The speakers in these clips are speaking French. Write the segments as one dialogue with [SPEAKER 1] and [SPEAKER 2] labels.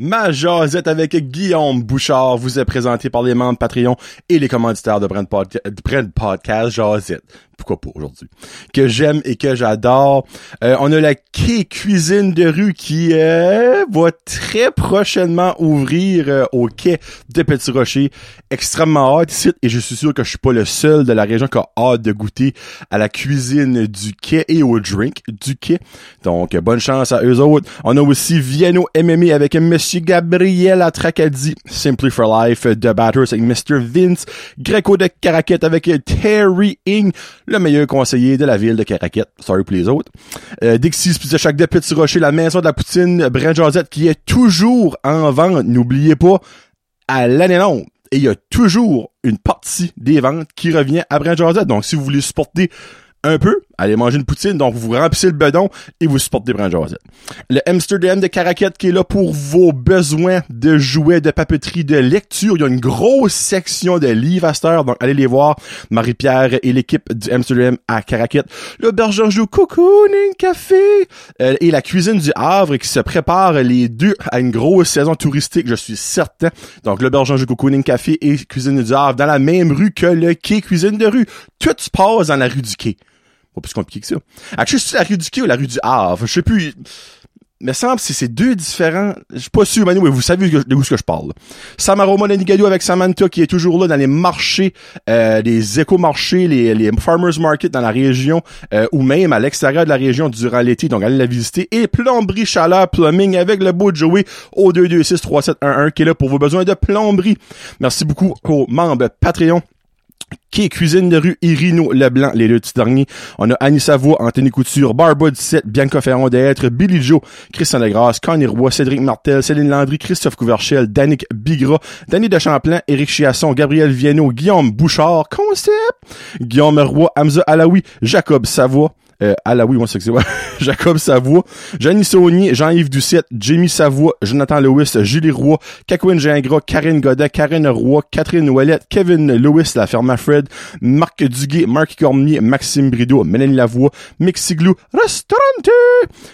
[SPEAKER 1] Ma jasette avec Guillaume Bouchard vous est présenté par les membres Patreon et les commanditaires de Brand, Podca- de Brand Podcast Jasette. Pourquoi pas aujourd'hui? Que j'aime et que j'adore. Euh, on a la Quai Cuisine de rue qui euh, va très prochainement ouvrir euh, au quai de Petit Rocher. Extrêmement hâte ici et je suis sûr que je suis pas le seul de la région qui a hâte de goûter à la cuisine du quai et au drink du quai. Donc, euh, bonne chance à eux autres. On a aussi Viano MME avec Monsieur Gabriel Atracadi, Simply for Life, The Batters avec Mr. Vince, Greco de Caraquette avec Terry Ing, le meilleur conseiller de la ville de Caraquette. Sorry pour les autres. Euh, Dixie's Pizza Shack de Petit Rocher, la maison de la poutine, Brent Josette qui est toujours en vente. N'oubliez pas, à l'année longue. Et il y a toujours une partie des ventes qui revient à Brent Josette. Donc, si vous voulez supporter un peu, allez manger une poutine, donc vous remplissez le bedon et vous supportez Brand Josette. Le Amsterdam de Caraquette qui est là pour vos besoins de jouets, de papeterie, de lecture. Il y a une grosse section de livres à cette heure, donc allez les voir. Marie-Pierre et l'équipe du Amsterdam à Caraquette. Le Berger joue Cocooning Café euh, et la cuisine du Havre qui se prépare les deux à une grosse saison touristique, je suis certain. Donc le Berger joue Cocooning Café et cuisine du Havre dans la même rue que le quai cuisine de rue. Tout se passe dans la rue du quai pas plus compliqué que ça. Actually, c'est la rue du Quai ou la rue du Havre? Je sais plus. Il me semble que c'est ces deux différents. Je suis pas sûr, mais anyway, vous savez de où ce que je parle. Samaroma Nanigalio avec Samantha qui est toujours là dans les marchés, euh, les éco-marchés, les, les farmers market dans la région euh, ou même à l'extérieur de la région durant l'été. Donc allez la visiter. Et plomberie chaleur plumbing avec le beau Joey au 226-3711 qui est là pour vos besoins de plomberie. Merci beaucoup aux membres Patreon qui est Cuisine de rue Irino Leblanc, les deux petits derniers. On a Annie Savoie, Anthony Couture, Barba 17, Bianca Ferron d'être, Billy Joe, Christian Legrasse, Connie Roy, Cédric Martel, Céline Landry, Christophe Couverchel, Danick Bigra, Danny de Champlain, Éric Chiasson, Gabriel Viano, Guillaume Bouchard, Concept, Guillaume Roy, Hamza Alaoui, Jacob Savoie, euh, Alaoui, on sait que c'est ouais. Jacob Savoie, Janie Saunier, Jean-Yves Ducette, Jimmy Savoie, Jonathan Lewis, Julie Roy, Kakouine Gingras, Karine Godet, Karine Roy, Catherine Ouellette, Kevin Lewis, la Ferma Fred, Marc Duguay, Marc Cormier, Maxime Brideau, Mélanie Lavoie, Mixiglou, Restaurante,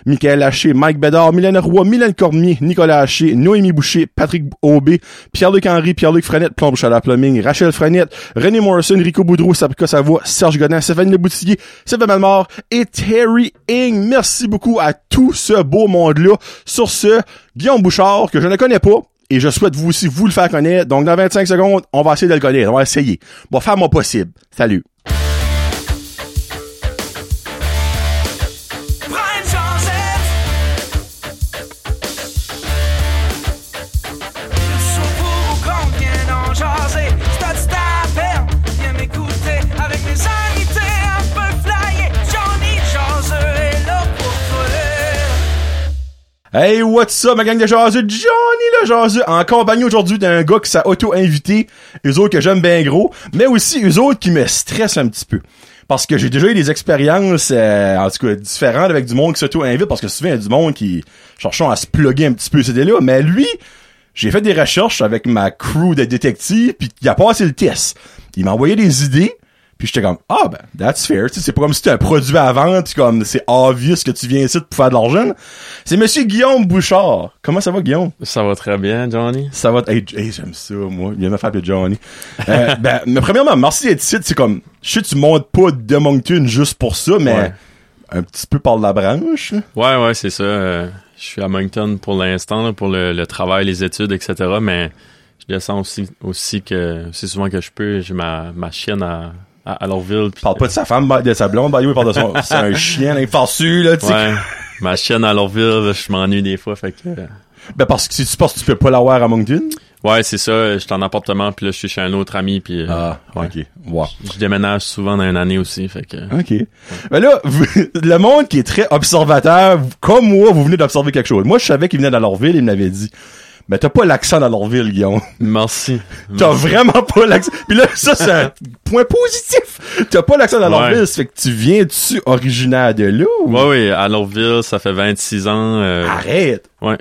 [SPEAKER 1] Michael Haché, Mike Bédard, Mylène Roy, Mylène Cormier, Nicolas Haché, Noémie Boucher, Patrick Aubé, Pierre-Luc Henry, Pierre-Luc Frenette, Plombe Chaleur Plumbing, Rachel Frenette, René Morrison, Rico Boudreau, Saprica Savoie, Serge Godin, Stéphanie Le Boutillier, Sylvain Malmort et Terry Ing. Merci beaucoup à tout ce beau monde-là. Sur ce, Guillaume Bouchard, que je ne connais pas, et je souhaite vous aussi vous le faire connaître. Donc, dans 25 secondes, on va essayer de le connaître. On va essayer. On va faire mon possible. Salut.
[SPEAKER 2] Brian Joseph, sous pour ou contre, viens en jaser. C'est à dire ta peine, viens m'écouter avec mes invités un peu flyés. Johnny Jose est là pour toi.
[SPEAKER 1] Hey, what's up, ma gang de jaseux? Johnny le jaseux, en compagnie aujourd'hui d'un gars qui s'est auto-invité, eux autres que j'aime bien gros, mais aussi eux autres qui me stressent un petit peu. Parce que j'ai déjà eu des expériences, euh, en tout cas, différentes avec du monde qui s'auto-invite, parce que souvent, il y a du monde qui cherchons à se plugger un petit peu, c'était là, mais lui, j'ai fait des recherches avec ma crew de détectives, puis il a passé le test. Il m'a envoyé des idées, puis j'étais comme ah ben that's fair, tu sais c'est pas comme si c'était un produit à vendre, puis comme c'est obvious que tu viens ici pour faire de l'argent. C'est monsieur Guillaume Bouchard. Comment ça va Guillaume
[SPEAKER 3] Ça va très bien, Johnny.
[SPEAKER 1] Ça va t- hey, hey, j'aime ça moi, viens me faire appeler Johnny. Euh, ben mais premièrement merci d'être ici, c'est comme je sais tu montes pas de Moncton juste pour ça mais
[SPEAKER 3] Ouais.
[SPEAKER 1] un petit peu par la branche. là.
[SPEAKER 3] Ouais, ouais, c'est ça. euh, je suis à Moncton pour l'instant, là, pour le, le travail, les études, etc. Mais je descends aussi, aussi que aussi souvent que je peux. J'ai ma, ma chienne à, à, à Lorville. puis-
[SPEAKER 1] Parle pas de sa femme, de sa blonde, by the way, parle de son c'est un chien un farcu là, tu sais.
[SPEAKER 3] Ouais, ma chienne à Lorville, je m'ennuie des fois. Fait que, euh,
[SPEAKER 1] Ben parce que si tu penses que tu peux pas l'avoir à Moncton.
[SPEAKER 3] ouais, c'est ça. Je suis en appartement, puis là, je suis chez un autre ami. Puis, euh, ouais.
[SPEAKER 1] Ah, OK. Wow.
[SPEAKER 3] Je déménage souvent dans une année aussi. Fait que, euh,
[SPEAKER 1] OK. Mais là, vous- le monde qui est très observateur, vous- comme moi, vous venez d'observer quelque chose. Moi, je savais qu'ils venaient d'Alortville, ils me l'avaient dit. Mais t'as pas l'accent d'Alortville, Guillaume.
[SPEAKER 3] Merci.
[SPEAKER 1] T'as vraiment pas l'accent. Puis là, ça, c'est un point positif. T'as pas l'accent d'Alortville,
[SPEAKER 3] Ouais.
[SPEAKER 1] ça fait que tu viens-tu originaire de là? ou-
[SPEAKER 3] Ouais, oui, à Lorville, ça fait 26 ans. euh,
[SPEAKER 1] Arrête!
[SPEAKER 3] ouais,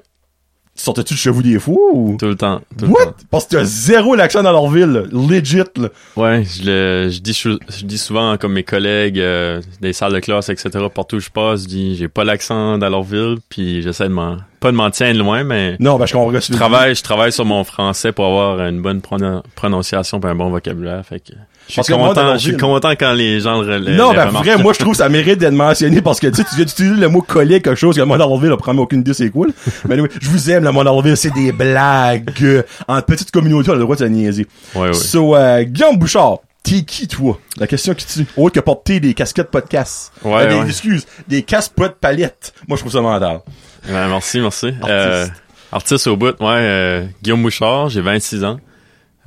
[SPEAKER 1] Tu sortais-tu de chez vous des fois ou...
[SPEAKER 3] tout le temps. tout le temps.
[SPEAKER 1] What? Parce que t'as zéro l'accent d'Alortville, là. legit, là.
[SPEAKER 3] Ouais, je, le, je, dis, chou- je dis souvent, comme mes collègues euh, des salles de classe, etc., partout où je passe, je dis j'ai pas l'accent d'Alortville, puis j'essaie de m'en pas de mentir loin, mais
[SPEAKER 1] Non, ben, je comprends.
[SPEAKER 3] je travaille, je travaille sur mon français pour avoir une bonne pronon- prononciation et un bon vocabulaire. Fait que je
[SPEAKER 1] Parce que
[SPEAKER 3] suis
[SPEAKER 1] le monde
[SPEAKER 3] content,
[SPEAKER 1] a
[SPEAKER 3] je suis
[SPEAKER 1] menti,
[SPEAKER 3] content quand les gens le, le-
[SPEAKER 1] Non,
[SPEAKER 3] le
[SPEAKER 1] ben,
[SPEAKER 3] remarquent.
[SPEAKER 1] vrai, moi, je trouve que ça mérite d'être mentionné parce que, tu sais, tu viens d'utiliser le mot coller quelque chose que le monde enlevé, le premier, aucune idée, c'est cool. Mais anyway, je vous aime, le monde enlevé, c'est des blagues. euh, En petite communauté, on a le droit de se niaiser.
[SPEAKER 3] Ouais, ouais.
[SPEAKER 1] So, euh, Guillaume Bouchard, t'es qui, toi? La question qui tue. Autre que porter des casquettes podcast.
[SPEAKER 3] Ouais,
[SPEAKER 1] Euh, des,
[SPEAKER 3] ouais.
[SPEAKER 1] Excuse, des casquettes palettes. Moi, je trouve ça mental.
[SPEAKER 3] Ouais, Ben, merci, merci. Euh, artiste au bout, ouais. euh, Guillaume Mouchard, j'ai 26 ans.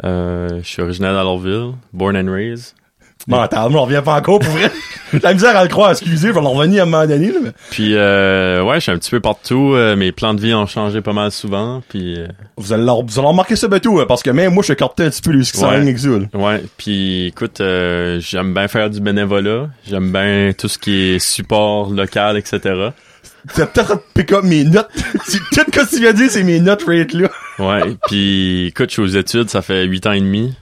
[SPEAKER 3] Euh, je suis originaire d'Alortville, born and raised.
[SPEAKER 1] Mental, moi, on revient pas encore pour vrai. la misère à le croire, excusez, je vais en revenir à un moment donné, là, mais-
[SPEAKER 3] Puis euh, ouais, je suis un petit peu partout. euh, mes plans de vie ont changé pas mal souvent. Puis euh,
[SPEAKER 1] Vous allez, leur- vous allez remarquer ça bientôt, hein, parce que même moi, je captais un petit peu les succès
[SPEAKER 3] Ouais.
[SPEAKER 1] en Exul.
[SPEAKER 3] ouais, puis écoute, euh, j'aime bien faire du bénévolat. J'aime bien tout ce qui est support local, etc.
[SPEAKER 1] T'as peut-être pick up mes notes. C'est tout ce que tu viens de dire, c'est mes notes rate là.
[SPEAKER 3] Ouais. puis écoute, je suis aux études, ça fait 8 ans et demi.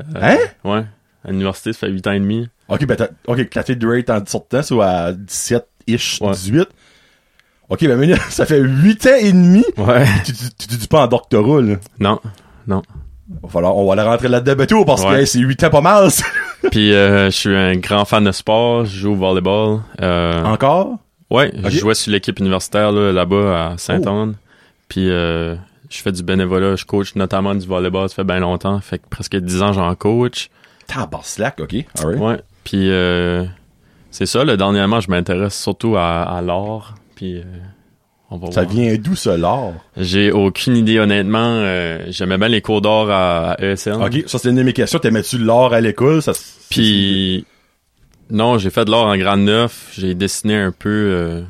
[SPEAKER 3] Euh,
[SPEAKER 1] Hein?
[SPEAKER 3] Ouais. À l'université, ça fait 8 ans et demi.
[SPEAKER 1] Ok, ben, t'as, ok, claté de rate en sortant, soit à 17-ish,
[SPEAKER 3] Ouais.
[SPEAKER 1] 18. Ok, ben, mais là, ça fait 8 ans et demi.
[SPEAKER 3] Ouais.
[SPEAKER 1] Tu, tu, tu, tu dis pas en doctorat, là.
[SPEAKER 3] Non, non.
[SPEAKER 1] Va falloir, on va aller rentrer là-dedans bientôt, parce que
[SPEAKER 3] Ouais.
[SPEAKER 1] hey, c'est 8 ans pas mal, ça.
[SPEAKER 3] Puis euh, je suis un grand fan de sport, je joue au volleyball. Euh,
[SPEAKER 1] Encore?
[SPEAKER 3] Ouais,
[SPEAKER 1] Ok. Oh.
[SPEAKER 3] je jouais sur l'équipe universitaire là, là-bas à Sainte-Anne. Puis euh, je fais du bénévolat, je coach notamment du volleyball, ça fait bien longtemps, fait que presque 10 ans j'en coach.
[SPEAKER 1] Tabarslack, ok, alright.
[SPEAKER 3] Ouais, puis euh, c'est ça, le dernièrement je m'intéresse surtout à, à l'art, puis euh, on va
[SPEAKER 1] Ça
[SPEAKER 3] voir.
[SPEAKER 1] vient d'où, ce l'art?
[SPEAKER 3] J'ai aucune idée honnêtement, euh, j'aimais bien les cours d'art à, E à ESN.
[SPEAKER 1] Ok, ça, c'est une de mes questions. T'aimais-tu l'art à l'école? Ça, c'est-
[SPEAKER 3] Puis, non, j'ai fait de l'art en grade 9. J'ai dessiné un peu euh,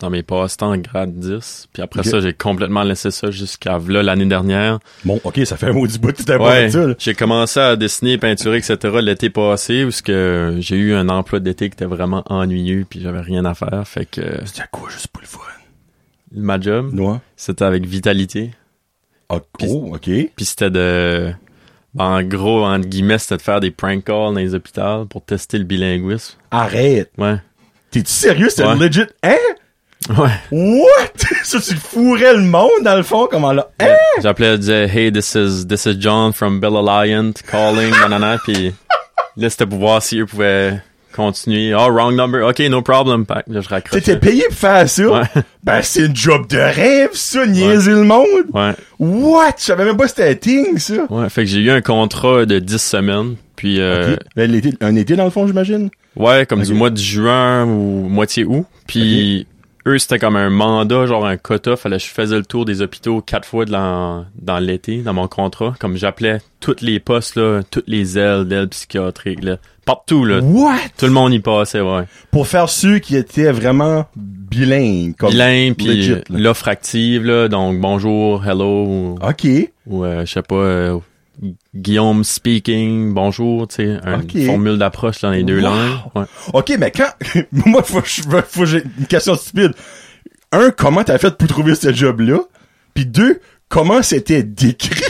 [SPEAKER 3] dans mes passe-temps en grade 10. Puis après
[SPEAKER 1] Ok.
[SPEAKER 3] ça, j'ai complètement laissé ça jusqu'à là l'année dernière.
[SPEAKER 1] Bon, ok, ça fait un mot du bout que t'étais pas
[SPEAKER 3] Ouais,
[SPEAKER 1] là-dessus, là.
[SPEAKER 3] j'ai commencé à dessiner, peinturer, etc. l'été passé, parce que j'ai eu un emploi d'été qui était vraiment ennuyeux, puis j'avais rien à faire. Fait que euh,
[SPEAKER 1] C'était quoi, juste pour le fun?
[SPEAKER 3] ma job,
[SPEAKER 1] Ouais.
[SPEAKER 3] c'était avec Vitalité.
[SPEAKER 1] Ah,
[SPEAKER 3] Puis-
[SPEAKER 1] oh, ok.
[SPEAKER 3] Puis c'était de... ben, en gros, entre guillemets, c'était de faire des prank calls dans les hôpitaux pour tester le bilinguisme.
[SPEAKER 1] Arrête.
[SPEAKER 3] Ouais,
[SPEAKER 1] T'es-tu sérieux? C'était
[SPEAKER 3] Ouais.
[SPEAKER 1] legit, hein?
[SPEAKER 3] ouais.
[SPEAKER 1] What? ça, tu fourrais le monde, dans le fond, comment là? Hein?
[SPEAKER 3] J'appelais, je disais, hey, this is, this is John from Bell Alliant calling, nanana, puis là, c'était pour voir si eux pouvaient continuer. Oh, wrong number. OK, no problem. Fait que Là, je
[SPEAKER 1] T'étais
[SPEAKER 3] raccrochais.
[SPEAKER 1] payé pour faire ça?
[SPEAKER 3] Ouais.
[SPEAKER 1] Ben, c'est une job de rêve, ça, niaiser le monde.
[SPEAKER 3] Ouais,
[SPEAKER 1] What? Je savais même pas c'était un thing, ça.
[SPEAKER 3] ouais. Fait que j'ai eu un contrat de 10 semaines, puis, euh,
[SPEAKER 1] Ok. Ben, l'été- un été, dans le fond, j'imagine.
[SPEAKER 3] ouais, comme du
[SPEAKER 1] Ok.
[SPEAKER 3] mois de juin ou moitié août, puis eux, c'était comme un mandat, genre un quota. Fallait que je faisais le tour des hôpitaux quatre fois dans, dans l'été, dans mon contrat. Comme j'appelais toutes les postes, là, toutes les ailes, d'ailes psychiatriques, là, partout, là.
[SPEAKER 1] What?
[SPEAKER 3] Tout le monde y passait, ouais.
[SPEAKER 1] Pour faire ceux qui étaient vraiment bilingues. Comme
[SPEAKER 3] bilingue puis
[SPEAKER 1] legit,
[SPEAKER 3] euh,
[SPEAKER 1] là.
[SPEAKER 3] l'offre active là, donc bonjour, hello ou,
[SPEAKER 1] Ok.
[SPEAKER 3] ou, euh, je sais pas euh, Guillaume speaking, bonjour, tu sais, une
[SPEAKER 1] Ok.
[SPEAKER 3] formule d'approche dans les deux
[SPEAKER 1] Wow.
[SPEAKER 3] langues. Ouais.
[SPEAKER 1] Ok, mais quand... Moi, faut, faut, faut- j'ai une question stupide. Un, comment t'as fait pour trouver ce job-là? Puis deux, comment c'était décrit?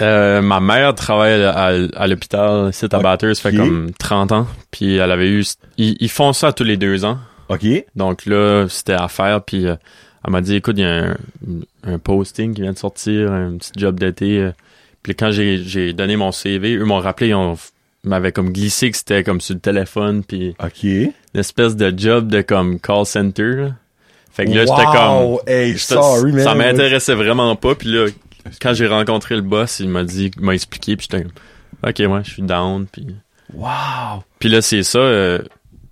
[SPEAKER 3] Euh, ma mère travaille à, à l'hôpital, c'est à
[SPEAKER 1] Ok.
[SPEAKER 3] Batters, ça fait comme 30 ans, puis elle avait eu ils, ils font ça tous les deux ans.
[SPEAKER 1] Ok.
[SPEAKER 3] Donc là, c'était à faire puis euh, elle m'a dit écoute, il y a un, un posting qui vient de sortir, un petit job d'été. euh. Puis quand j'ai j'ai donné mon CV, eux m'ont rappelé, ils ont- m'avaient comme glissé que c'était comme sur le téléphone puis
[SPEAKER 1] Ok.
[SPEAKER 3] une espèce de job de comme call center. là. Fait que là, j'étais comme
[SPEAKER 1] Hey,
[SPEAKER 3] j'étais-
[SPEAKER 1] sorry, man.
[SPEAKER 3] ça m'intéressait vraiment pas puis là quand j'ai rencontré le boss, il m'a dit il m'a expliqué puis j'étais comme, OK, ouais, je suis down puis
[SPEAKER 1] Wow.
[SPEAKER 3] puis là, c'est ça. euh,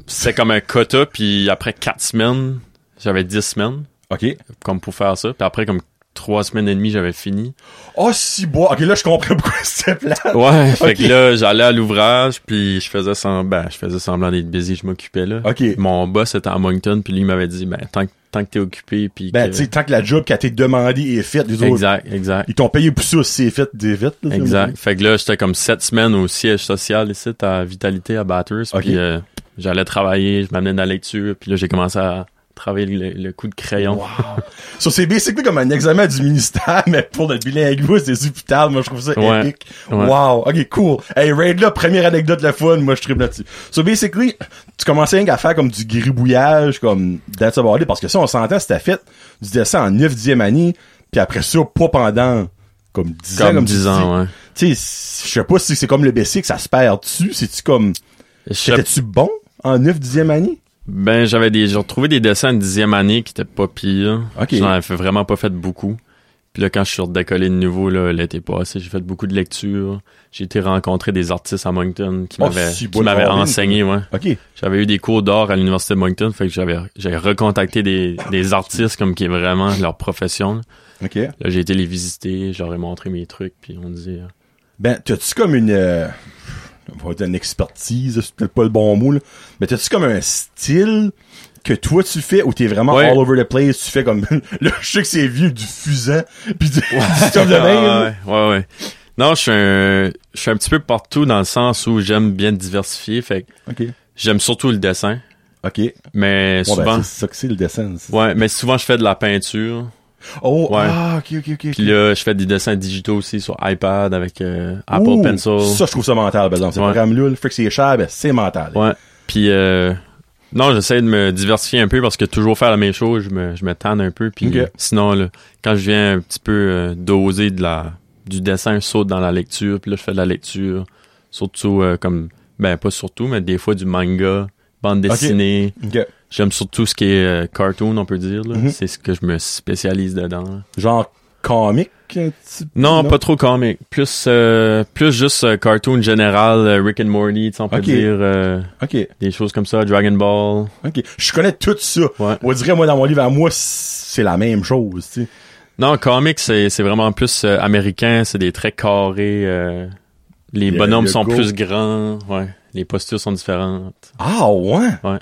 [SPEAKER 3] c'est comme un quota. Puis après quatre semaines, j'avais 10 semaines
[SPEAKER 1] OK.
[SPEAKER 3] comme pour faire ça. Puis après, comme trois semaines et demie, j'avais fini.
[SPEAKER 1] Oh, si bois. OK, là, je comprends pourquoi c'était plat.
[SPEAKER 3] Ouais. Fait que
[SPEAKER 1] Ah. Ok.
[SPEAKER 3] là, j'allais à l'ouvrage. Puis je faisais semblant, ben, je faisais semblant d'être busy. Je m'occupais là.
[SPEAKER 1] OK.
[SPEAKER 3] Mon boss était à Moncton. Puis lui, il m'avait dit, ben, tant, que- tant que t'es occupé. Puis
[SPEAKER 1] Ben,
[SPEAKER 3] que-
[SPEAKER 1] tu sais, tant que la job qui a été demandée est faite, les autres,
[SPEAKER 3] Exact, exact.
[SPEAKER 1] ils t'ont payé pour ça, c'est fait, des vite. là,
[SPEAKER 3] Exact. Fait que là, j'étais comme sept semaines au siège social ici à Vitalité à Batters.
[SPEAKER 1] Ok.
[SPEAKER 3] Puis euh, j'allais travailler, je m'amenais dans la lecture. Puis là, j'ai commencé à travailler le, le coup de crayon.
[SPEAKER 1] So, c'est basically comme un examen du ministère, mais pour le bilinguisme des hôpitaux. Moi, je trouve ça
[SPEAKER 3] Ouais.
[SPEAKER 1] épique.
[SPEAKER 3] Ouais.
[SPEAKER 1] Wow. OK, cool. Hey, raid là, première anecdote de la fun. Moi, je tripe là-dessus. So, basically, tu commençais rien qu'à faire comme du gribouillage, comme that's about it. Parce que ça, on s'entend, c'était fait du dessin en 9 10e année. Puis après ça, pas pendant comme 10 ans.
[SPEAKER 3] Comme
[SPEAKER 1] tu
[SPEAKER 3] 10 ans, ouais.
[SPEAKER 1] dis. Tu sais, je sais pas si c'est comme le BC que ça se perd dessus. C'est-tu comme,
[SPEAKER 3] Je sais-
[SPEAKER 1] étais-tu bon en 9 10e année?
[SPEAKER 3] ben, j'avais des, j'ai retrouvé des dessins en dixième année qui étaient pas pires.
[SPEAKER 1] Ok.
[SPEAKER 3] J'en avais vraiment pas fait beaucoup. Puis là, quand je suis redécollé de nouveau, là, l'été passé, j'ai fait beaucoup de lectures. J'ai été rencontrer des artistes à Moncton qui
[SPEAKER 1] Oh,
[SPEAKER 3] m'avaient,
[SPEAKER 1] si,
[SPEAKER 3] qui
[SPEAKER 1] bonne
[SPEAKER 3] m'avaient
[SPEAKER 1] Robin.
[SPEAKER 3] enseigné, ouais.
[SPEAKER 1] OK.
[SPEAKER 3] J'avais eu des cours d'art à l'université de Moncton, fait que j'avais, j'avais recontacté des, des artistes comme qui est vraiment leur profession.
[SPEAKER 1] OK.
[SPEAKER 3] Là, j'ai été les visiter, j'aurais montré mes trucs, puis on disait, euh,
[SPEAKER 1] Ben, t'as-tu comme une. euh, on va dire une expertise, c'est peut-être pas le bon mot, là. Mais t'as-tu comme un style que toi tu fais ou t'es vraiment
[SPEAKER 3] Ouais.
[SPEAKER 1] all over the place, tu fais comme. là, je sais que c'est vieux, du fusain, pis du, du stuff de même. là.
[SPEAKER 3] ouais, ouais, ouais. Non, je suis un, je suis un petit peu partout dans le sens où j'aime bien diversifier. Fait que
[SPEAKER 1] Ok.
[SPEAKER 3] j'aime surtout le dessin,
[SPEAKER 1] Ok. Bon,
[SPEAKER 3] mais
[SPEAKER 1] ben,
[SPEAKER 3] souvent,
[SPEAKER 1] c'est ça que c'est le dessin. c'est-
[SPEAKER 3] ouais, mais souvent je fais de la peinture.
[SPEAKER 1] Oh,
[SPEAKER 3] Ouais.
[SPEAKER 1] ah, ok, ok, ok.
[SPEAKER 3] Puis là, je fais des dessins digitaux aussi sur iPad avec euh, Apple
[SPEAKER 1] Ouh,
[SPEAKER 3] Pencil.
[SPEAKER 1] Ça, je trouve ça mental, par exemple. Ces
[SPEAKER 3] Ouais.
[SPEAKER 1] programmes-là, le fric, c'est cher, ben, c'est mental.
[SPEAKER 3] Ouais. Puis euh, non, j'essaie de me diversifier un peu parce que toujours faire la même chose, je me, je me tanne un peu. Puis
[SPEAKER 1] Ok.
[SPEAKER 3] euh, sinon, là, quand je viens un petit peu euh, doser de la du dessin, je saute dans la lecture. Puis là, je fais de la lecture, surtout euh, comme ben pas surtout, mais des fois du manga, bande dessinée.
[SPEAKER 1] Ok.
[SPEAKER 3] J'aime surtout ce qui est euh, cartoon, on peut dire. là.
[SPEAKER 1] Mhm.
[SPEAKER 3] C'est ce que je me spécialise dedans. là.
[SPEAKER 1] Genre comique. un petit-
[SPEAKER 3] Non, pas trop comic. Plus euh, plus juste euh, cartoon général, euh, Rick and Morty, tu sais, on peut
[SPEAKER 1] Ok.
[SPEAKER 3] dire euh,
[SPEAKER 1] Ok.
[SPEAKER 3] des choses comme ça, Dragon Ball.
[SPEAKER 1] Ok. Je connais tout ça.
[SPEAKER 3] Ouais.
[SPEAKER 1] On dirait, moi, dans mon livre à moi, c'est la même chose, tu sais.
[SPEAKER 3] Non, comics, c'est c'est vraiment plus euh, américain, c'est des traits carrés. euh, les
[SPEAKER 1] Le-
[SPEAKER 3] bonhommes
[SPEAKER 1] le
[SPEAKER 3] sont
[SPEAKER 1] go.
[SPEAKER 3] plus grands, ouais. Les postures sont différentes.
[SPEAKER 1] Ah ouais?
[SPEAKER 3] Ouais.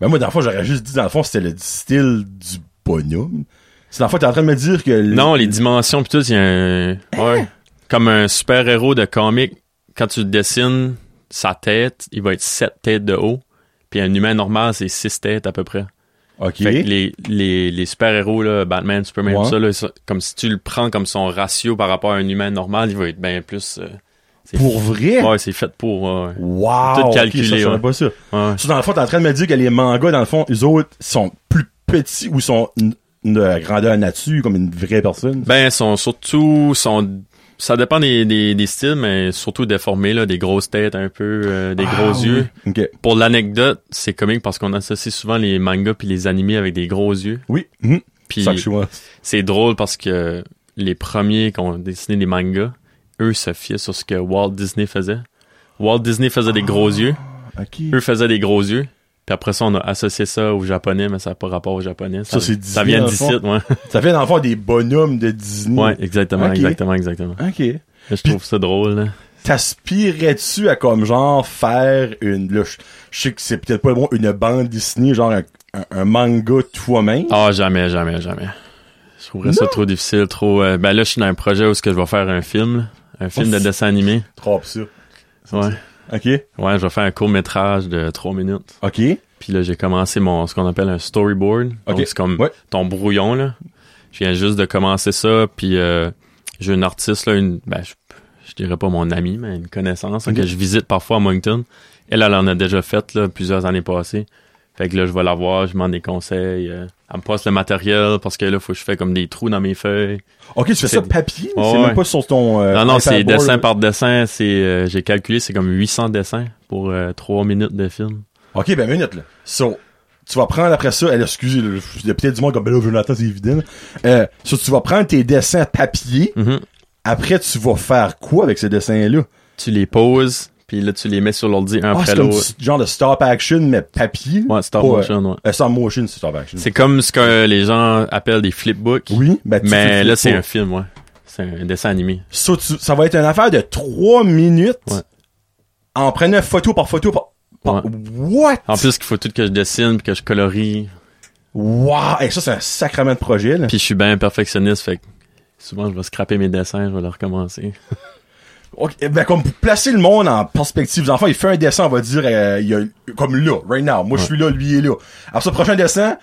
[SPEAKER 1] Ben moi, dans le fond, j'aurais juste dit, dans le fond, c'était le style du bonhomme. C'est dans le fond, t'es en train de me dire que... le- Eh?
[SPEAKER 3] Non, les dimensions pis tout, il y a un... Ouais. Comme un super-héros de comic, quand tu le dessines sa tête, il va être sept têtes de haut. Puis un humain normal, c'est six têtes à peu près.
[SPEAKER 1] OK.
[SPEAKER 3] Fait que les, les, les super-héros, là, Batman, Superman,
[SPEAKER 1] Ouais.
[SPEAKER 3] tout ça, là, ça- comme si tu le prends comme son ratio par rapport à un humain normal, il va être bien plus... euh, c'est-
[SPEAKER 1] Pour vrai?
[SPEAKER 3] Ouais, c'est fait pour, ouais, ouais.
[SPEAKER 1] Wow!
[SPEAKER 3] Tout
[SPEAKER 1] ok,
[SPEAKER 3] calculé,
[SPEAKER 1] ça, je savais
[SPEAKER 3] ouais.
[SPEAKER 1] pas ça.
[SPEAKER 3] Ouais.
[SPEAKER 1] Ça, dans le fond, t'es en train de me dire que les mangas, dans le fond, eux autres, sont plus petits ou sont n- de grandeur nature, comme une vraie personne.
[SPEAKER 3] Ben, sont surtout sont ça dépend des, des, des styles, mais surtout déformés là, des grosses têtes un peu, euh, des
[SPEAKER 1] Ah,
[SPEAKER 3] gros
[SPEAKER 1] oui.
[SPEAKER 3] yeux.
[SPEAKER 1] OK.
[SPEAKER 3] Pour l'anecdote, c'est comique parce qu'on associe souvent les mangas puis les animés avec des gros yeux.
[SPEAKER 1] Oui. Mhm.
[SPEAKER 3] Puis
[SPEAKER 1] Ça que je vois.
[SPEAKER 3] c'est drôle parce que les premiers qui ont dessiné les mangas, eux se fiaient sur ce que Walt Disney faisait. Walt Disney faisait des gros
[SPEAKER 1] Ah.
[SPEAKER 3] yeux,
[SPEAKER 1] OK.
[SPEAKER 3] eux faisaient des gros yeux. Puis après ça, on a associé ça aux japonais, mais ça n'a pas rapport aux japonais.
[SPEAKER 1] Ça, c'est Disney,
[SPEAKER 3] ça vient
[SPEAKER 1] dans le
[SPEAKER 3] d'ici,
[SPEAKER 1] fond.
[SPEAKER 3] ouais.
[SPEAKER 1] Ça fait, dans le fond, des bonhommes de Disney.
[SPEAKER 3] ouais, exactement,
[SPEAKER 1] Ok.
[SPEAKER 3] exactement, exactement.
[SPEAKER 1] OK.
[SPEAKER 3] Je trouve ça drôle, là.
[SPEAKER 1] T'aspirais-tu à comme genre faire une là, je- je sais que c'est peut-être pas bon une bande dessinée genre un, un- un manga toi-même
[SPEAKER 3] Ah, jamais, jamais, jamais. Je trouverais ça trop difficile, trop... euh, ben là, je suis dans un projet où ce que je vais faire un film, là. un film de
[SPEAKER 1] Ouf.
[SPEAKER 3] dessin animé.
[SPEAKER 1] trop Oh, ça
[SPEAKER 3] Ouais.
[SPEAKER 1] ok
[SPEAKER 3] Ouais, je vais faire un court-métrage de trois minutes.
[SPEAKER 1] ok
[SPEAKER 3] Puis là, j'ai commencé mon ce qu'on appelle un storyboard.
[SPEAKER 1] Ok.
[SPEAKER 3] Donc, c'est comme
[SPEAKER 1] Ouais.
[SPEAKER 3] ton brouillon, là. Je viens juste de commencer ça, puis euh, j'ai une artiste, là, une... Ben, je, je dirais pas mon amie, mais une connaissance là,
[SPEAKER 1] Ok.
[SPEAKER 3] que je visite parfois à Moncton. Elle, elle en a déjà fait, là, plusieurs années passées. Fait que là, je vais la voir, je demande des conseils. euh, elle me passe le matériel parce que là, faut que je fais comme des trous dans mes feuilles.
[SPEAKER 1] ok tu fais ça
[SPEAKER 3] C'est-
[SPEAKER 1] papier
[SPEAKER 3] Ouais,
[SPEAKER 1] c'est
[SPEAKER 3] ouais.
[SPEAKER 1] même pas sur ton euh,
[SPEAKER 3] Non, non,
[SPEAKER 1] iPad
[SPEAKER 3] c'est
[SPEAKER 1] board.
[SPEAKER 3] dessin par dessin. C'est, euh, j'ai calculé, c'est comme 800 dessins pour euh, 3 minutes de film.
[SPEAKER 1] ok ben minute là so tu vas prendre après ça elle excusez là, il y a peut-être du monde comme ben là Jonathan c'est évident là. euh, so tu vas prendre tes dessins papier
[SPEAKER 3] Mhm.
[SPEAKER 1] après tu vas faire quoi avec ces dessins là
[SPEAKER 3] Tu les poses, puis là, tu les mets sur l'ordi
[SPEAKER 1] ah
[SPEAKER 3] un après
[SPEAKER 1] c'est comme
[SPEAKER 3] l'autre.
[SPEAKER 1] du genre de stop action mais papier
[SPEAKER 3] Ouais, stop
[SPEAKER 1] Pas, euh,
[SPEAKER 3] motion, ouais.
[SPEAKER 1] euh, stop motion c'est stop action
[SPEAKER 3] C'est comme ce que les gens appellent des flipbooks.
[SPEAKER 1] oui ben, tu-
[SPEAKER 3] mais
[SPEAKER 1] tu-
[SPEAKER 3] là,
[SPEAKER 1] tu-
[SPEAKER 3] c'est un film, ouais. C'est un dessin animé.
[SPEAKER 1] Ça, tu- ça va être une affaire de 3 minutes.
[SPEAKER 3] Ouais.
[SPEAKER 1] En prenant photo par photo par. par-
[SPEAKER 3] Ouais.
[SPEAKER 1] What?
[SPEAKER 3] En plus, qu'il faut tout que je dessine, puis que je colorie.
[SPEAKER 1] Wow! Hey, ça, c'est un sacrement de projet, là.
[SPEAKER 3] Puis je suis bien perfectionniste, fait que souvent, je vais scraper mes dessins, je vais les recommencer.
[SPEAKER 1] Ok, ben, comme pour placer le monde en perspective, les enfants, il fait un dessin, on va dire, euh, il y a, comme là, right now. Moi, je suis là, lui il est là. Alors, ce prochain dessin,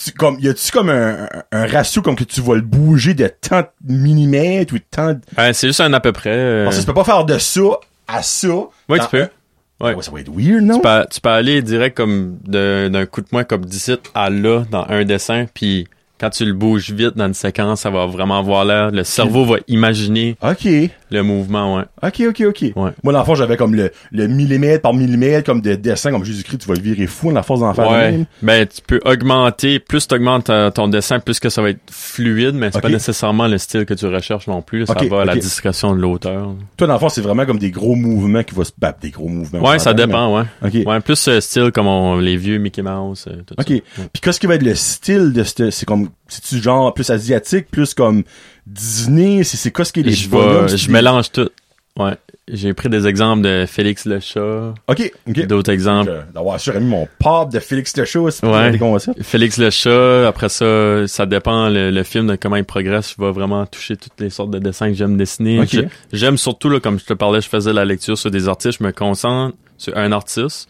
[SPEAKER 1] tu, comme, y a-tu comme un, un- un ratio comme que tu vas le bouger de tant de millimètres ou de tant de...
[SPEAKER 3] Ouais, c'est juste un à peu près. euh,
[SPEAKER 1] Parce que tu peux pas faire de Ah, ça à ça.
[SPEAKER 3] Ouais,
[SPEAKER 1] dans-
[SPEAKER 3] tu peux. Ouais.
[SPEAKER 1] Ah, Ouais, ça va être weird, non?
[SPEAKER 3] Tu peux, tu peux aller direct comme de- d'un coup de poing comme d'ici à là dans un dessin, puis quand tu le bouges vite dans une séquence, ça va vraiment avoir l'air. Le cerveau va imaginer
[SPEAKER 1] Ok.
[SPEAKER 3] le mouvement, ouais.
[SPEAKER 1] Ok, ok, ok.
[SPEAKER 3] Ouais.
[SPEAKER 1] Moi, dans le fond, j'avais comme le, le millimètre par millimètre, comme de dessin, comme Jésus-Christ, tu vas le virer fou dans la force d'en faire le
[SPEAKER 3] Ouais.
[SPEAKER 1] même.
[SPEAKER 3] Ben, tu peux augmenter. Plus tu augmentes ta- ton dessin, plus que ça va être fluide, mais c'est
[SPEAKER 1] Ok.
[SPEAKER 3] pas nécessairement le style que tu recherches non plus. Ça
[SPEAKER 1] Ok,
[SPEAKER 3] va à la
[SPEAKER 1] ok.
[SPEAKER 3] discrétion de l'auteur.
[SPEAKER 1] Toi, dans le fond, c'est vraiment comme des gros mouvements qui vont se battre, des gros mouvements. on
[SPEAKER 3] Ouais, ça
[SPEAKER 1] s'entend,
[SPEAKER 3] dépend, ouais.
[SPEAKER 1] mais- Ok.
[SPEAKER 3] Ouais, plus euh, style comme on- les vieux Mickey Mouse, euh, tout
[SPEAKER 1] Ok.
[SPEAKER 3] ça.
[SPEAKER 1] Puis qu'est-ce qui va être le style de ce, c'est comme, c'est-tu genre plus asiatique, plus comme Disney, c'est, c'est quoi ce qui est les
[SPEAKER 3] je
[SPEAKER 1] bonhommes,
[SPEAKER 3] vais-
[SPEAKER 1] c'est
[SPEAKER 3] je
[SPEAKER 1] des-
[SPEAKER 3] mélange tout. Ouais. J'ai pris des exemples de Félix le chat,
[SPEAKER 1] Ok, ok.
[SPEAKER 3] d'autres exemples.
[SPEAKER 1] Je- D'avoir sûrement mis mon pop de Félix Techaud, c'est
[SPEAKER 3] Ouais.
[SPEAKER 1] des concepts.
[SPEAKER 3] Félix le chat, après ça, ça dépend le, le film de comment il progresse. Je vais vraiment toucher toutes les sortes de dessins que j'aime dessiner.
[SPEAKER 1] Ok.
[SPEAKER 3] Je- J'aime surtout, là, comme je te parlais, je faisais la lecture sur des artistes, je me concentre sur un artiste.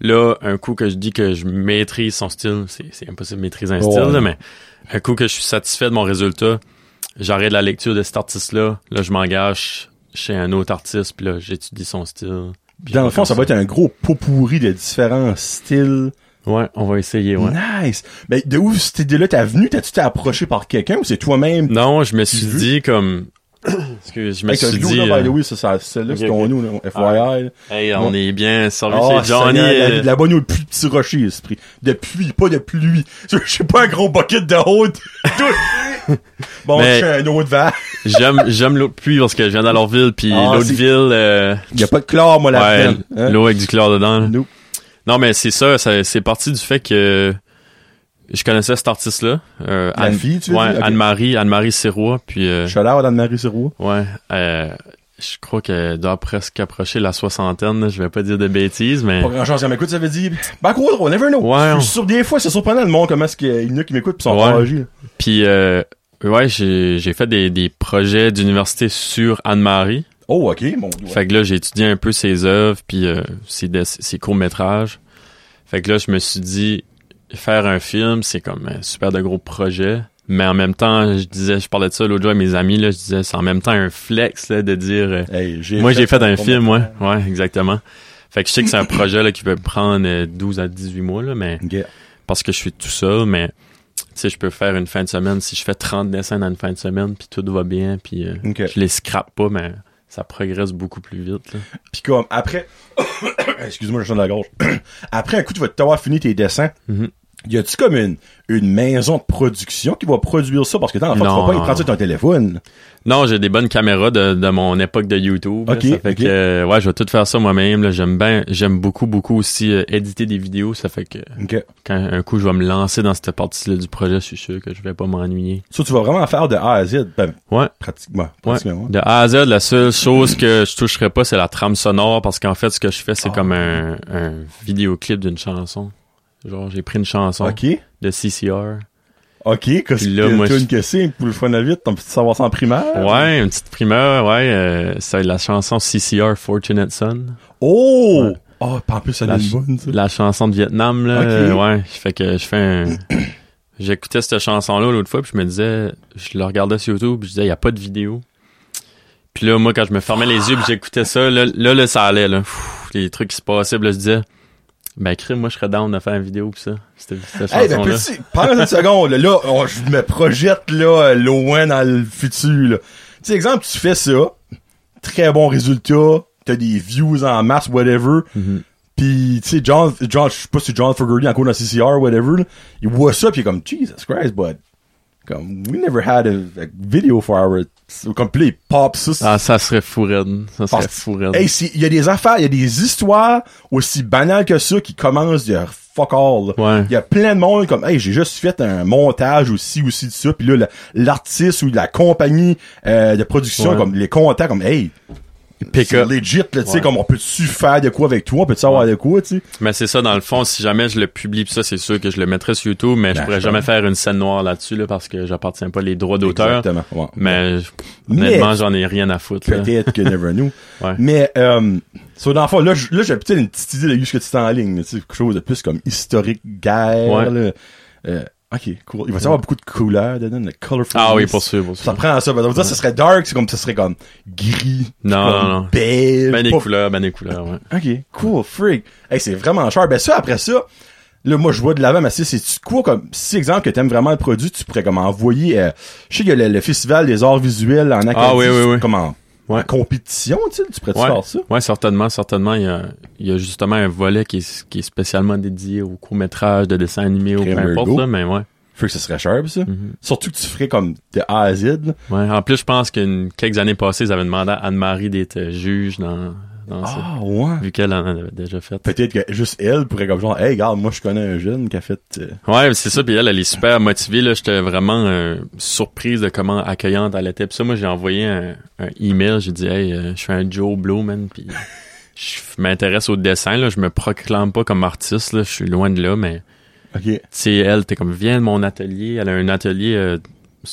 [SPEAKER 3] Là, un coup que je dis que je maîtrise son style, c'est c'est impossible de maîtriser un
[SPEAKER 1] Ouais.
[SPEAKER 3] style, là, mais un coup que je suis satisfait de mon résultat, j'arrête la lecture de cet artiste-là. Là, je m'engage chez un autre artiste, puis là, j'étudie son style. Puis
[SPEAKER 1] Dans le
[SPEAKER 3] on
[SPEAKER 1] fond, ça va être un gros pot pourri de différents styles.
[SPEAKER 3] Ouais, on va essayer, ouais.
[SPEAKER 1] Nice. Mais de où cette idée-là t'es venue? T'as-tu t'es approché par quelqu'un ou c'est toi-même?
[SPEAKER 3] Non, je me suis
[SPEAKER 1] veux?
[SPEAKER 3] dit comme. Excuse, je me
[SPEAKER 1] Hey, t'as
[SPEAKER 3] suis
[SPEAKER 1] de l'eau,
[SPEAKER 3] dit.
[SPEAKER 1] là, by the
[SPEAKER 3] euh,
[SPEAKER 1] way, ça, ça, celle-là,
[SPEAKER 3] ok,
[SPEAKER 1] c'est
[SPEAKER 3] ok. Ah,
[SPEAKER 1] ton eau, là, FYI. là.
[SPEAKER 3] hey, on est bien servi
[SPEAKER 1] Oh,
[SPEAKER 3] c'est Johnny.
[SPEAKER 1] Seigneur, la,
[SPEAKER 3] euh,
[SPEAKER 1] la bonne eau, le plus petit rocher, esprit. De pluie, pas de pluie. Je sais pas un gros bucket de haute. bon,
[SPEAKER 3] Mais-
[SPEAKER 1] je suis un eau de verre.
[SPEAKER 3] J'aime, j'aime l'eau de pluie parce que je viens dans leur ville, puis
[SPEAKER 1] Ah,
[SPEAKER 3] l'autre
[SPEAKER 1] c'est-
[SPEAKER 3] ville. euh,
[SPEAKER 1] Y a pas de chlore, moi,
[SPEAKER 3] ouais,
[SPEAKER 1] là-dedans. Hein?
[SPEAKER 3] l'eau avec du chlore dedans. là.
[SPEAKER 1] Nope.
[SPEAKER 3] Non, mais c'est ça, ça- c'est parti du fait que je connaissais cet artiste-là. euh,
[SPEAKER 1] La fille, tu veux
[SPEAKER 3] ouais,
[SPEAKER 1] dire? Ok.
[SPEAKER 3] Anne-Marie, Anne-Marie Sirois, puis. euh,
[SPEAKER 1] Shout out Anne-Marie Sirois.
[SPEAKER 3] ouais, euh, je crois qu'elle doit presque approcher la soixantaine, là, je vais pas dire de bêtises, mais.
[SPEAKER 1] Pas grand chose qu'elle m'écoute, ça veut dire, ben, quoi, on never know.
[SPEAKER 3] Ouais.
[SPEAKER 1] Je suis sûr, des fois, c'est surprenant le monde, comment est-ce qu'il y en a qui m'écoutent pis sont
[SPEAKER 3] Ouais.
[SPEAKER 1] pas âgés, là.
[SPEAKER 3] Puis, euh, ouais, j'ai j'ai fait des, des projets d'université sur Anne-Marie.
[SPEAKER 1] Oh, ok, mon dieu.
[SPEAKER 3] Fait que là, j'ai étudié un peu ses œuvres, puis euh, ses, dess- ses courts-métrages. Fait que là, je me suis dit, faire un film, c'est comme un super de gros projet. Mais en même temps, je disais, je parlais de ça l'autre jour à mes amis, là, je disais, c'est en même temps un flex là, de dire, euh,
[SPEAKER 1] Hey, j'ai
[SPEAKER 3] moi j'ai fait un film, ouais, ouais, exactement. Fait que je sais que c'est un projet là, qui peut prendre euh, 12 à 18 mois, là, mais
[SPEAKER 1] Ok.
[SPEAKER 3] parce que je suis tout seul, mais tu sais, je peux faire une fin de semaine. Si je fais 30 dessins dans une fin de semaine, puis tout va bien, puis euh,
[SPEAKER 1] Ok.
[SPEAKER 3] je les scrape pas, mais ça progresse beaucoup plus vite. là.
[SPEAKER 1] Puis comme après, excuse-moi, je sens de la gorge. après un coup, tu vas t'avoir fini tes dessins.
[SPEAKER 3] Mhm.
[SPEAKER 1] Y a-tu comme une, une maison de production qui va produire ça? Parce que dans le fond, tu
[SPEAKER 3] Non,
[SPEAKER 1] vas pas y
[SPEAKER 3] non,
[SPEAKER 1] prendre ça
[SPEAKER 3] non.
[SPEAKER 1] ton téléphone.
[SPEAKER 3] Non, j'ai des bonnes caméras de, de mon époque de YouTube. là.
[SPEAKER 1] Ok,
[SPEAKER 3] ça fait
[SPEAKER 1] ok.
[SPEAKER 3] que, euh, ouais, je vais tout faire ça moi-même. là. J'aime bien, j'aime beaucoup, beaucoup aussi euh, éditer des vidéos. Ça fait que
[SPEAKER 1] OK.
[SPEAKER 3] quand un coup je vais me lancer dans cette partie-là du projet, je suis sûr que je vais pas m'ennuyer.
[SPEAKER 1] Ça, tu vas vraiment faire de A à Z. Ben,
[SPEAKER 3] Ouais.
[SPEAKER 1] pratiquement.
[SPEAKER 3] Ouais.
[SPEAKER 1] pratiquement.
[SPEAKER 3] De A à Z, la seule chose que je toucherai pas, c'est la trame sonore, parce qu'en fait, ce que je fais, c'est
[SPEAKER 1] Ah.
[SPEAKER 3] comme un, un vidéoclip d'une chanson. Genre, j'ai pris une chanson
[SPEAKER 1] OK.
[SPEAKER 3] de CCR.
[SPEAKER 1] OK. Qu'est-ce
[SPEAKER 3] Puis là, moi,
[SPEAKER 1] que
[SPEAKER 3] je-
[SPEAKER 1] tu que c'est pour le fun à vite, ton petit savoir sans primaire?
[SPEAKER 3] Ouais, une petite primeur, ouais, euh, c'est la chanson CCR Fortunate Son.
[SPEAKER 1] Oh! Ah, puis en plus, ça
[SPEAKER 3] La
[SPEAKER 1] donne
[SPEAKER 3] ch-
[SPEAKER 1] bonne, ça.
[SPEAKER 3] La chanson de Vietnam, là.
[SPEAKER 1] Ok.
[SPEAKER 3] euh, ouais, fait que je fais un... J'écoutais cette chanson-là l'autre fois, puis je me disais... Je la regardais sur YouTube, puis je disais, il a pas de vidéo. Puis là, moi, quand je me fermais les yeux, puis j'écoutais ça, là, là, là, ça allait, là. Pfff, les trucs qui se passaient, puis là, je disais... Ben, crime, moi, je serais down de faire une vidéo, puis ça. C'était cette
[SPEAKER 1] Hey, ben,
[SPEAKER 3] chanson-là.
[SPEAKER 1] petit, pendant une seconde, là, là, on- je me projette, là, euh, loin dans le futur, là. Tu sais, exemple, tu fais ça, très bon résultat, t'as des views en masse, whatever,
[SPEAKER 3] Mhm.
[SPEAKER 1] Pis, tu sais, John, John, je sais pas si John Fogerty encore dans CCR, whatever, là, il voit ça, pis il est comme, Jesus Christ, bud. Comme, we never had a, a video for our, comme, pis là, il pop ça. c'est-
[SPEAKER 3] Ah, ça serait fou raide. Ça serait
[SPEAKER 1] parce-
[SPEAKER 3] fou raide.
[SPEAKER 1] Hey, c'est- il y a des affaires, il y a des histoires aussi banales que ça qui commencent de fuck all. là.
[SPEAKER 3] Ouais.
[SPEAKER 1] Il y a plein de monde comme, hey, j'ai juste fait un montage aussi, aussi de ça, puis là, la- l'artiste ou la compagnie euh, de production,
[SPEAKER 3] Ouais.
[SPEAKER 1] comme, les contacts, comme, hey,
[SPEAKER 3] Pick
[SPEAKER 1] c'est
[SPEAKER 3] up.
[SPEAKER 1] legit, là, tu sais,
[SPEAKER 3] Ouais.
[SPEAKER 1] comme, on peut-tu faire de quoi avec toi, on peut-tu avoir de quoi, tu sais.
[SPEAKER 3] Mais c'est ça, dans le fond, si jamais je le publie, pis ça, c'est sûr que je le mettrais sur YouTube, mais
[SPEAKER 1] Ben,
[SPEAKER 3] je pourrais
[SPEAKER 1] je
[SPEAKER 3] jamais faire une scène noire là-dessus, là, parce que j'appartiens pas les droits d'auteur.
[SPEAKER 1] Exactement, ouais.
[SPEAKER 3] Mais je-
[SPEAKER 1] Mais-
[SPEAKER 3] honnêtement, j'en ai rien à foutre. là.
[SPEAKER 1] peut-être que never knew.
[SPEAKER 3] Ouais.
[SPEAKER 1] Mais, euh, sur l'enfant, là, j- là, j'ai peut-être une petite idée de ce que tu t'es en ligne, tu sais, quelque chose de plus comme historique, guerre,
[SPEAKER 3] Ouais.
[SPEAKER 1] là. Euh, Ok, cool. Il va y avoir beaucoup de couleurs dedans, de colorful.
[SPEAKER 3] Ah oui, pour sûr, pour
[SPEAKER 1] Ça
[SPEAKER 3] sûr.
[SPEAKER 1] prend à ça. Ben, on va dire, ça serait dark, c'est comme, ça serait comme gris.
[SPEAKER 3] Non,
[SPEAKER 1] comme
[SPEAKER 3] non, non.
[SPEAKER 1] Beige.
[SPEAKER 3] Ben des
[SPEAKER 1] pas-
[SPEAKER 3] couleurs, ben des couleurs, ouais.
[SPEAKER 1] Ok, cool, freak. Hey, c'est vraiment cher. Ben ça, après ça, là, moi, je vois de l'avant, mais si c'est quoi comme, si exemple que t'aimes vraiment le produit, tu pourrais comme envoyer, euh, je sais qu'il y a le, le festival des arts visuels en Acadie.
[SPEAKER 3] Ah oui, oui, oui.
[SPEAKER 1] Comme en,
[SPEAKER 3] Ouais.
[SPEAKER 1] en compétition, tu sais, tu pourrais-tu
[SPEAKER 3] Ouais,
[SPEAKER 1] faire ça?
[SPEAKER 3] ouais, certainement, certainement. Il y, a, il y a justement un volet qui est, qui est spécialement dédié au court-métrage de dessin animé ou peu
[SPEAKER 1] Kramer
[SPEAKER 3] importe,
[SPEAKER 1] Go.
[SPEAKER 3] là, mais ouais.
[SPEAKER 1] Freak, ça serait cher, ça.
[SPEAKER 3] Mhm.
[SPEAKER 1] Surtout que tu ferais comme de A à Z, là.
[SPEAKER 3] ouais. En plus, je pense qu'une quelques années passées, ils avaient demandé à Anne-Marie d'être euh, juge dans, dans ça.
[SPEAKER 1] Ah, ouais.
[SPEAKER 3] Vu qu'elle en avait déjà fait.
[SPEAKER 1] Peut-être que juste elle pourrait comme genre, hey, regarde, moi, je connais un jeune qui a fait, euh,
[SPEAKER 3] Ouais, c'est ça. Puis elle, elle est super motivée. Là, j'étais vraiment euh, surprise de comment accueillante elle était. Puis ça, moi, j'ai envoyé un, un email. J'ai dit, hey, euh, je suis un Joe Blow, man. Puis je m'intéresse au dessin. Là, je me proclame pas comme artiste. Là, je suis loin de là, mais tu
[SPEAKER 1] ok.
[SPEAKER 3] sais, elle, t'es comme, viens de mon atelier. Elle a un atelier euh,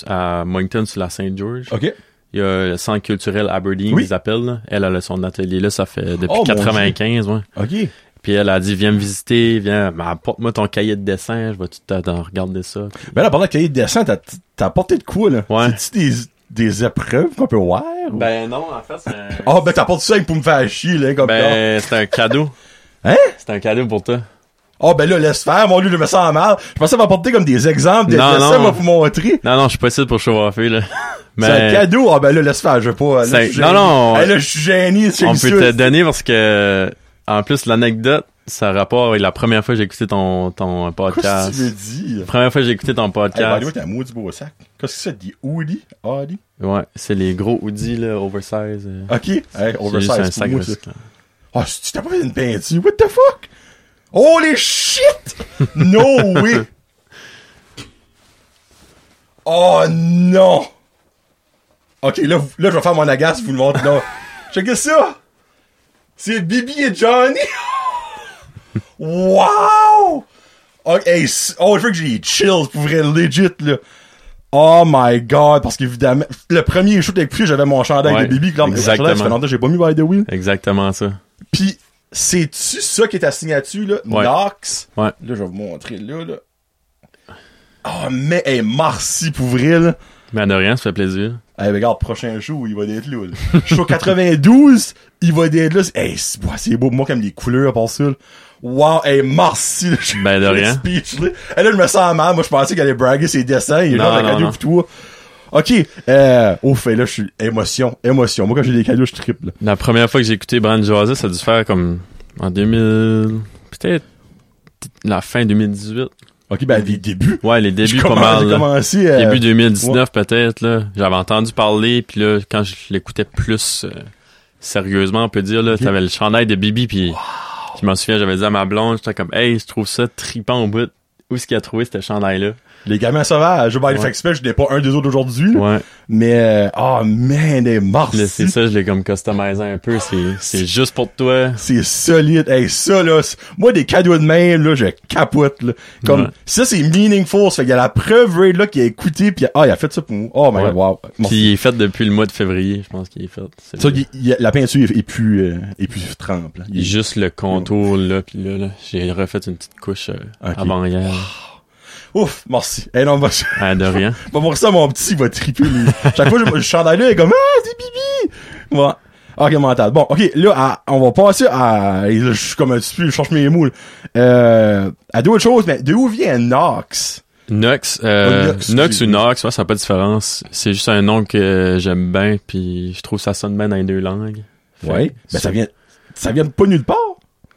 [SPEAKER 3] à Moncton sur la Saint-George.
[SPEAKER 1] Ok.
[SPEAKER 3] Il y a euh, le centre culturel Aberdeen,
[SPEAKER 1] Oui.
[SPEAKER 3] ils appellent. là. Elle, elle a son atelier là, ça fait depuis
[SPEAKER 1] Oh, mon
[SPEAKER 3] 95, ouais.
[SPEAKER 1] Ok.
[SPEAKER 3] Puis elle a dit, viens me visiter, viens, ben, apporte-moi ton cahier de dessin, je vais tout à t'en regarder ça.
[SPEAKER 1] Ben là, pendant que cahier de dessin, t'as, t'as apporté de quoi, là?
[SPEAKER 3] Ouais.
[SPEAKER 1] C'est-tu des, des épreuves qu'on peut voir? ou-
[SPEAKER 3] Ben non, en fait, c'est un...
[SPEAKER 1] Ah, ben t'apportes ça pour me faire chier, là, comme ça.
[SPEAKER 3] ben, c'est un cadeau.
[SPEAKER 1] Hein?
[SPEAKER 3] C'est un cadeau pour toi.
[SPEAKER 1] Ah, ben là, laisse faire, mon lui, je me sens mal. Je pensais m'apporter comme des exemples de
[SPEAKER 3] Non,
[SPEAKER 1] dessins,
[SPEAKER 3] non.
[SPEAKER 1] moi, pour montrer.
[SPEAKER 3] Non, non, je suis pas ici pour show là.
[SPEAKER 1] C'est un
[SPEAKER 3] Mais
[SPEAKER 1] cadeau. Ah, ben là, laisse faire, je veux pas. Là,
[SPEAKER 3] C'est-
[SPEAKER 1] je suis
[SPEAKER 3] non,
[SPEAKER 1] gêné.
[SPEAKER 3] non,
[SPEAKER 1] Ah, là, je suis gêné, c'est
[SPEAKER 3] on peut
[SPEAKER 1] sûr.
[SPEAKER 3] te donner parce que, en plus, l'anecdote, ça a rapport avec la première fois que j'ai écouté ton, ton
[SPEAKER 1] Qu'est-ce que tu veux
[SPEAKER 3] podcast.
[SPEAKER 1] dire?
[SPEAKER 3] La première fois que j'ai écouté ton
[SPEAKER 1] Hey, by the
[SPEAKER 3] podcast.
[SPEAKER 1] way, t'as un maudit beau sac. Qu'est-ce que c'est, des hoodies? Hoodie?
[SPEAKER 3] ouais, c'est les gros hoodies, là, oversize. euh.
[SPEAKER 1] Ok. Hey,
[SPEAKER 3] C'est juste un
[SPEAKER 1] oversize pour
[SPEAKER 3] sac
[SPEAKER 1] moi,
[SPEAKER 3] de
[SPEAKER 1] ça.
[SPEAKER 3] cyclone.
[SPEAKER 1] Ah, si tu t'as pas fait une peinture, what the fuck? Holy shit! No way! Oh non! Ok, là, vous- là je vais faire mon agace, vous le montre là. Checkez ça! C'est Bibi et Johnny! wow! Ok, hey, s- oh, je veux que j'ai des chills pour vrai, legit là. Oh my god, parce qu'évidemment, le premier shoot avec plus, j'avais mon chandail
[SPEAKER 3] Ouais,
[SPEAKER 1] de Bibi, clairement, ça fait
[SPEAKER 3] exactement.
[SPEAKER 1] longtemps que j'ai pas mis by the wheel.
[SPEAKER 3] Exactement ça.
[SPEAKER 1] Pis, c'est-tu ça qui est ta signature, là?
[SPEAKER 3] Ouais.
[SPEAKER 1] Nox?
[SPEAKER 3] Ouais.
[SPEAKER 1] Là, je vais vous montrer, là, là. Ah, mais, hey, merci pour vrai, là.
[SPEAKER 3] Mais de rien, ça fait plaisir.
[SPEAKER 1] Hey, ben, regarde, prochain show, il va être là, là. Show 92, il va être là. Hey, c'est ouais, c'est beau, moi, comme les couleurs, pour ça, là. Wow, hey, merci, là. Je-
[SPEAKER 3] Ben, de
[SPEAKER 1] je suis
[SPEAKER 3] rien.
[SPEAKER 1] speechless. Hey, là, je me sens mal. Moi, je pensais qu'elle allait braguer ses dessins. Il est
[SPEAKER 3] Non,
[SPEAKER 1] genre,
[SPEAKER 3] non,
[SPEAKER 1] un cadeau
[SPEAKER 3] non.
[SPEAKER 1] pour toi. Ok, euh, au fait, là, je suis émotion, émotion. Moi, quand j'ai des cadeaux, je triple, là.
[SPEAKER 3] La première fois que j'ai écouté Brand José, ça a dû faire comme en 2000. Peut-être la fin 2018.
[SPEAKER 1] Ok, ben, des débuts.
[SPEAKER 3] Ouais, les débuts
[SPEAKER 1] J'ai
[SPEAKER 3] pas
[SPEAKER 1] commen-
[SPEAKER 3] mal.
[SPEAKER 1] j'ai
[SPEAKER 3] là.
[SPEAKER 1] commencé, euh,
[SPEAKER 3] Début 2019 peut-être là, j'avais entendu parler puis là quand je l'écoutais plus euh, sérieusement, on peut dire là, t'avais le chandail de Bibi puis je m'en souviens, j'avais dit à ma blonde, j'étais comme hey, je trouve ça tripant au bout. Où est-ce qu'il a trouvé ce chandail là
[SPEAKER 1] Les gamins sauvages. Ben,
[SPEAKER 3] Ouais.
[SPEAKER 1] fait exprès, je n'ai pas un des autres aujourd'hui. là.
[SPEAKER 3] Ouais,
[SPEAKER 1] Mais, euh, oh man, des
[SPEAKER 3] là,
[SPEAKER 1] merci.
[SPEAKER 3] c'est ça, je l'ai comme customisé un peu, c'est c'est juste pour toi.
[SPEAKER 1] C'est solide. Hey, ça, là, c'est- moi, des cadeaux de même, là, je capote, là. Comme,
[SPEAKER 3] Ouais.
[SPEAKER 1] ça, c'est meaningful. Ça fait qu'il y a la preuve, Ray, là, qui a écouté, puis ah, il a fait ça pour moi. Oh my
[SPEAKER 3] Ouais.
[SPEAKER 1] god, wow. Bon.
[SPEAKER 3] Puis il est fait depuis le mois de février, je pense qu'il est fait. C'est
[SPEAKER 1] Ça, il- il- la peinture est, est plus, euh, est plus trempe, là. Il-
[SPEAKER 3] juste le contour là puis là, là, j'ai refait une petite couche euh,
[SPEAKER 1] Ok.
[SPEAKER 3] avant hier.
[SPEAKER 1] Ouf, merci. Hey, non, bah, je-
[SPEAKER 3] Ah, de rien.
[SPEAKER 1] Bah pour ça, mon petit va triper. lui. Chaque fois, je- le chandail là est comme Ah, c'est Bibi! Bon. Ok, mental. Bon, ok, là, à- on va passer à. et là, Je suis comme un petit peu, je change mes moules. Euh, à d'autres choses, mais de où vient Nox?
[SPEAKER 3] Nox, euh,
[SPEAKER 1] Oh, Nox,
[SPEAKER 3] Nox,
[SPEAKER 1] excuse.
[SPEAKER 3] ou Nox, ouais, ça n'a pas de différence. C'est juste un nom que j'aime bien, puis je trouve que ça sonne bien dans les deux langues. Fait-
[SPEAKER 1] Ouais. Ben, ça vient. Ça vient de pas nulle part.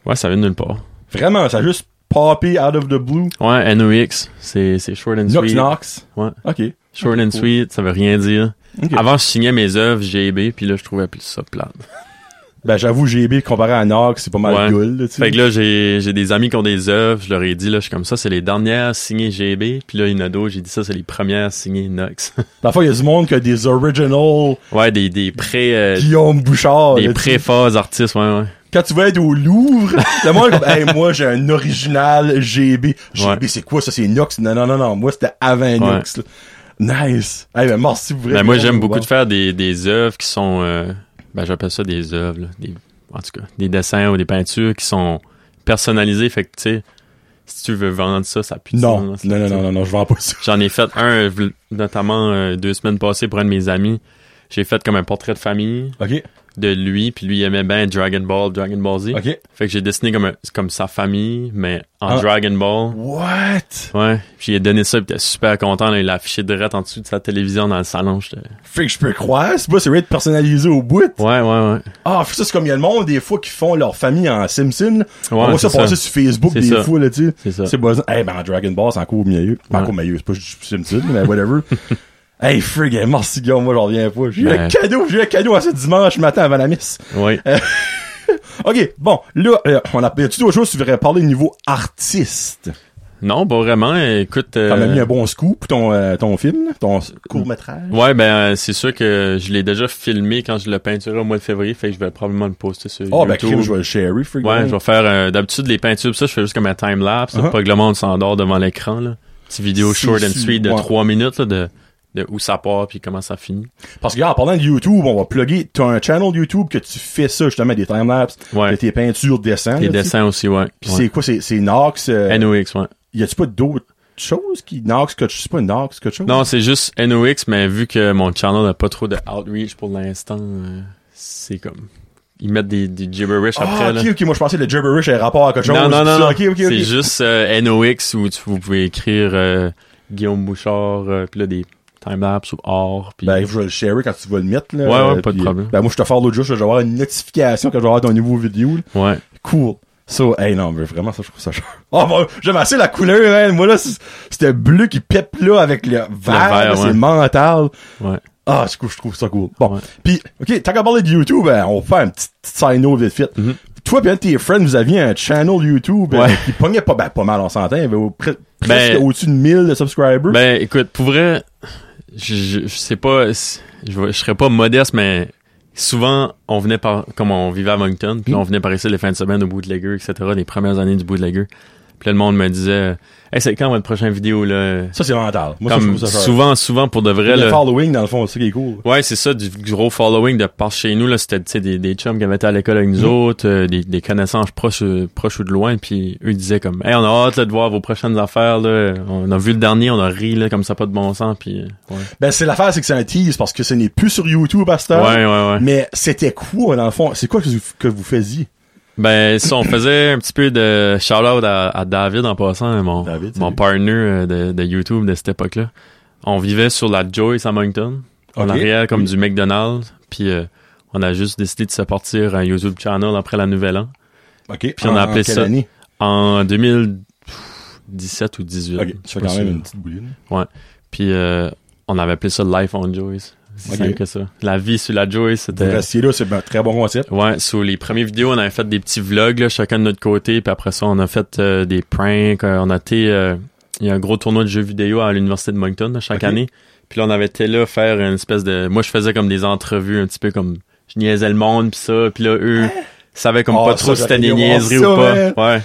[SPEAKER 3] Ouais, ça vient de nulle part.
[SPEAKER 1] Vraiment, ça a juste popé out of the blue.
[SPEAKER 3] Ouais, NOX, c'est c'est short and
[SPEAKER 1] Nox
[SPEAKER 3] sweet.
[SPEAKER 1] Nox.
[SPEAKER 3] Ouais.
[SPEAKER 1] Ok.
[SPEAKER 3] Short and
[SPEAKER 1] Cool.
[SPEAKER 3] sweet, ça veut rien dire.
[SPEAKER 1] Ok.
[SPEAKER 3] Avant, je signais mes œuvres GB, puis là, je trouvais plus ça plate.
[SPEAKER 1] Ben, j'avoue, GB comparé à Nox, c'est pas mal
[SPEAKER 3] Ouais.
[SPEAKER 1] cool, là, tu sais.
[SPEAKER 3] Fait que là, j'ai j'ai des amis qui ont des œuvres, je leur ai dit, là, je suis comme ça, c'est les dernières signées GB, puis là, il y en a d'autres, j'ai dit ça, c'est les premières signées Nox.
[SPEAKER 1] Parfois, il y a du monde qui a des original
[SPEAKER 3] ouais, des, des pré... euh,
[SPEAKER 1] Guillaume Bouchard.
[SPEAKER 3] des
[SPEAKER 1] là, tu sais.
[SPEAKER 3] pré-phases artistes, ouais, ouais.
[SPEAKER 1] quand tu vas être au Louvre, le monde est comme, hey, moi, j'ai un original GB. GB,
[SPEAKER 3] Ouais.
[SPEAKER 1] c'est quoi ça? C'est Nox? Non, non, non, non. Moi, c'était avant Nox. là. Nice. Hey, ben, merci pour vrai.
[SPEAKER 3] Ben, moi, j'aime beaucoup de faire des, des œuvres qui sont. euh, ben, j'appelle ça des œuvres, là, des, en tout cas, des dessins ou des peintures qui sont personnalisées. Fait que, tu sais, si tu veux vendre ça, ça pue de
[SPEAKER 1] Non,
[SPEAKER 3] sens,
[SPEAKER 1] non,
[SPEAKER 3] là,
[SPEAKER 1] non,
[SPEAKER 3] tu sais.
[SPEAKER 1] non, non, non, je vends pas ça.
[SPEAKER 3] J'en ai fait un, vl- notamment euh, deux semaines passées pour un de mes amis. J'ai fait comme un portrait de famille
[SPEAKER 1] OK,
[SPEAKER 3] de lui, puis lui il aimait bien Dragon Ball, Dragon Ball Z.
[SPEAKER 1] OK.
[SPEAKER 3] Fait que j'ai dessiné comme, un- comme sa famille, mais en
[SPEAKER 1] Ah.
[SPEAKER 3] Dragon Ball.
[SPEAKER 1] What?
[SPEAKER 3] Ouais, puis j'ai donné ça, puis il était super content. là, il l'a affiché direct en dessous de sa télévision dans le salon. j'étais-
[SPEAKER 1] Fait que je peux croire, c'est pas c'est vrai de personnaliser au bout.
[SPEAKER 3] Ouais, ouais, ouais.
[SPEAKER 1] Ah, ça, c'est comme il y a le monde, des fois, qui font leur famille en Simpson. là.
[SPEAKER 3] Ouais,
[SPEAKER 1] On voit ça
[SPEAKER 3] c'est
[SPEAKER 1] passer
[SPEAKER 3] ça.
[SPEAKER 1] sur Facebook
[SPEAKER 3] C'est
[SPEAKER 1] des
[SPEAKER 3] ça.
[SPEAKER 1] fois, là, tu sais.
[SPEAKER 3] C'est ça.
[SPEAKER 1] C'est buzzant. Eh, ben, en Dragon Ball, c'est encore au milieu. Ben,
[SPEAKER 3] Ouais.
[SPEAKER 1] Encore au milieu, c'est pas juste Simpson, mais whatever. hey, frig, eh, merci, Guillaume, moi, j'en reviens pas. J'ai eu un
[SPEAKER 3] Ben.
[SPEAKER 1] cadeau, j'ai eu un cadeau à ce dimanche matin avant la messe.
[SPEAKER 3] Ouais.
[SPEAKER 1] Euh, OK, bon, là, euh, on a, y a-tu d'autres choses que tu voudrais parler niveau artiste?
[SPEAKER 3] Non, pas vraiment. Écoute. euh,
[SPEAKER 1] T'en as mis un bon scoop pour ton, euh, ton film, là, ton court-métrage.
[SPEAKER 3] Ouais, ben euh, c'est sûr que je l'ai déjà filmé quand je l'ai peinturé au mois de février, fait que je vais probablement le poster sur
[SPEAKER 1] Oh, ben,
[SPEAKER 3] YouTube.
[SPEAKER 1] crime, je vais le share, frig.
[SPEAKER 3] Ouais, je vais faire euh, d'habitude les peintures, pis ça je fais juste comme un time lapse,
[SPEAKER 1] Uh-huh.
[SPEAKER 3] pas que le monde s'endort devant l'écran là. Petite vidéo
[SPEAKER 1] Si,
[SPEAKER 3] short and
[SPEAKER 1] si,
[SPEAKER 3] sweet de
[SPEAKER 1] ouais.
[SPEAKER 3] 3 minutes là, de de où ça part puis comment ça finit.
[SPEAKER 1] Parce que, regarde, en parlant de YouTube, on va plugger. T'as un channel YouTube que tu fais ça, justement, des timelapses,
[SPEAKER 3] Ouais.
[SPEAKER 1] de tes peintures, dessins.
[SPEAKER 3] Les
[SPEAKER 1] Ah, là, tu sais.
[SPEAKER 3] dessins aussi, ouais.
[SPEAKER 1] Puis
[SPEAKER 3] ouais. Eh,
[SPEAKER 1] c'est quoi? C'est, c'est Nox? Euh,
[SPEAKER 3] NOX, ouais.
[SPEAKER 1] y a-tu pas d'autres choses qui... Nox, que, je sais pas, Nox, quelque chose?
[SPEAKER 3] Non, c'est juste NOX, mais vu que mon channel n'a pas trop de outreach pour l'instant, euh, c'est comme ils mettent des, des gibberish après
[SPEAKER 1] Ah,
[SPEAKER 3] là.
[SPEAKER 1] ok, ok, moi je pensais que le gibberish avait rapport à quelque chose.
[SPEAKER 3] Non, non,
[SPEAKER 1] tout ça.
[SPEAKER 3] non, non.
[SPEAKER 1] Ok, ok, ok.
[SPEAKER 3] C'est juste euh, NOX où tu, vous pouvez écrire euh, Guillaume Bouchard, euh, puis là, des timelapses ou or. Puis...
[SPEAKER 1] Ben, je vais le share quand tu vas le mettre, là.
[SPEAKER 3] Ouais, ouais,
[SPEAKER 1] Euh,
[SPEAKER 3] pas de
[SPEAKER 1] puis,
[SPEAKER 3] problème.
[SPEAKER 1] Ben, moi, je te fais l'autre jour, je vais avoir une notification quand je vais avoir ton nouveau vidéo, là.
[SPEAKER 3] ouais.
[SPEAKER 1] Cool. So, hey, non, mais vraiment, ça, je trouve ça cher. Oh, bon, j'aime assez la couleur, man. Moi, là, c'est- c'était bleu qui pète, là, avec le vert, là, c'est
[SPEAKER 3] ouais.
[SPEAKER 1] mental.
[SPEAKER 3] Ouais.
[SPEAKER 1] Ah, je trouve, je trouve ça cool. Bon.
[SPEAKER 3] Ouais.
[SPEAKER 1] Puis, OK, tant qu'à parler de YouTube, ben, on fait un petit, petit sign-off vite fait. Toi pis un de tes friends, vous aviez un channel YouTube euh,
[SPEAKER 3] Mm-hmm. Ouais.
[SPEAKER 1] qui pognait pas, ben, pas mal, on s'entend. Il y avait au- pre-
[SPEAKER 3] Ben-
[SPEAKER 1] presque au-dessus de 1000 de subscribers.
[SPEAKER 3] Ben, écoute, pour vrai, je, je, je sais pas, si- je, vais- je serais pas modeste, mais souvent, on venait par, comme on vivait à Moncton, puis
[SPEAKER 1] Mm.
[SPEAKER 3] on venait par ici les fins de semaine au bootlegger, etc., les premières années du bootlegger. Puis là, le monde me disait, hey, c'est quand votre prochaine vidéo, là?
[SPEAKER 1] ça, c'est mental. Moi,
[SPEAKER 3] Comme
[SPEAKER 1] ça, je trouve ça cher.
[SPEAKER 3] souvent, souvent, pour de vrai,
[SPEAKER 1] le
[SPEAKER 3] là,
[SPEAKER 1] following, dans le fond, c'est ça qui est cool.
[SPEAKER 3] Ouais, c'est ça, du gros following de par chez nous. là C'était tu sais, des, des chums qui avaient été à l'école avec nous
[SPEAKER 1] Mhm.
[SPEAKER 3] autres, euh, des, des connaissances proches, euh, proches ou de loin. Puis eux disaient comme, hey, on a hâte là, de voir vos prochaines affaires. Là. On a vu le dernier, on a ri là, comme ça, pas de bon sens. Puis, euh, ouais.
[SPEAKER 1] Ben, c'est l'affaire, c'est que c'est un tease parce que ce n'est plus sur YouTube à cette heure.
[SPEAKER 3] ouais, ouais, ouais.
[SPEAKER 1] Mais c'était quoi, dans le fond? C'est quoi que vous, que vous faisiez?
[SPEAKER 3] Ben, ça, on faisait un petit peu de shout-out à, à David en passant, hein, mon,
[SPEAKER 1] David,
[SPEAKER 3] mon
[SPEAKER 1] salut.
[SPEAKER 3] partner euh, de, de YouTube de cette époque-là. On vivait sur la Joyce à Moncton, en
[SPEAKER 1] Ok.
[SPEAKER 3] arrière comme
[SPEAKER 1] Oui.
[SPEAKER 3] du McDonald's. Puis euh, on a juste décidé de se partir un YouTube channel après la Nouvelle An.
[SPEAKER 1] OK.
[SPEAKER 3] Puis on a
[SPEAKER 1] En-
[SPEAKER 3] appelé
[SPEAKER 1] en quelle
[SPEAKER 3] ça-
[SPEAKER 1] année?
[SPEAKER 3] En 2017 ou 18.
[SPEAKER 1] OK.
[SPEAKER 3] je
[SPEAKER 1] Tu
[SPEAKER 3] suis
[SPEAKER 1] fais
[SPEAKER 3] pas
[SPEAKER 1] quand même
[SPEAKER 3] sûr.
[SPEAKER 1] une petite bouline.
[SPEAKER 3] Puis euh, on avait appelé ça Life on Joyce. C'est
[SPEAKER 1] Ok.
[SPEAKER 3] simple que ça. La vie sur la Joyce,
[SPEAKER 1] Vous
[SPEAKER 3] c'était...
[SPEAKER 1] restiez là, c'est un très bon concept.
[SPEAKER 3] Ouais, sur les premières vidéos, on avait fait des petits vlogs, là, chacun de notre côté. Puis après ça, on a fait euh, des pranks. euh, on a été... euh, il y a un gros tournoi de jeux vidéo à l'Université de Moncton là, chaque
[SPEAKER 1] Ok.
[SPEAKER 3] année. Puis là, on avait été là faire une espèce de... Moi, je faisais comme des entrevues un petit peu comme... Je niaisais le monde, puis ça. Puis là, eux savaient comme
[SPEAKER 1] Ah,
[SPEAKER 3] pas
[SPEAKER 1] ça,
[SPEAKER 3] trop si c'était
[SPEAKER 1] j'aurais
[SPEAKER 3] des
[SPEAKER 1] aimé
[SPEAKER 3] niaiseries
[SPEAKER 1] voir
[SPEAKER 3] ou
[SPEAKER 1] ça,
[SPEAKER 3] pas. Ouais.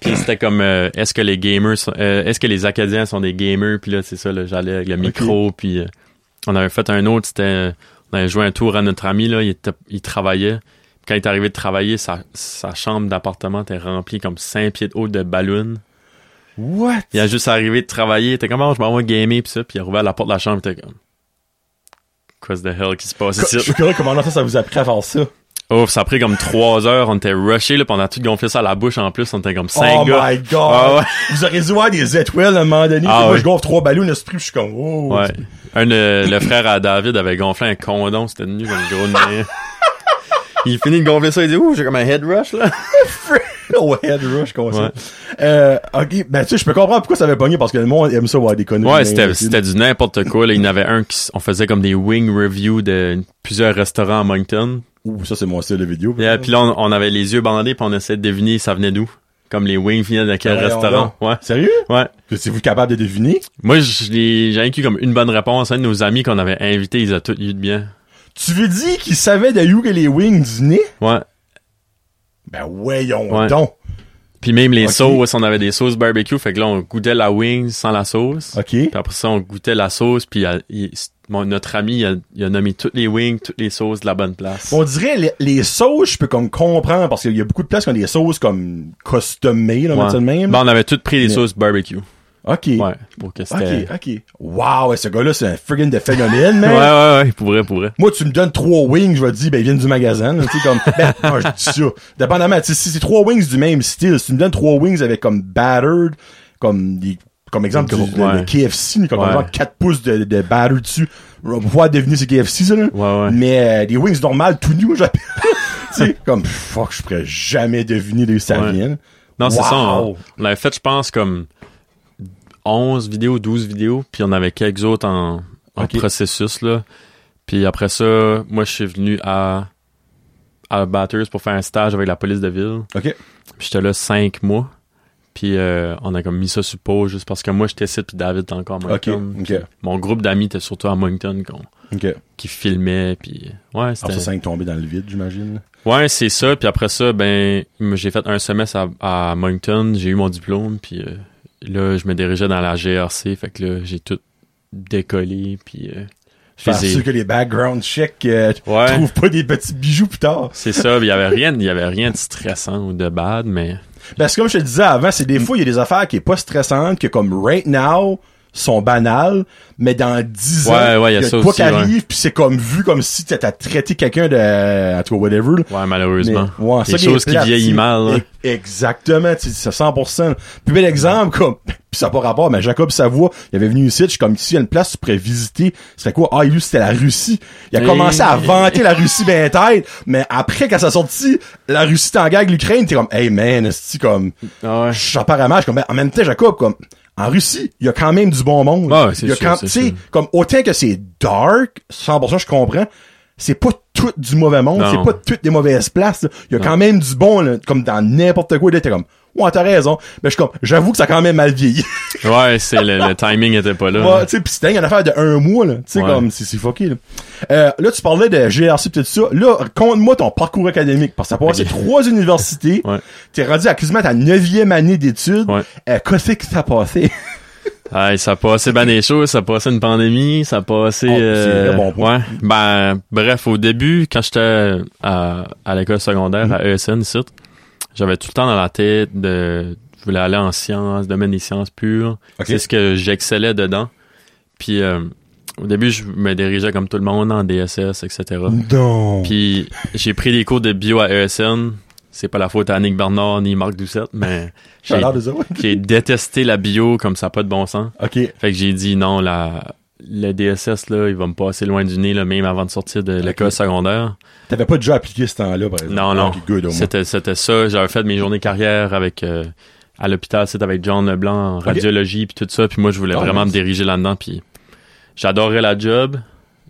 [SPEAKER 3] Puis c'était comme euh, est-ce que les gamers sont- euh, est-ce que les Acadiens sont des gamers puis là c'est ça là, j'allais avec le micro puis euh, on avait fait un autre c'était euh, on avait joué un tour à notre ami là il, était- il travaillait Puis quand il est arrivé de travailler sa, sa chambre d'appartement était remplie comme 5 pieds de haut de ballons
[SPEAKER 1] What?
[SPEAKER 3] il a juste arrivé de travailler il était comme oh, je m'en vais gamer puis ça puis il est arrivé à la porte de la chambre il était comme Quoi the hell qui se passe
[SPEAKER 1] Je
[SPEAKER 3] ici?
[SPEAKER 1] suis curieux comment ça, ça vous a pris à faire ça.
[SPEAKER 3] Oh, ça a pris comme 3 heures, on était rushés, là, puis on a tout gonflé ça à la bouche en plus, on était comme 5
[SPEAKER 1] oh
[SPEAKER 3] gars.
[SPEAKER 1] my god!
[SPEAKER 3] Ah ouais.
[SPEAKER 1] Vous auriez dû voir des étoiles à un moment donné.
[SPEAKER 3] Ah
[SPEAKER 1] Puis moi,
[SPEAKER 3] ouais.
[SPEAKER 1] je gonfle trois ballons, l'esprit, je suis comme, oh!
[SPEAKER 3] Ouais. Un, euh, le frère à David avait gonflé un condom, c'était nu comme gros de nez. Il finit de gonfler ça, il dit Ouh, j'ai comme un head rush là.
[SPEAKER 1] Oh, head rush, comme ça.
[SPEAKER 3] Ouais.
[SPEAKER 1] Euh, ok, ben tu sais, je peux comprendre pourquoi ça avait pogné, parce que le monde aime ça voir des conneries.
[SPEAKER 3] Ouais,
[SPEAKER 1] Mais-
[SPEAKER 3] c'était, c'était du n'importe quoi. Là. Il y en avait un qui s- on faisait comme des wing reviews de plusieurs restaurants à Moncton.
[SPEAKER 1] Ouh, ça, c'est mon style de vidéo.
[SPEAKER 3] Et, euh, puis là, on, on avait les yeux bandés puis on essayait de deviner ça venait d'où. Comme les wings venaient de quel
[SPEAKER 1] Voyons
[SPEAKER 3] restaurant. Ouais.
[SPEAKER 1] Sérieux?
[SPEAKER 3] Ouais.
[SPEAKER 1] Étiez-vous capable de deviner?
[SPEAKER 3] Moi, je l'ai- j'ai inclus comme une bonne réponse. Un de nos amis qu'on avait invité, ils ont tous eu de bien.
[SPEAKER 1] Tu veux dire qu'il savait de où que les wings venaient?
[SPEAKER 3] Ouais.
[SPEAKER 1] Ben, voyons
[SPEAKER 3] Ouais.
[SPEAKER 1] donc.
[SPEAKER 3] Puis même les
[SPEAKER 1] Ok.
[SPEAKER 3] sauces, on avait des sauces barbecue. Fait que là, on goûtait la wing sans la sauce.
[SPEAKER 1] Ok.
[SPEAKER 3] Puis après ça, on goûtait la sauce, puis elle- il- mon- notre ami, il a, il a nommé toutes les wings, toutes les sauces de la bonne place.
[SPEAKER 1] On dirait les, les sauces, je peux comme comprendre parce qu'il y a beaucoup de places qui ont des sauces comme customées, là, on va
[SPEAKER 3] Ouais.
[SPEAKER 1] dire de même.
[SPEAKER 3] Ben, on avait toutes pris les
[SPEAKER 1] Mais-
[SPEAKER 3] sauces barbecue.
[SPEAKER 1] ok.
[SPEAKER 3] Ouais, pour que
[SPEAKER 1] Ok,
[SPEAKER 3] c'était...
[SPEAKER 1] ok. Wow, ouais, ce gars-là, c'est un friggin' de phénomène,
[SPEAKER 3] Ouais,
[SPEAKER 1] man.
[SPEAKER 3] ouais, ouais, pour vrai, pour vrai.
[SPEAKER 1] Moi, tu me donnes trois wings, je vais te dire, ben, ils viennent du magasin, là, tu sais, comme, ben, moi, je dis ça. Dépendamment, tu sais, si c'est trois wings du même style, si tu me donnes trois wings avec comme battered, comme des, comme exemple,
[SPEAKER 3] Gros,
[SPEAKER 1] du, le-
[SPEAKER 3] ouais.
[SPEAKER 1] le KFC, mais comme
[SPEAKER 3] Ouais.
[SPEAKER 1] genre 4 pouces de, de batter dessus, on va pouvoir devenir ce KFC, ça, là.
[SPEAKER 3] Ouais, ouais.
[SPEAKER 1] Mais, euh, des wings normales, tout nus, moi, j'appelle. tu sais, comme, fuck, je pourrais jamais deviner d'où ça
[SPEAKER 3] Ouais.
[SPEAKER 1] vient.
[SPEAKER 3] Non, c'est ça. hein.
[SPEAKER 1] Wow.
[SPEAKER 3] On, on avait fait, je pense, comme 11 vidéos, 12 vidéos, puis on avait quelques autres en, en
[SPEAKER 1] Ok.
[SPEAKER 3] processus, là. Puis après ça, moi, je suis venu à, à Batters pour faire un stage avec la police de ville.
[SPEAKER 1] Ok.
[SPEAKER 3] Puis j'étais là 5 mois. Puis euh, on a comme mis ça sur pause juste parce que moi, j'étais ici, puis David était encore à Moncton.
[SPEAKER 1] Ok, ok.
[SPEAKER 3] Puis Mon groupe d'amis était surtout à Moncton qu'on-
[SPEAKER 1] Ok.
[SPEAKER 3] qui filmait, puis ouais,
[SPEAKER 1] Alors,
[SPEAKER 3] c'était...
[SPEAKER 1] Ah, ça, c'est tombé dans le vide, j'imagine.
[SPEAKER 3] Ouais, c'est ça. Puis après ça, ben, m- j'ai fait un semestre à, à Moncton, j'ai eu mon diplôme, puis euh, là, je me dirigeais dans la GRC, fait que là, j'ai tout décollé, puis euh, je
[SPEAKER 1] Parce
[SPEAKER 3] faisais-
[SPEAKER 1] que les background checks, euh,
[SPEAKER 3] Ouais.
[SPEAKER 1] trouvent pas des petits bijoux plus tard.
[SPEAKER 3] C'est ça, il y avait rien, il y avait rien de stressant ou de bad, mais
[SPEAKER 1] Parce que comme je te disais avant, c'est des
[SPEAKER 3] Mm.
[SPEAKER 1] fois, il y a des affaires qui est pas stressantes, que comme right now, sont banales, mais dans 10
[SPEAKER 3] Ouais,
[SPEAKER 1] ans,
[SPEAKER 3] ouais, il y a
[SPEAKER 1] de
[SPEAKER 3] ça
[SPEAKER 1] quoi
[SPEAKER 3] aussi,
[SPEAKER 1] qui
[SPEAKER 3] ouais.
[SPEAKER 1] arrive, puis c'est comme vu comme si t'as t'as traité quelqu'un de, en tout cas, whatever, là.
[SPEAKER 3] ouais, malheureusement.
[SPEAKER 1] Mais, ouais,
[SPEAKER 3] Des
[SPEAKER 1] ça est
[SPEAKER 3] choses qui
[SPEAKER 1] plate, tu
[SPEAKER 3] vieillissent
[SPEAKER 1] sais.
[SPEAKER 3] mal. hein. là.
[SPEAKER 1] E- Exactement, tu sais, c'est 100%. Plus bel exemple, comme, pis ça n'a pas rapport, mais Jacob Savoie, il avait venu ici, je suis comme, s'il y a une place, tu pourrais visiter, ce serait quoi? Ah, lui, c'était la Russie. Il a
[SPEAKER 3] Hey.
[SPEAKER 1] commencé à vanter la Russie ben tête, mais après, quand ça sortit, la Russie t'en gague l'Ukraine, t'es comme, hey man, c'est comme,
[SPEAKER 3] Ah ouais.
[SPEAKER 1] je suis apparemment, je suis comme, ben, en même temps, Jacob, comme, en Russie, il y a quand même du bon monde.
[SPEAKER 3] Ah ouais, c'est
[SPEAKER 1] Il y a
[SPEAKER 3] sûr,
[SPEAKER 1] quand,
[SPEAKER 3] c'est
[SPEAKER 1] tu sais,
[SPEAKER 3] sûr.
[SPEAKER 1] comme, autant que c'est dark, 100%, je comprends, c'est pas tout du mauvais monde,
[SPEAKER 3] Non.
[SPEAKER 1] c'est pas toutes des mauvaises places, là. Il y a quand même du bon, là, comme dans n'importe quoi, là, t'es comme, ouais, t'as raison, mais je suis comme, j'avoue que ça a quand même mal vieilli.
[SPEAKER 3] Ouais, c'est le, le timing était pas là.
[SPEAKER 1] Ouais, tu sais, pis c'était une affaire de un mois, là, tu sais,
[SPEAKER 3] Ouais.
[SPEAKER 1] comme, c'est, c'est fucké, là. Euh, là, tu parlais de GRC pis tout ça. Là, raconte-moi ton parcours académique, parce que t'as passé
[SPEAKER 3] Ok.
[SPEAKER 1] trois universités,
[SPEAKER 3] Ouais.
[SPEAKER 1] t'es rendu à quasiment ta neuvième année d'études,
[SPEAKER 3] Ouais.
[SPEAKER 1] Euh, qu'est-ce que ça passé?
[SPEAKER 3] Hey, ça passait bien des choses, ça passait une pandémie, ça passait...
[SPEAKER 1] Oh, c'est un vrai bon point.
[SPEAKER 3] ouais. Ben, bref, au début, quand j'étais à, à l'école secondaire,
[SPEAKER 1] Mm-hmm.
[SPEAKER 3] à ESN, ici, j'avais tout le temps dans la tête de... Je voulais aller en sciences, domaine des sciences pures.
[SPEAKER 1] Ok.
[SPEAKER 3] C'est ce que j'excellais dedans. Puis, euh, au début, je me dirigeais comme tout le monde en DSS, etc.
[SPEAKER 1] Mm. Non.
[SPEAKER 3] Puis j'ai pris des cours de bio à ESN. C'est pas la faute à Annick Bernard ni Marc Doucette, mais j'ai
[SPEAKER 1] l'air de ça, ouais.
[SPEAKER 3] j'ai détesté la bio comme ça, a pas de bon sens.
[SPEAKER 1] OK.
[SPEAKER 3] Fait que j'ai dit non, la, le DSS, là, il va me passer loin du nez, là, même avant de sortir de l'école secondaire.
[SPEAKER 1] T'avais pas déjà appliqué ce temps-là, par exemple. Ah,
[SPEAKER 3] Non, non.
[SPEAKER 1] Ok, good, au moins.
[SPEAKER 3] C'était, c'était ça. J'avais fait mes journées carrière avec, euh, à l'hôpital, c'était avec John Leblanc en radiologie, puis tout ça. Puis moi, je voulais
[SPEAKER 1] Ah,
[SPEAKER 3] vraiment
[SPEAKER 1] nice.
[SPEAKER 3] me diriger là-dedans. Puis j'adorais la job,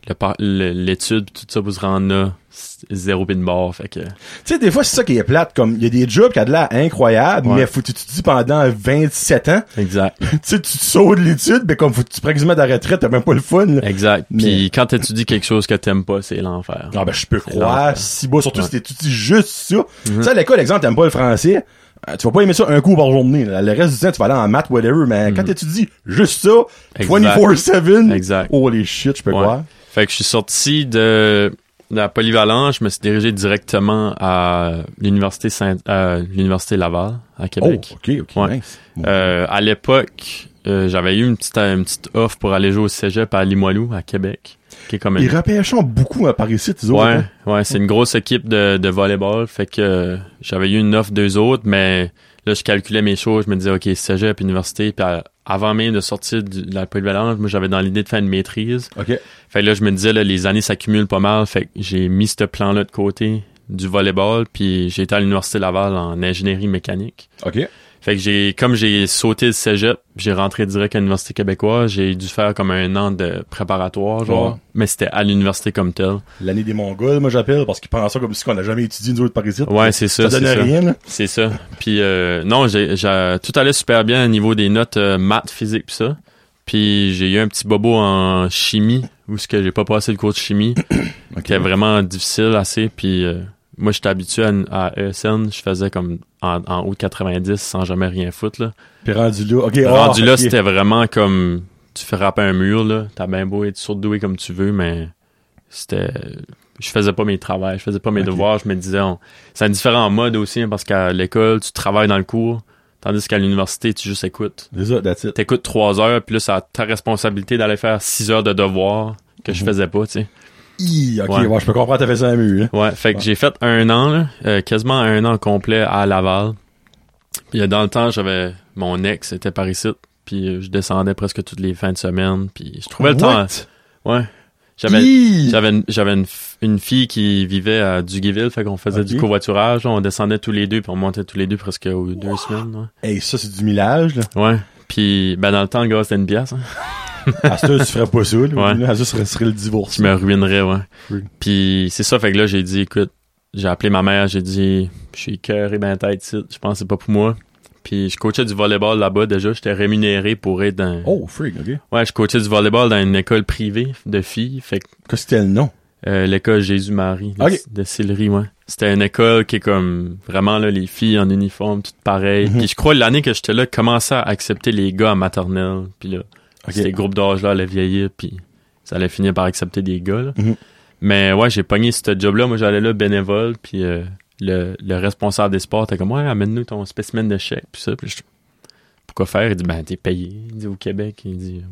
[SPEAKER 3] le par- le- l'étude, puis tout ça, pour se rendre là, c- zéro pin de bord. Fait que,
[SPEAKER 1] Tu sais, des fois, c'est ça qui est plate. Comme, il y a des jobs qui a de l'air incroyable,
[SPEAKER 3] Ouais.
[SPEAKER 1] mais faut que tu te dis pendant 27 ans,
[SPEAKER 3] exact.
[SPEAKER 1] tu sais, tu te sautes de l'étude, mais comme faut que tu prends quasiment de la retraite, t'as même pas le fun, là.
[SPEAKER 3] Exact.
[SPEAKER 1] Mais-
[SPEAKER 3] Puis quand t'étudies quelque chose que t'aimes pas, c'est l'enfer.
[SPEAKER 1] Ah ben je peux
[SPEAKER 3] C'est
[SPEAKER 1] croire,
[SPEAKER 3] l'enfer.
[SPEAKER 1] si bas, surtout
[SPEAKER 3] Ouais. Mhm.
[SPEAKER 1] si t'étudies juste ça. Tu sais, à l'école, exemple, t'aimes pas le français, euh, tu vas pas aimer ça un coup par journée. là. Le reste du temps, tu vas aller en maths, whatever, mais quand t'étudies juste ça,
[SPEAKER 3] Mhm. Exact.
[SPEAKER 1] 24-7,
[SPEAKER 3] Exact.
[SPEAKER 1] holy shit, je peux
[SPEAKER 3] Ouais.
[SPEAKER 1] croire.
[SPEAKER 3] Fait que je suis sorti de la polyvalence, je me suis dirigé directement à l'université Saint, à l'université Laval à
[SPEAKER 1] Oh,
[SPEAKER 3] Québec.
[SPEAKER 1] ok, ok,
[SPEAKER 3] Ouais.
[SPEAKER 1] nice. Bon.
[SPEAKER 3] Euh, à l'époque, euh, j'avais eu une petite une petite offre pour aller jouer au Cégep à Limoilou à Québec, qui est comme une-
[SPEAKER 1] Ils repêchent beaucoup hein, par ici, tu
[SPEAKER 3] Ouais, ouais, c'est une grosse équipe de, de volleyball. Fait que euh, j'avais eu une offre deux autres, mais là, je calculais mes choses. Je me disais, OK, cégep, université. Puis à- avant même de sortir du- de la polyvalence, moi, j'avais dans l'idée de faire une maîtrise.
[SPEAKER 1] OK.
[SPEAKER 3] Fait que là, je me disais, là, les années s'accumulent pas mal. Fait que j'ai mis ce plan-là de côté du volleyball. Puis j'ai été à l'Université Laval en ingénierie mécanique.
[SPEAKER 1] OK.
[SPEAKER 3] Fait que j'ai, comme j'ai sauté le cégep, j'ai rentré direct à l'Université québécoise. J'ai dû faire comme un an de préparatoire, genre.
[SPEAKER 1] Ouais.
[SPEAKER 3] Mais c'était à l'université comme tel.
[SPEAKER 1] L'année des Mongols, moi j'appelle, parce qu'ils pensent ça comme si on n'a jamais étudié nous autres par ici.
[SPEAKER 3] Ouais, c'est ça.
[SPEAKER 1] ça donne
[SPEAKER 3] c'est ça.
[SPEAKER 1] rien, là.
[SPEAKER 3] C'est ça. Puis euh, non, j'ai, j'ai- tout allait super bien au niveau des notes euh, maths, physique puis ça. Puis j'ai eu un petit bobo en chimie où ce que j'ai pas passé le cours de chimie, qui est vraiment difficile assez. Puis euh, moi, j'étais habitué à, une- à ESN, je faisais comme en, en haut de 90 sans jamais rien foutre là.
[SPEAKER 1] Puis rendu là, OK. ah,
[SPEAKER 3] Rendu là,
[SPEAKER 1] ok.
[SPEAKER 3] c'était vraiment comme tu frappes un mur, là, t'as bien beau être surdoué comme tu veux, mais c'était. Je faisais pas mes travaux, je faisais pas mes
[SPEAKER 1] Ok.
[SPEAKER 3] devoirs, je me disais. on- C'est un différent mode aussi, hein, parce qu'à l'école, tu travailles dans le cours, tandis qu'à l'université, tu juste écoutes.
[SPEAKER 1] Déjà, that's it.
[SPEAKER 3] T'écoutes trois heures, puis là, c'est à ta responsabilité d'aller faire six heures de devoirs que je
[SPEAKER 1] Mhm.
[SPEAKER 3] faisais pas, tu sais.
[SPEAKER 1] Hi, ok, ouais.
[SPEAKER 3] Ouais.
[SPEAKER 1] je peux comprendre, t'as fait ça à mu, là.
[SPEAKER 3] Ouais, fait que
[SPEAKER 1] Ouais.
[SPEAKER 3] j'ai fait un an, là, euh, quasiment un an complet à Laval. Puis euh, dans le temps, j'avais mon ex était par ici, puis euh, je descendais presque toutes les fins de semaine, puis je trouvais le temps. euh, Ouais. J'avais
[SPEAKER 1] Hi!
[SPEAKER 3] j'avais une, j'avais une, f- une fille qui vivait à Duguayville, fait qu'on faisait du
[SPEAKER 1] Ok.
[SPEAKER 3] covoiturage, on descendait tous les deux, puis on montait tous les deux presque aux deux semaines.
[SPEAKER 1] Hey, ça, c'est du millage, là.
[SPEAKER 3] Ouais. ouais. Puis ben dans le temps, le gars, c'était une pièce. hein.
[SPEAKER 1] À ce tu ferais pas ça, là.
[SPEAKER 3] Ouais.
[SPEAKER 1] À ce, serait, serait le divorce.
[SPEAKER 3] Je me ruinerais, ouais.
[SPEAKER 1] Oui.
[SPEAKER 3] Puis c'est ça, fait que là, j'ai dit, écoute, j'ai appelé ma mère, j'ai dit, je suis cœur et ben tête, ici, je pense que c'est pas pour moi. Puis je coachais du volleyball là-bas déjà, j'étais rémunéré pour être dans.
[SPEAKER 1] Oh, freak, ok.
[SPEAKER 3] Ouais, je coachais du volleyball dans une école privée de filles, fait que
[SPEAKER 1] Qu'est-ce que c'était le nom?
[SPEAKER 3] euh, l'école Jésus-Marie de,
[SPEAKER 1] Ok.
[SPEAKER 3] de Sillery, ouais. C'était une école qui est comme vraiment là, les filles en uniforme, toutes pareilles.
[SPEAKER 1] Mhm.
[SPEAKER 3] Puis je crois l'année que j'étais là, commençait à accepter les gars à maternelle. Puis là,
[SPEAKER 1] Ok.
[SPEAKER 3] ces groupes d'âge-là allaient vieillir, puis ça allait finir par accepter des gars. là.
[SPEAKER 1] Mhm.
[SPEAKER 3] Mais ouais, j'ai pogné ce job-là. Moi, j'allais là bénévole, puis euh, le, le responsable des sports était comme, ouais, amène-nous ton spécimen de chèque, puis ça. Puis je- pourquoi faire? Il dit, ben, t'es payé. Il dit, au Québec, il dit,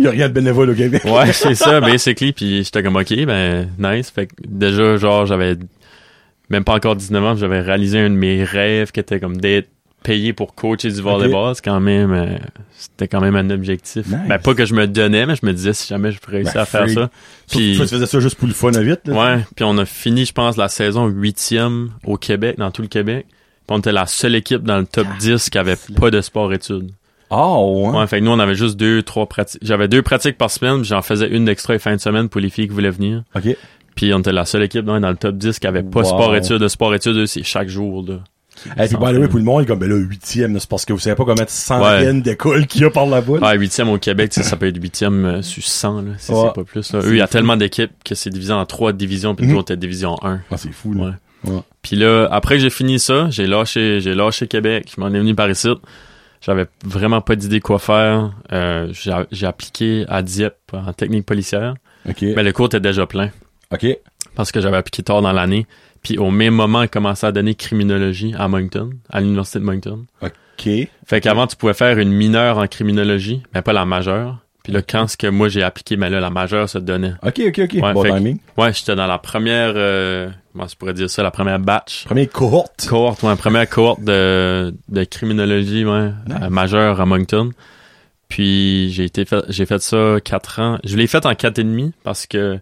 [SPEAKER 1] Il y a rien de bénévole au Québec.
[SPEAKER 3] Ouais, c'est ça, basically. Puis j'étais comme, OK, ben, nice. Fait que déjà, genre, j'avais même pas encore 19 ans, puis j'avais réalisé un de mes rêves qui était comme d'être payé pour coacher du volleyball. C'est quand même, euh, c'était quand même un objectif.
[SPEAKER 1] Nice.
[SPEAKER 3] Ben, pas que je me donnais, mais je me disais si jamais je réussissais
[SPEAKER 1] Ben,
[SPEAKER 3] à faire
[SPEAKER 1] freak.
[SPEAKER 3] ça.
[SPEAKER 1] Puis...
[SPEAKER 3] Puis-
[SPEAKER 1] Toi, tu faisais ça juste pour le fun à vite, là.
[SPEAKER 3] Ouais, puis on a fini, je pense, la saison huitième au Québec, dans tout le Québec. Puis on était la seule équipe dans le top 10 qui avait pas de sport-études.
[SPEAKER 1] Oh, ouais.
[SPEAKER 3] Ouais, fait que nous, on avait juste deux, trois pratiques. J'avais deux pratiques par semaine, puis j'en faisais une d'extra les fins de semaine pour les filles qui voulaient venir.
[SPEAKER 1] Ok.
[SPEAKER 3] Puis on était la seule équipe dans, dans le top 10 qui avait pas
[SPEAKER 1] Wow.
[SPEAKER 3] sport-études. Le Sport-études, eux, c'est chaque jour. Là.
[SPEAKER 1] Et puis, by the way, pour le monde, il est comme, ben là, huitième, là, c'est parce que vous savez pas combien de centaines d'écoles qu'il y a par là-bas. là.
[SPEAKER 3] Ah, huitième au Québec, tu sais, ça peut être huitième euh, sur 100, là, si
[SPEAKER 1] Ouais.
[SPEAKER 3] c'est pas plus. là. Eux, il y a tellement d'équipes que c'est divisé en trois divisions, puis
[SPEAKER 1] Mhm.
[SPEAKER 3] nous, on était division 1.
[SPEAKER 1] Ah, c'est fou, là.
[SPEAKER 3] Ouais. Puis là, après que j'ai fini ça, j'ai lâché, j'ai lâché Québec. Je m'en ai venu par ici. J'avais vraiment pas d'idée quoi faire. Euh, j'ai, j'ai appliqué à Dieppe en technique policière.
[SPEAKER 1] Ok.
[SPEAKER 3] Mais le cours était déjà plein.
[SPEAKER 1] Ok.
[SPEAKER 3] parce que j'avais appliqué tard dans l'année. Puis au même moment, il commençait à donner criminologie à Moncton, à l'université de Moncton.
[SPEAKER 1] Ok.
[SPEAKER 3] Fait qu'avant, tu pouvais faire une mineure en criminologie, mais pas la majeure. Puis là, quand ce que moi j'ai appliqué, mais là, la majeure se donnait.
[SPEAKER 1] Ok, ok, ok.
[SPEAKER 3] Ouais,
[SPEAKER 1] bon
[SPEAKER 3] fait que-
[SPEAKER 1] timing.
[SPEAKER 3] Ouais, j'étais dans la première, euh, comment je pourrais dire ça, la première batch.
[SPEAKER 1] Première cohorte.
[SPEAKER 3] Cohorte, ouais, première cohorte de, de criminologie, ouais,
[SPEAKER 1] Nice.
[SPEAKER 3] euh, majeure à Moncton. Puis j'ai été fait, j'ai fait ça quatre ans. Je l'ai fait en quatre et demi parce que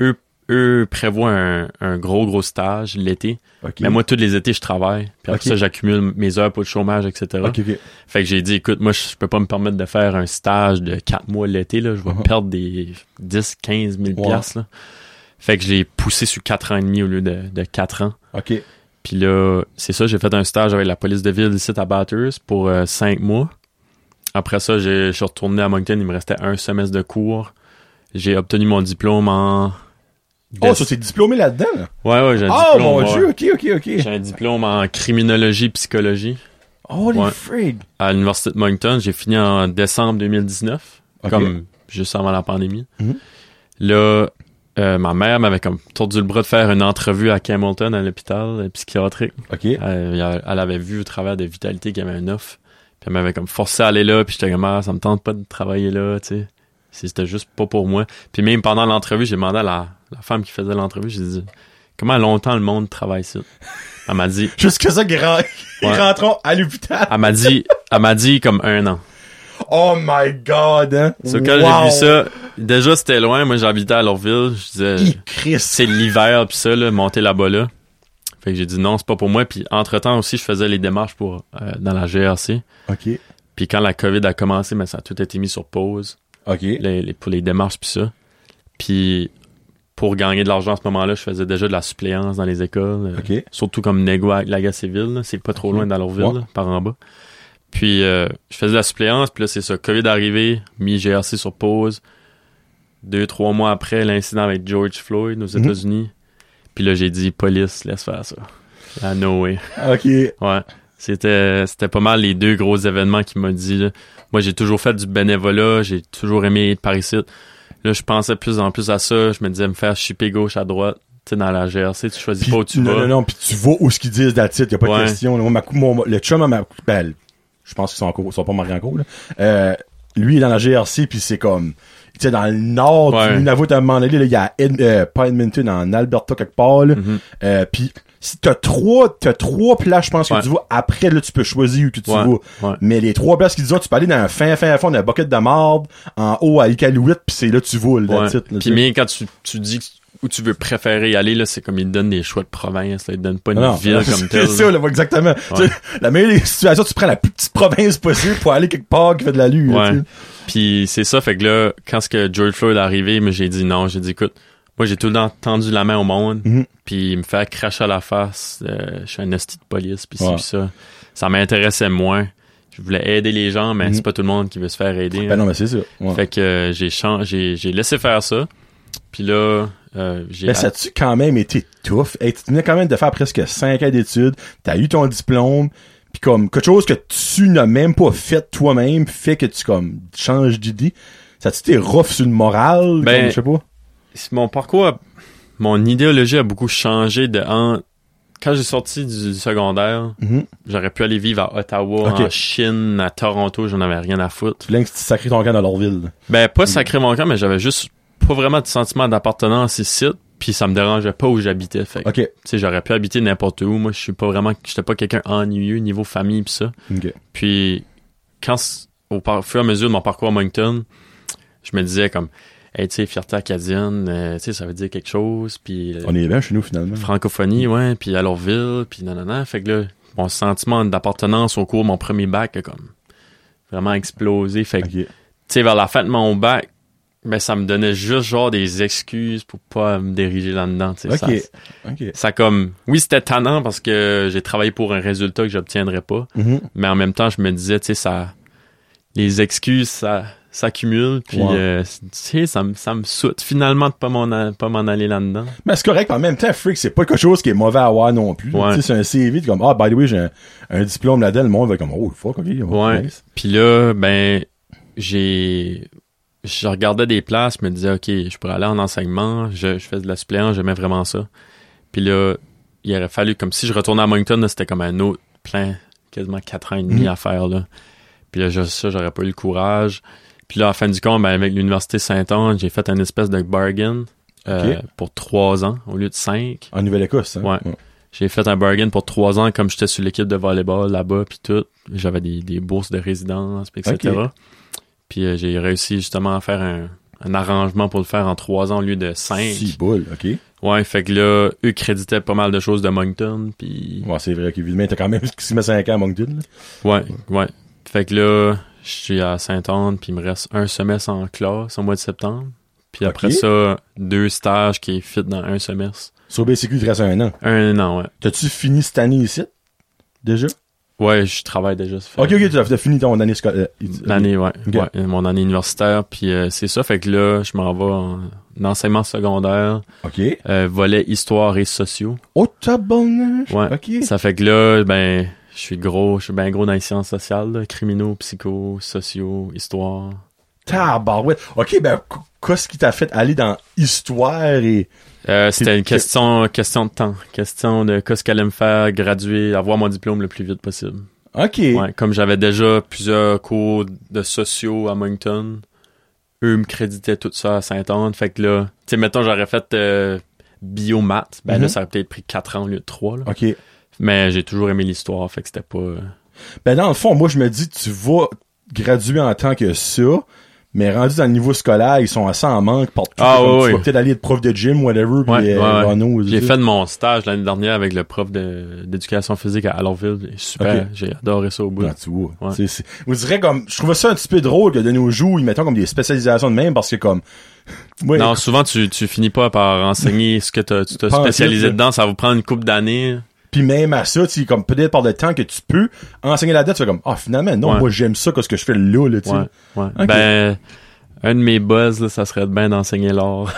[SPEAKER 3] eux, eux prévoient un, un gros, gros stage l'été.
[SPEAKER 1] Ok.
[SPEAKER 3] Mais moi, tous les étés, je travaille. Puis après
[SPEAKER 1] Ok.
[SPEAKER 3] ça, j'accumule mes heures pour le chômage, etc.
[SPEAKER 1] Ok, ok.
[SPEAKER 3] Fait que j'ai dit, écoute, moi, je je peux pas me permettre de faire un stage de 4 mois l'été. Là. Je vais
[SPEAKER 1] Mhm.
[SPEAKER 3] perdre des 10, 15 000
[SPEAKER 1] Ouais.
[SPEAKER 3] piastres, là. Fait que j'ai poussé sur 4 ans et demi au lieu de, de 4 ans.
[SPEAKER 1] Ok.
[SPEAKER 3] Puis là, c'est ça, j'ai fait un stage avec la police de ville ici à Bathurst pour 5 mois. Après ça, j'ai- je suis retourné à Moncton. Il me restait un semestre de cours. J'ai obtenu mon diplôme en...
[SPEAKER 1] Oh, ça, c'est diplômé là-dedans, là.
[SPEAKER 3] Ouais, ouais, j'ai un
[SPEAKER 1] Oh,
[SPEAKER 3] diplôme.
[SPEAKER 1] mon
[SPEAKER 3] ouais.
[SPEAKER 1] dieu, ok, ok, ok.
[SPEAKER 3] J'ai un diplôme en criminologie psychologie
[SPEAKER 1] Holy
[SPEAKER 3] Ouais.
[SPEAKER 1] freak.
[SPEAKER 3] à l'université de Moncton. J'ai fini en décembre 2019,
[SPEAKER 1] Ok.
[SPEAKER 3] comme juste avant la pandémie.
[SPEAKER 1] Mhm.
[SPEAKER 3] Là, euh, ma mère m'avait comme tordu le bras de faire une entrevue à Camelton à l'hôpital euh, psychiatrique.
[SPEAKER 1] Ok.
[SPEAKER 3] Elle, elle- elle avait vu au travers de Vitalité qu'il y avait un offre. Puis elle m'avait comme forcé à aller là. Puis j'étais comme, ah, ça me tente pas de travailler là, tu sais. C'est- C'était juste pas pour moi. Puis même pendant l'entrevue, j'ai demandé à la, la femme qui faisait l'entrevue, j'ai dit, comment longtemps le monde travaille ça? Elle m'a dit,
[SPEAKER 1] Jusque ça, qu'ils ren- ils
[SPEAKER 3] Ouais.
[SPEAKER 1] rentreront à l'hôpital.
[SPEAKER 3] elle m'a dit, elle m'a dit comme un an.
[SPEAKER 1] Oh my god, hein.
[SPEAKER 3] Ça, quand
[SPEAKER 1] Wow.
[SPEAKER 3] j'ai vu ça, déjà c'était loin. Moi, j'habitais à Lorville. Je disais,
[SPEAKER 1] Hi, Christ.
[SPEAKER 3] c'est l'hiver, puis ça, là, monter là-bas, là. Fait que j'ai dit non, c'est pas pour moi. Puis entre-temps aussi, je faisais les démarches pour euh, dans la GRC.
[SPEAKER 1] Ok.
[SPEAKER 3] Puis quand la COVID a commencé, mais ça a tout été mis sur pause
[SPEAKER 1] Ok.
[SPEAKER 3] les- les- pour les démarches, puis ça. Puis pour gagner de l'argent à ce moment-là, je faisais déjà de la suppléance dans les écoles. euh,
[SPEAKER 1] Ok.
[SPEAKER 3] surtout comme Nego à Lagacéville, là, c'est pas trop loin dans leur ville,
[SPEAKER 1] Ouais.
[SPEAKER 3] là, par en bas. Puis euh, je faisais de la suppléance, puis là c'est ça, COVID arrivé, mis GRC sur pause. Deux, trois mois après l'incident avec George Floyd aux
[SPEAKER 1] Mhm.
[SPEAKER 3] États-Unis. Puis là j'ai dit, police, laisse faire ça. Ah, no way.
[SPEAKER 1] Ok.
[SPEAKER 3] Ouais. C'était, c'était pas mal les deux gros événements qui m'ont dit. là. Moi, j'ai toujours fait du bénévolat, j'ai toujours aimé être par ici. Là, je pensais de plus en plus à ça. Je me disais me faire chipper gauche à droite. Tu sais, dans la GRC, tu choisis
[SPEAKER 1] Puis,
[SPEAKER 3] pas où tu
[SPEAKER 1] non,
[SPEAKER 3] vas.
[SPEAKER 1] non, non, puis tu vois où ce qu'ils disent d'Atit, y a pas
[SPEAKER 3] Ouais.
[SPEAKER 1] de question. là. Moi, ma cou- mon- le chum à ma ben, je pense qu'ils sont, encore- ils sont pas mariés encore. Là. Euh, lui, il est dans la GRC, puis c'est comme, tu sais, dans le nord
[SPEAKER 3] Ouais.
[SPEAKER 1] du Nunavut, à un moment donné, là, il y a Ed- euh, pas Edmonton, en Alberta quelque part. Là.
[SPEAKER 3] Mm-hmm.
[SPEAKER 1] Euh, puis si t'as trois, t'as trois places, je pense que
[SPEAKER 3] Ouais.
[SPEAKER 1] tu vois. Après, là, tu peux choisir où que tu
[SPEAKER 3] Ouais,
[SPEAKER 1] vas.
[SPEAKER 3] ouais.
[SPEAKER 1] Mais les trois places qu'ils disent, tu peux aller dans un fin, fin fond d'un bucket de marde, en haut à Iqaluit, puis c'est là que tu vois, le
[SPEAKER 3] Ouais.
[SPEAKER 1] titre. là, tu
[SPEAKER 3] Puis
[SPEAKER 1] sais.
[SPEAKER 3] mais quand tu, tu dis où tu veux préférer y aller, là, c'est comme ils te donnent des choix de province. Là. Ils te donnent pas une
[SPEAKER 1] Non,
[SPEAKER 3] ville comme
[SPEAKER 1] c'est
[SPEAKER 3] telle.
[SPEAKER 1] ça, là, exactement. Tu sais, la meilleure des situations, tu prends la plus petite province possible pour aller quelque part qui fait de la lune.
[SPEAKER 3] Ouais. Puis c'est ça, fait que là, quand ce que George Floyd est arrivé, moi, j'ai dit non, j'ai dit écoute, moi j'ai tout le temps tendu la main au monde,
[SPEAKER 1] Mhm.
[SPEAKER 3] puis il me fait cracher à la face, euh, je suis un hostie de police, puis ci,
[SPEAKER 1] Ouais.
[SPEAKER 3] puis ça. Ça m'intéressait moins. Je voulais aider les gens, mais
[SPEAKER 1] Mhm.
[SPEAKER 3] c'est pas tout le monde qui veut se faire aider.
[SPEAKER 1] Ben non, mais c'est ça. Ouais.
[SPEAKER 3] Fait que euh, j'ai chan- j'ai j'ai laissé faire ça. Puis là, euh, j'ai
[SPEAKER 1] Mais Ben, ça a-tu quand même été tough? Hey, tu venais quand même de faire presque 5 ans d'études, t'as eu ton diplôme, puis comme quelque chose que tu n'as même pas fait toi-même fait que tu comme changes d'idée. Ça a-tu été rough sur le moral?
[SPEAKER 3] Ben,
[SPEAKER 1] comme, je sais pas.
[SPEAKER 3] mon parcours, a- mon idéologie a beaucoup changé de en- quand j'ai sorti du secondaire,
[SPEAKER 1] Mhm.
[SPEAKER 3] j'aurais pu aller vivre à Ottawa,
[SPEAKER 1] Ok.
[SPEAKER 3] en Chine, à Toronto, j'en avais rien à foutre.
[SPEAKER 1] Tu voulais que tu sacré ton camp dans leur ville. là.
[SPEAKER 3] Ben
[SPEAKER 1] Mhm.
[SPEAKER 3] pas sacré mon camp, mais j'avais juste pas vraiment de sentiment d'appartenance ici, puis ça me dérangeait pas où j'habitais. Fait que,
[SPEAKER 1] Ok.
[SPEAKER 3] tu sais, j'aurais pu habiter n'importe où. Moi, je suis pas vraiment, j'étais pas quelqu'un ennuyeux niveau famille pis ça.
[SPEAKER 1] Ok.
[SPEAKER 3] Puis, quand, c- au, par- au fur et à mesure de mon parcours à Moncton, je me disais comme, hey, tu sais, fierté acadienne, euh, tu sais, ça veut dire quelque chose, puis euh,
[SPEAKER 1] On est bien chez nous, finalement.
[SPEAKER 3] francophonie, ouais, puis à Lourville, puis nanana. Fait que là, mon sentiment d'appartenance au cours de mon premier bac a comme vraiment explosé. Fait que,
[SPEAKER 1] Ok.
[SPEAKER 3] tu sais, vers la fin de mon bac, ben, ça me donnait juste genre des excuses pour pas me diriger là-dedans, tu sais.
[SPEAKER 1] Ok.
[SPEAKER 3] Ça,
[SPEAKER 1] Ok.
[SPEAKER 3] ça comme, oui, c'était tannant parce que j'ai travaillé pour un résultat que j'obtiendrais pas.
[SPEAKER 1] Mhm.
[SPEAKER 3] Mais en même temps, je me disais, tu sais, ça. Les excuses, ça s'accumule, puis,
[SPEAKER 1] Ouais.
[SPEAKER 3] euh, tu sais, ça, me- ça me saute finalement de pas m'en a- pas m'en aller là-dedans.
[SPEAKER 1] Mais c'est correct, en même temps, freak, c'est pas quelque chose qui est mauvais à avoir non plus.
[SPEAKER 3] Ouais.
[SPEAKER 1] Tu sais, C'est un CV, t'es comme, ah, by the way, j'ai un, un diplôme là-dedans, le monde va être comme, oh, fuck, ok.
[SPEAKER 3] Ouais. Puis là, ben, j'ai. Je regardais des places, je me disais, OK, je pourrais aller en enseignement, je, je fais de la suppléance, j'aimais vraiment ça. Puis là, il aurait fallu, comme si je retournais à Moncton, là, c'était comme un autre plein, quasiment quatre ans et demi
[SPEAKER 1] Mhm.
[SPEAKER 3] à faire, là. Puis là, je- ça, j'aurais pas eu le courage. Puis là, en fin du compte, ben, avec l'Université Saint-Anne, j'ai fait un espèce de bargain euh,
[SPEAKER 1] Ok.
[SPEAKER 3] pour trois ans au lieu de cinq.
[SPEAKER 1] En Nouvelle-Écosse, hein.
[SPEAKER 3] Ouais. J'ai fait un bargain pour trois ans, comme j'étais sur l'équipe de volleyball là-bas, puis tout. J'avais des, des bourses de résidence, puis etc.
[SPEAKER 1] Ok.
[SPEAKER 3] Puis euh, j'ai réussi justement à faire un, un arrangement pour le faire en trois ans au lieu de cinq.
[SPEAKER 1] Six boules, ok.
[SPEAKER 3] Ouais, fait que là, eux créditaient pas mal de choses de Moncton, puis...
[SPEAKER 1] Ouais, c'est vrai qu'évidemment, t'as quand même 5 ans à Moncton, là.
[SPEAKER 3] Ouais, ouais. Fait que là, je suis à Sainte-Anne, puis il me reste un semestre en classe au mois de septembre. Puis après
[SPEAKER 1] Ok.
[SPEAKER 3] ça, deux stages qui est fit dans un semestre.
[SPEAKER 1] Sur BCQ, il te reste un an.
[SPEAKER 3] Un an, ouais.
[SPEAKER 1] T'as-tu fini cette année ici? Déjà?
[SPEAKER 3] Euh, Ouais, je travaille déjà. ça fait-
[SPEAKER 1] Ok, ok, t'as t'as fini ton année scolaire.
[SPEAKER 3] L'année, ouais,
[SPEAKER 1] Ok.
[SPEAKER 3] ouais, Mon année universitaire. Puis euh, c'est ça, fait que là, je m'en vais en, en enseignement secondaire,
[SPEAKER 1] Ok.
[SPEAKER 3] euh, volet histoire et sociaux.
[SPEAKER 1] Oh, tabarnouche.
[SPEAKER 3] Ouais.
[SPEAKER 1] Ok.
[SPEAKER 3] Ça fait que là, ben, je suis gros, je suis bien gros dans les sciences sociales, là, criminaux, psychos, sociaux, histoire.
[SPEAKER 1] Tabarouette. Ok, ben, qu- qu'est-ce qui t'a fait aller dans histoire et...
[SPEAKER 3] Euh, c'était
[SPEAKER 1] Puis-
[SPEAKER 3] une question, question de temps, question de qu'est-ce qu'elle allait me faire graduer, avoir mon diplôme le plus vite possible.
[SPEAKER 1] Ok.
[SPEAKER 3] Ouais, comme j'avais déjà plusieurs cours de sociaux à Moncton, eux me créditaient tout ça à Saint-Anne. Fait que là, tu sais, mettons, j'aurais fait euh, biomath. Ben
[SPEAKER 1] Mhm.
[SPEAKER 3] là, ça aurait peut-être pris 4 ans au lieu de 3.
[SPEAKER 1] Ok.
[SPEAKER 3] Mais j'ai toujours aimé l'histoire, fait que c'était pas. euh,
[SPEAKER 1] Ben dans le fond, moi je me dis tu vas graduer en tant que ça, mais rendu dans le niveau scolaire, ils sont assez en manque par tout.
[SPEAKER 3] Ah,
[SPEAKER 1] Comme
[SPEAKER 3] ouais,
[SPEAKER 1] tu vas
[SPEAKER 3] ouais.
[SPEAKER 1] peut-être aller être prof de gym, whatever, puis euh,
[SPEAKER 3] Ouais, ouais, ouais.
[SPEAKER 1] Renault,
[SPEAKER 3] J'ai fait de mon stage l'année dernière avec le prof de- d'éducation physique à Alortville. Super,
[SPEAKER 1] Ok.
[SPEAKER 3] j'ai adoré ça au bout.
[SPEAKER 1] Ah, tu vois.
[SPEAKER 3] Ouais.
[SPEAKER 1] C'est- c'est- on dirait comme, je trouvais ça un petit peu drôle que de nos jours, ils mettent comme des spécialisations de même parce que comme, moi,
[SPEAKER 3] Non, souvent tu, tu finis pas par enseigner ce que t'as- tu t'as
[SPEAKER 1] Pas en
[SPEAKER 3] spécialisé
[SPEAKER 1] fait, là.
[SPEAKER 3] dedans, ça va prendre une couple d'années.
[SPEAKER 1] puis même à ça, tu sais, comme peut-être par le temps que tu peux enseigner la dette, tu fais comme, ah finalement non,
[SPEAKER 3] Ouais.
[SPEAKER 1] moi j'aime ça que ce que je fais là, là, tu sais.
[SPEAKER 3] Ouais, ouais.
[SPEAKER 1] Ok.
[SPEAKER 3] Ben, un de mes buzz, là, ça serait de bien d'enseigner l'art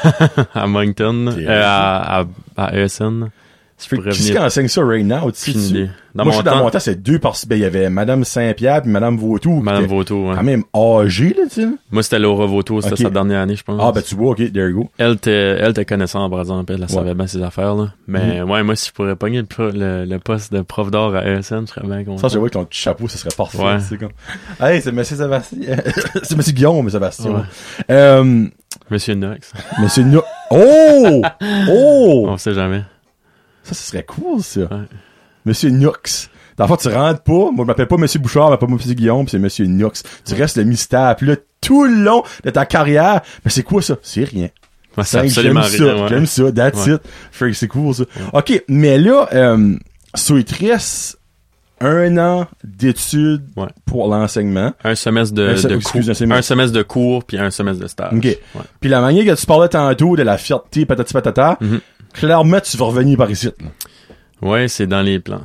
[SPEAKER 3] à Moncton,
[SPEAKER 1] T'es
[SPEAKER 3] euh, à, à, à ESN. Je pourrais
[SPEAKER 1] Qui c'est
[SPEAKER 3] venir
[SPEAKER 1] qui enseigne ça right now? Tu sais,
[SPEAKER 3] Aucune
[SPEAKER 1] tu-
[SPEAKER 3] idée. Dans
[SPEAKER 1] Moi,
[SPEAKER 3] mon
[SPEAKER 1] je suis dans
[SPEAKER 3] temps-
[SPEAKER 1] mon temps, c'est deux par... Ben, il y avait Madame Saint-Pierre puis Madame Vautour. qui
[SPEAKER 3] Madame
[SPEAKER 1] était
[SPEAKER 3] Vautour, ouais.
[SPEAKER 1] Quand même âgée, là, tu sais. là.
[SPEAKER 3] Moi, c'était Laura Vautour, c'était
[SPEAKER 1] Ah, Ok.
[SPEAKER 3] sa dernière année, je pense.
[SPEAKER 1] Ah, ben, tu vois, OK, there you go.
[SPEAKER 3] Elle était elle était connaissante, par exemple, elle savait
[SPEAKER 1] Ouais. Mhm.
[SPEAKER 3] bien ses affaires, là. Mais ouais, moi, si je pourrais pogner le, pro- le, le poste de prof d'or à ESN, je serais bien
[SPEAKER 1] Ça,
[SPEAKER 3] content.
[SPEAKER 1] je vois que ton petit chapeau, ce serait parfait.
[SPEAKER 3] Ouais.
[SPEAKER 1] C'est comme... Hey, c'est Monsieur Sébastien. c'est Monsieur Guillaume, Sébastien.
[SPEAKER 3] Ouais.
[SPEAKER 1] Euh,
[SPEAKER 3] Monsieur Knox,
[SPEAKER 1] monsieur No... Oh! Oh!
[SPEAKER 3] on sait jamais.
[SPEAKER 1] Ça, ce serait cool, ça.
[SPEAKER 3] Ouais.
[SPEAKER 1] Monsieur Nux. Dans le fond, tu rentres pas. Moi, je m'appelle pas Monsieur Bouchard, je m'appelle pas Monsieur Guillaume, puis c'est Monsieur Nux. Tu restes le mystère. Puis là, tout le long de ta carrière, mais c'est quoi ça? C'est rien.
[SPEAKER 3] Ouais, c'est
[SPEAKER 1] Cinq,
[SPEAKER 3] absolument
[SPEAKER 1] j'aime ça,
[SPEAKER 3] rien, ouais.
[SPEAKER 1] J'aime ça, that's
[SPEAKER 3] Ouais.
[SPEAKER 1] it. Fait que c'est cool, ça. OK, mais là, euh, so, il te reste un an d'études
[SPEAKER 3] Ouais.
[SPEAKER 1] pour l'enseignement.
[SPEAKER 3] Un semestre de,
[SPEAKER 1] Un se-
[SPEAKER 3] de
[SPEAKER 1] excuse,
[SPEAKER 3] cours.
[SPEAKER 1] un semestre.
[SPEAKER 3] Un semestre de cours, puis un semestre de stage.
[SPEAKER 1] Ok.
[SPEAKER 3] Ouais.
[SPEAKER 1] Puis la manière que tu parlais tantôt de la fierté, patati patata,
[SPEAKER 3] Mm-hmm.
[SPEAKER 1] clairement, tu vas revenir par ici. là.
[SPEAKER 3] Ouais, c'est dans les plans.